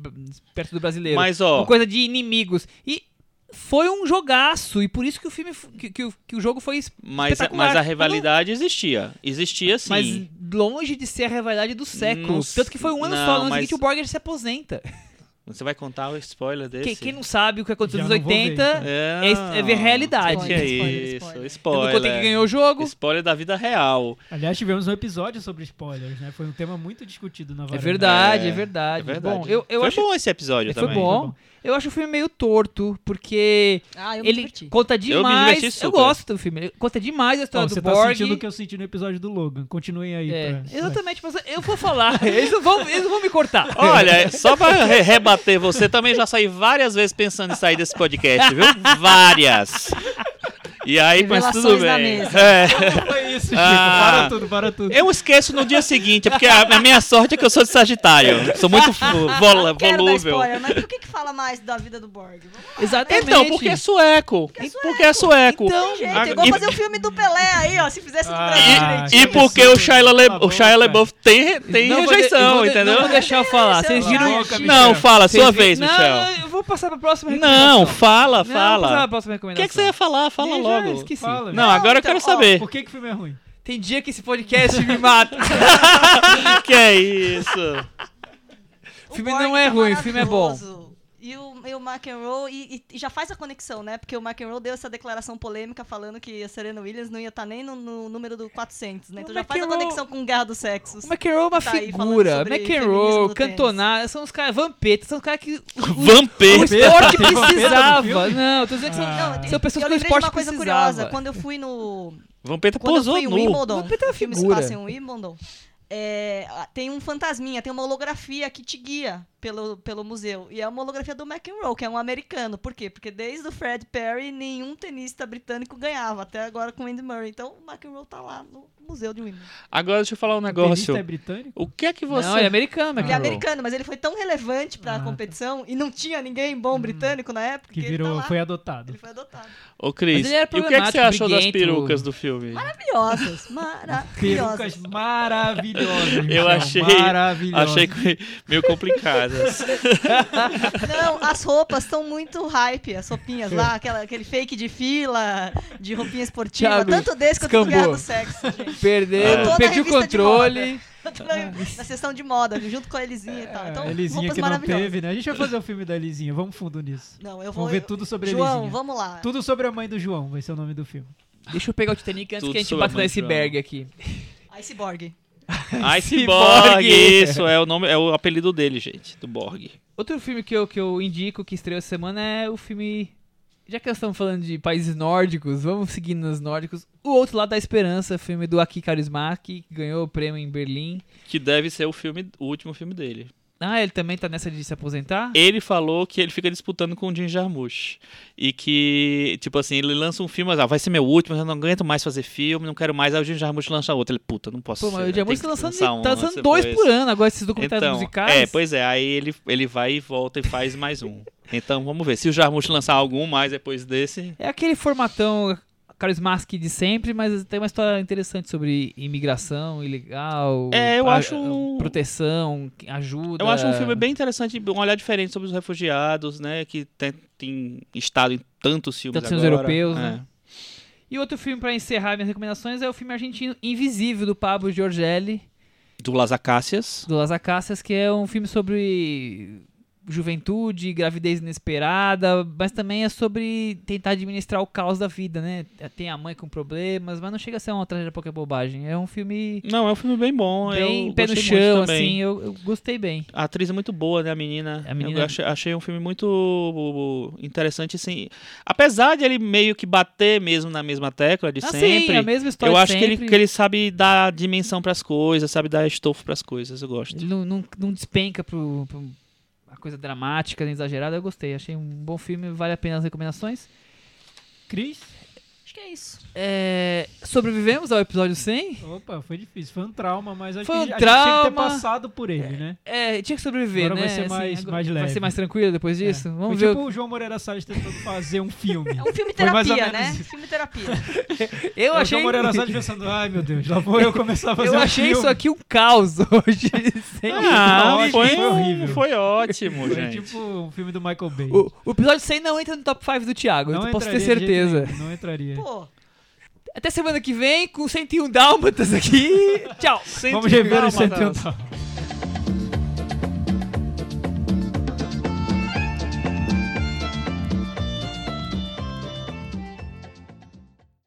Speaker 2: perto do brasileiro.
Speaker 3: Mas, ó,
Speaker 2: Uma coisa de inimigos. E foi um jogaço, e por isso que o filme, f- que, que o, que o jogo foi es-
Speaker 3: mas,
Speaker 2: espetacular.
Speaker 3: mas a
Speaker 2: Eu não-
Speaker 3: rivalidade existia. Existia sim.
Speaker 2: Mas longe de ser a rivalidade do século.
Speaker 3: Não
Speaker 2: Tanto que foi um ano
Speaker 3: s-
Speaker 2: só.
Speaker 3: não,
Speaker 2: No ano
Speaker 3: mas-
Speaker 2: seguinte, o Borger se aposenta.
Speaker 3: Você vai contar o spoiler desse?
Speaker 2: Quem, quem não sabe o que aconteceu
Speaker 4: Já
Speaker 2: nos
Speaker 4: não vou ver,
Speaker 2: 80
Speaker 4: então.
Speaker 3: É,
Speaker 2: é, é ver realidade.
Speaker 3: O que é
Speaker 5: Spoiler,
Speaker 3: isso?
Speaker 5: spoiler,
Speaker 3: Spoiler. é.
Speaker 2: Eu não contei que ganhou o jogo.
Speaker 3: Spoiler da vida real.
Speaker 4: Aliás, tivemos um episódio sobre spoilers, né? Foi um tema muito discutido na
Speaker 2: É
Speaker 4: varanda.
Speaker 2: verdade, é,
Speaker 3: É,
Speaker 2: verdade.
Speaker 3: é verdade.
Speaker 2: Bom, eu, eu
Speaker 3: foi
Speaker 2: acho
Speaker 3: bom esse episódio
Speaker 2: foi
Speaker 3: também.
Speaker 2: bom. Eu acho o filme meio torto, porque
Speaker 5: Ah, eu me
Speaker 2: ele
Speaker 5: diverti.
Speaker 2: conta demais.
Speaker 3: diverti super.
Speaker 2: gosto do filme. Ele conta demais a história
Speaker 4: Ó,
Speaker 2: do
Speaker 4: você tá
Speaker 2: Borg.
Speaker 4: sentindo o que eu senti no episódio do Logan. Continuem aí.
Speaker 2: É,
Speaker 3: né?
Speaker 4: pra-
Speaker 2: exatamente, mas eu vou falar. Eles não vão, eles não vão me cortar.
Speaker 3: Olha, só pra re- rebater você, também já saí várias vezes pensando em sair desse podcast, viu? Várias. E aí, mas tudo
Speaker 5: Revelações
Speaker 3: bem.
Speaker 5: na mesa.
Speaker 3: É.
Speaker 4: Não foi isso, Chico.
Speaker 3: Ah.
Speaker 4: Para tudo, para tudo.
Speaker 3: Eu esqueço no dia seguinte, é porque a, a minha sorte é que eu sou de Sagitário. Sou muito vo- vola-
Speaker 5: Não quero dar
Speaker 3: volúvel.
Speaker 5: spoiler, mas por que, que fala mais da vida do Borg? Vamos
Speaker 2: Exatamente.
Speaker 3: Então, porque é sueco. Porque é sueco.
Speaker 5: Então, gente, é igual
Speaker 3: e-
Speaker 5: fazer o filme do Pelé aí, ó. Se fizesse no
Speaker 4: Ah,
Speaker 5: Brasil
Speaker 4: Ah,
Speaker 5: direitinho.
Speaker 3: E
Speaker 4: que
Speaker 3: porque o
Speaker 4: absurdo.
Speaker 3: Shia, Le...
Speaker 4: Cala a
Speaker 3: o
Speaker 4: boca.
Speaker 3: Shia LaBeouf tem, tem
Speaker 2: Não vou de-
Speaker 3: rejeição,
Speaker 2: eu vou de-
Speaker 3: entendeu?
Speaker 2: Não vou deixar eu falar. Vocês
Speaker 5: Sei lá,
Speaker 2: viram.
Speaker 5: Chico.
Speaker 3: Não, fala,
Speaker 2: Vocês
Speaker 3: sua
Speaker 2: vi-
Speaker 3: vez,
Speaker 2: não,
Speaker 3: Michel.
Speaker 2: eu vou passar pra próxima
Speaker 3: Não,
Speaker 2: recomendação.
Speaker 3: fala,
Speaker 2: Não, vou passar pra
Speaker 3: fala.
Speaker 2: próxima
Speaker 3: O
Speaker 2: recomendação.
Speaker 3: que, é que você ia falar? Fala
Speaker 2: Ih, já
Speaker 3: logo.
Speaker 2: esqueci.
Speaker 4: Fala.
Speaker 3: Não, agora eu
Speaker 5: então,
Speaker 3: quero
Speaker 5: ó,
Speaker 3: saber.
Speaker 4: Por que, que o filme é ruim?
Speaker 2: Tem dia que esse podcast me mata.
Speaker 3: Que é isso?
Speaker 2: O filme não é ruim, o filme é bom.
Speaker 5: tá maravilhoso. E o, e o McEnroe, e, e- e já faz a conexão, né? Porque o McEnroe deu essa declaração polêmica falando que a Serena Williams não ia estar nem no, no número do 400,
Speaker 2: O
Speaker 5: né? Então já faz a
Speaker 2: McEnroe-
Speaker 5: conexão com Guerra dos Sexos.
Speaker 2: O McEnroe é uma
Speaker 5: Tá aí falando
Speaker 2: figura.
Speaker 5: sobre feminismo
Speaker 2: McEnroe,
Speaker 5: no
Speaker 2: Cantona, são os caras. Vampeta, são os caras que. O
Speaker 3: Vampeta.
Speaker 2: esporte
Speaker 4: Tem vampeta no
Speaker 2: precisava.
Speaker 4: filme?
Speaker 2: Não, tô dizendo que são.
Speaker 4: Ah.
Speaker 5: Não, eu-
Speaker 2: São pessoas
Speaker 5: eu
Speaker 2: que o
Speaker 5: lembrei de
Speaker 2: esporte
Speaker 5: uma coisa
Speaker 2: precisava.
Speaker 5: curiosa. Quando eu fui no.
Speaker 3: Vampeta
Speaker 5: Quando eu
Speaker 3: posou
Speaker 5: fui um em
Speaker 3: nu.
Speaker 5: Wimbledon,
Speaker 2: Vampeta é uma
Speaker 5: o filme se
Speaker 2: figura.
Speaker 5: passa em Wimbledon, é, ah, tem um fantasminha, tem uma holografia que te guia pelo, pelo museu. E é uma holografia do McEnroe, que é um americano. Por quê? Porque desde o Fred Perry, nenhum tenista britânico ganhava, até agora com o Andy Murray. Então o McEnroe tá lá no museu de Wimbledon.
Speaker 4: Ah,
Speaker 3: Agora deixa eu falar um
Speaker 4: O tenista é
Speaker 3: negócio.
Speaker 4: britânico?
Speaker 3: O que é que você.
Speaker 2: Não, ele é americano,
Speaker 5: Ele é
Speaker 2: McEnroe.
Speaker 5: americano, mas ele foi tão relevante pra
Speaker 4: Ah, tá.
Speaker 5: competição e não tinha ninguém bom britânico na época
Speaker 4: Que
Speaker 5: que ele tá
Speaker 4: virou,
Speaker 5: lá.
Speaker 4: foi adotado.
Speaker 5: Ele foi adotado.
Speaker 3: Ô,
Speaker 2: Mas
Speaker 3: Cris,
Speaker 2: ele era
Speaker 3: e o que é que você
Speaker 2: problemático,
Speaker 3: achou das
Speaker 2: briguento.
Speaker 3: perucas do filme?
Speaker 5: Maravilhosas,
Speaker 4: Perucas
Speaker 5: maravilhosas.
Speaker 4: maravilhosas.
Speaker 3: Eu
Speaker 4: Michel,
Speaker 3: achei.
Speaker 4: Maravilhosas.
Speaker 3: Achei que meio complicadas.
Speaker 5: Não, as roupas estão muito hype, as roupinhas lá, aquela- aquele fake de fila, de roupinha esportiva,
Speaker 2: Thiago,
Speaker 5: tanto desse quanto do
Speaker 2: descambou.
Speaker 5: Guerra do Sexo, gente.
Speaker 2: Perdeu,
Speaker 5: Toda
Speaker 2: perdi o
Speaker 5: revista de
Speaker 2: controle.
Speaker 5: Tanto Na, na sessão de moda, junto com a Elisinha e tal. Então,
Speaker 4: É, A Elisinha
Speaker 5: roupas
Speaker 4: que não
Speaker 5: maravilhosas.
Speaker 4: teve, né? A gente vai fazer o filme da Elisinha, vamos fundo nisso.
Speaker 5: Não, eu vou.
Speaker 4: Vamos ver tudo sobre a
Speaker 5: João,
Speaker 4: Elisinha.
Speaker 5: vamos lá.
Speaker 4: Tudo sobre a mãe do João, vai ser o nome do filme.
Speaker 2: Deixa eu pegar o Titanic antes
Speaker 3: Tudo
Speaker 2: que a gente
Speaker 3: sobre né? a
Speaker 2: bata no
Speaker 3: mãe de
Speaker 2: iceberg aqui.
Speaker 5: Iceborg.
Speaker 3: Iceborg,
Speaker 2: Iceborg.
Speaker 3: isso é o nome, é o apelido dele, gente, do Borg.
Speaker 2: Outro filme que eu, que eu indico que estreou essa semana é o filme. Já que nós estamos falando de países nórdicos, vamos seguindo nos nórdicos. O Outro Lado da Esperança, filme do Aki Kaurismäki, que ganhou o prêmio em Berlim.
Speaker 3: Que deve ser o filme, o último filme dele.
Speaker 2: Ah, ele também tá nessa de se aposentar?
Speaker 3: Ele falou que ele fica disputando com o Jim Jarmusch. E que, tipo assim, ele lança um filme, mas ah, vai ser meu último, eu não aguento mais fazer filme, não quero mais. Aí o Jim Jarmusch lança outro. Ele, puta, não posso.
Speaker 2: Pô, mas
Speaker 3: ser,
Speaker 2: o Diamante
Speaker 3: tem
Speaker 2: tá
Speaker 3: que
Speaker 2: lançando,
Speaker 3: lançar um,
Speaker 2: tá lançando
Speaker 3: lança
Speaker 2: dois
Speaker 3: depois.
Speaker 2: por ano agora, esses documentários musicais.
Speaker 3: É, pois é, aí ele, ele vai e volta e faz mais um. Então vamos ver. Se o Jarmusch lançar algum mais depois desse.
Speaker 2: É aquele formatão carismático de sempre, mas tem uma história interessante sobre imigração ilegal,
Speaker 3: É, eu
Speaker 2: pra-
Speaker 3: acho um-
Speaker 2: proteção, ajuda.
Speaker 3: Eu acho um filme bem interessante, um olhar diferente sobre os refugiados, né? Que tem, tem estado em tantos filmes
Speaker 2: Tantos filmes
Speaker 3: agora.
Speaker 2: europeus,
Speaker 3: É.
Speaker 2: né? E outro filme pra encerrar minhas recomendações é o filme argentino Invisível do Pablo Giorgelli,
Speaker 3: Do Las Acácias.
Speaker 2: do Las Acacias, que é um filme sobre juventude, gravidez inesperada, mas também é sobre tentar administrar o caos da vida, né? Tem a mãe com problemas, mas não chega a ser uma tragédia qualquer bobagem. É um filme
Speaker 3: Não, é um filme bem bom.
Speaker 2: bem
Speaker 3: eu
Speaker 2: pé no
Speaker 3: gostei muito
Speaker 2: chão,
Speaker 3: também.
Speaker 2: assim, eu, eu gostei bem.
Speaker 3: A atriz é muito boa, né, a menina?
Speaker 2: A menina- é
Speaker 3: Eu achei, achei um filme muito interessante, assim. Apesar de ele meio que bater mesmo na mesma tecla de
Speaker 2: Ah, sim,
Speaker 3: sempre,
Speaker 2: a mesma história
Speaker 3: eu
Speaker 2: de
Speaker 3: acho que ele,
Speaker 2: sempre.
Speaker 3: que ele sabe dar dimensão pras coisas, sabe dar estofo pras coisas, eu gosto.
Speaker 2: Ele não, não, não despenca pro, pro a coisa dramática, nem exagerada, eu gostei. Achei um bom filme, vale a pena as recomendações.
Speaker 4: Cris?
Speaker 5: Acho que é isso.
Speaker 2: É, sobrevivemos ao episódio 100?
Speaker 4: Opa, foi difícil. Foi um trauma, mas acho
Speaker 2: Foi um
Speaker 4: que a gente tinha que ter
Speaker 2: trauma.
Speaker 4: passado por ele, né?
Speaker 2: É, tinha que sobreviver,
Speaker 4: Agora
Speaker 2: né?
Speaker 4: vai ser mais-
Speaker 2: agora-
Speaker 4: mais
Speaker 2: Vai
Speaker 4: leve.
Speaker 2: ser mais tranquilo depois disso?
Speaker 4: É.
Speaker 2: Vamos
Speaker 4: foi
Speaker 2: ver.
Speaker 4: tipo o João Moreira Salles tentando fazer um filme.
Speaker 5: É um filme
Speaker 4: Foi mais ou
Speaker 5: terapia,
Speaker 4: menos
Speaker 5: né?
Speaker 4: isso.
Speaker 5: Filme terapia.
Speaker 2: Eu
Speaker 4: É o
Speaker 2: achei,
Speaker 4: João Moreira Salles pensando, ai meu Deus, lá vou eu começar a fazer
Speaker 2: eu
Speaker 4: um
Speaker 2: achei
Speaker 4: filme.
Speaker 2: isso aqui um caos hoje. sem-
Speaker 3: Ah,
Speaker 4: ótimo,
Speaker 3: foi,
Speaker 4: foi horrível.
Speaker 3: foi ótimo,
Speaker 4: Foi
Speaker 3: gente.
Speaker 4: tipo um filme do Michael Bay.
Speaker 2: O, o episódio 100 não entra no top 5 do Thiago, eu posso ter
Speaker 4: entraria de jeito
Speaker 2: certeza.
Speaker 4: nenhum, Não entraria.
Speaker 5: Pô,
Speaker 2: Até semana que vem com 101 Dálmatas um aqui. Tchau. um
Speaker 4: um Vamos rever os 180.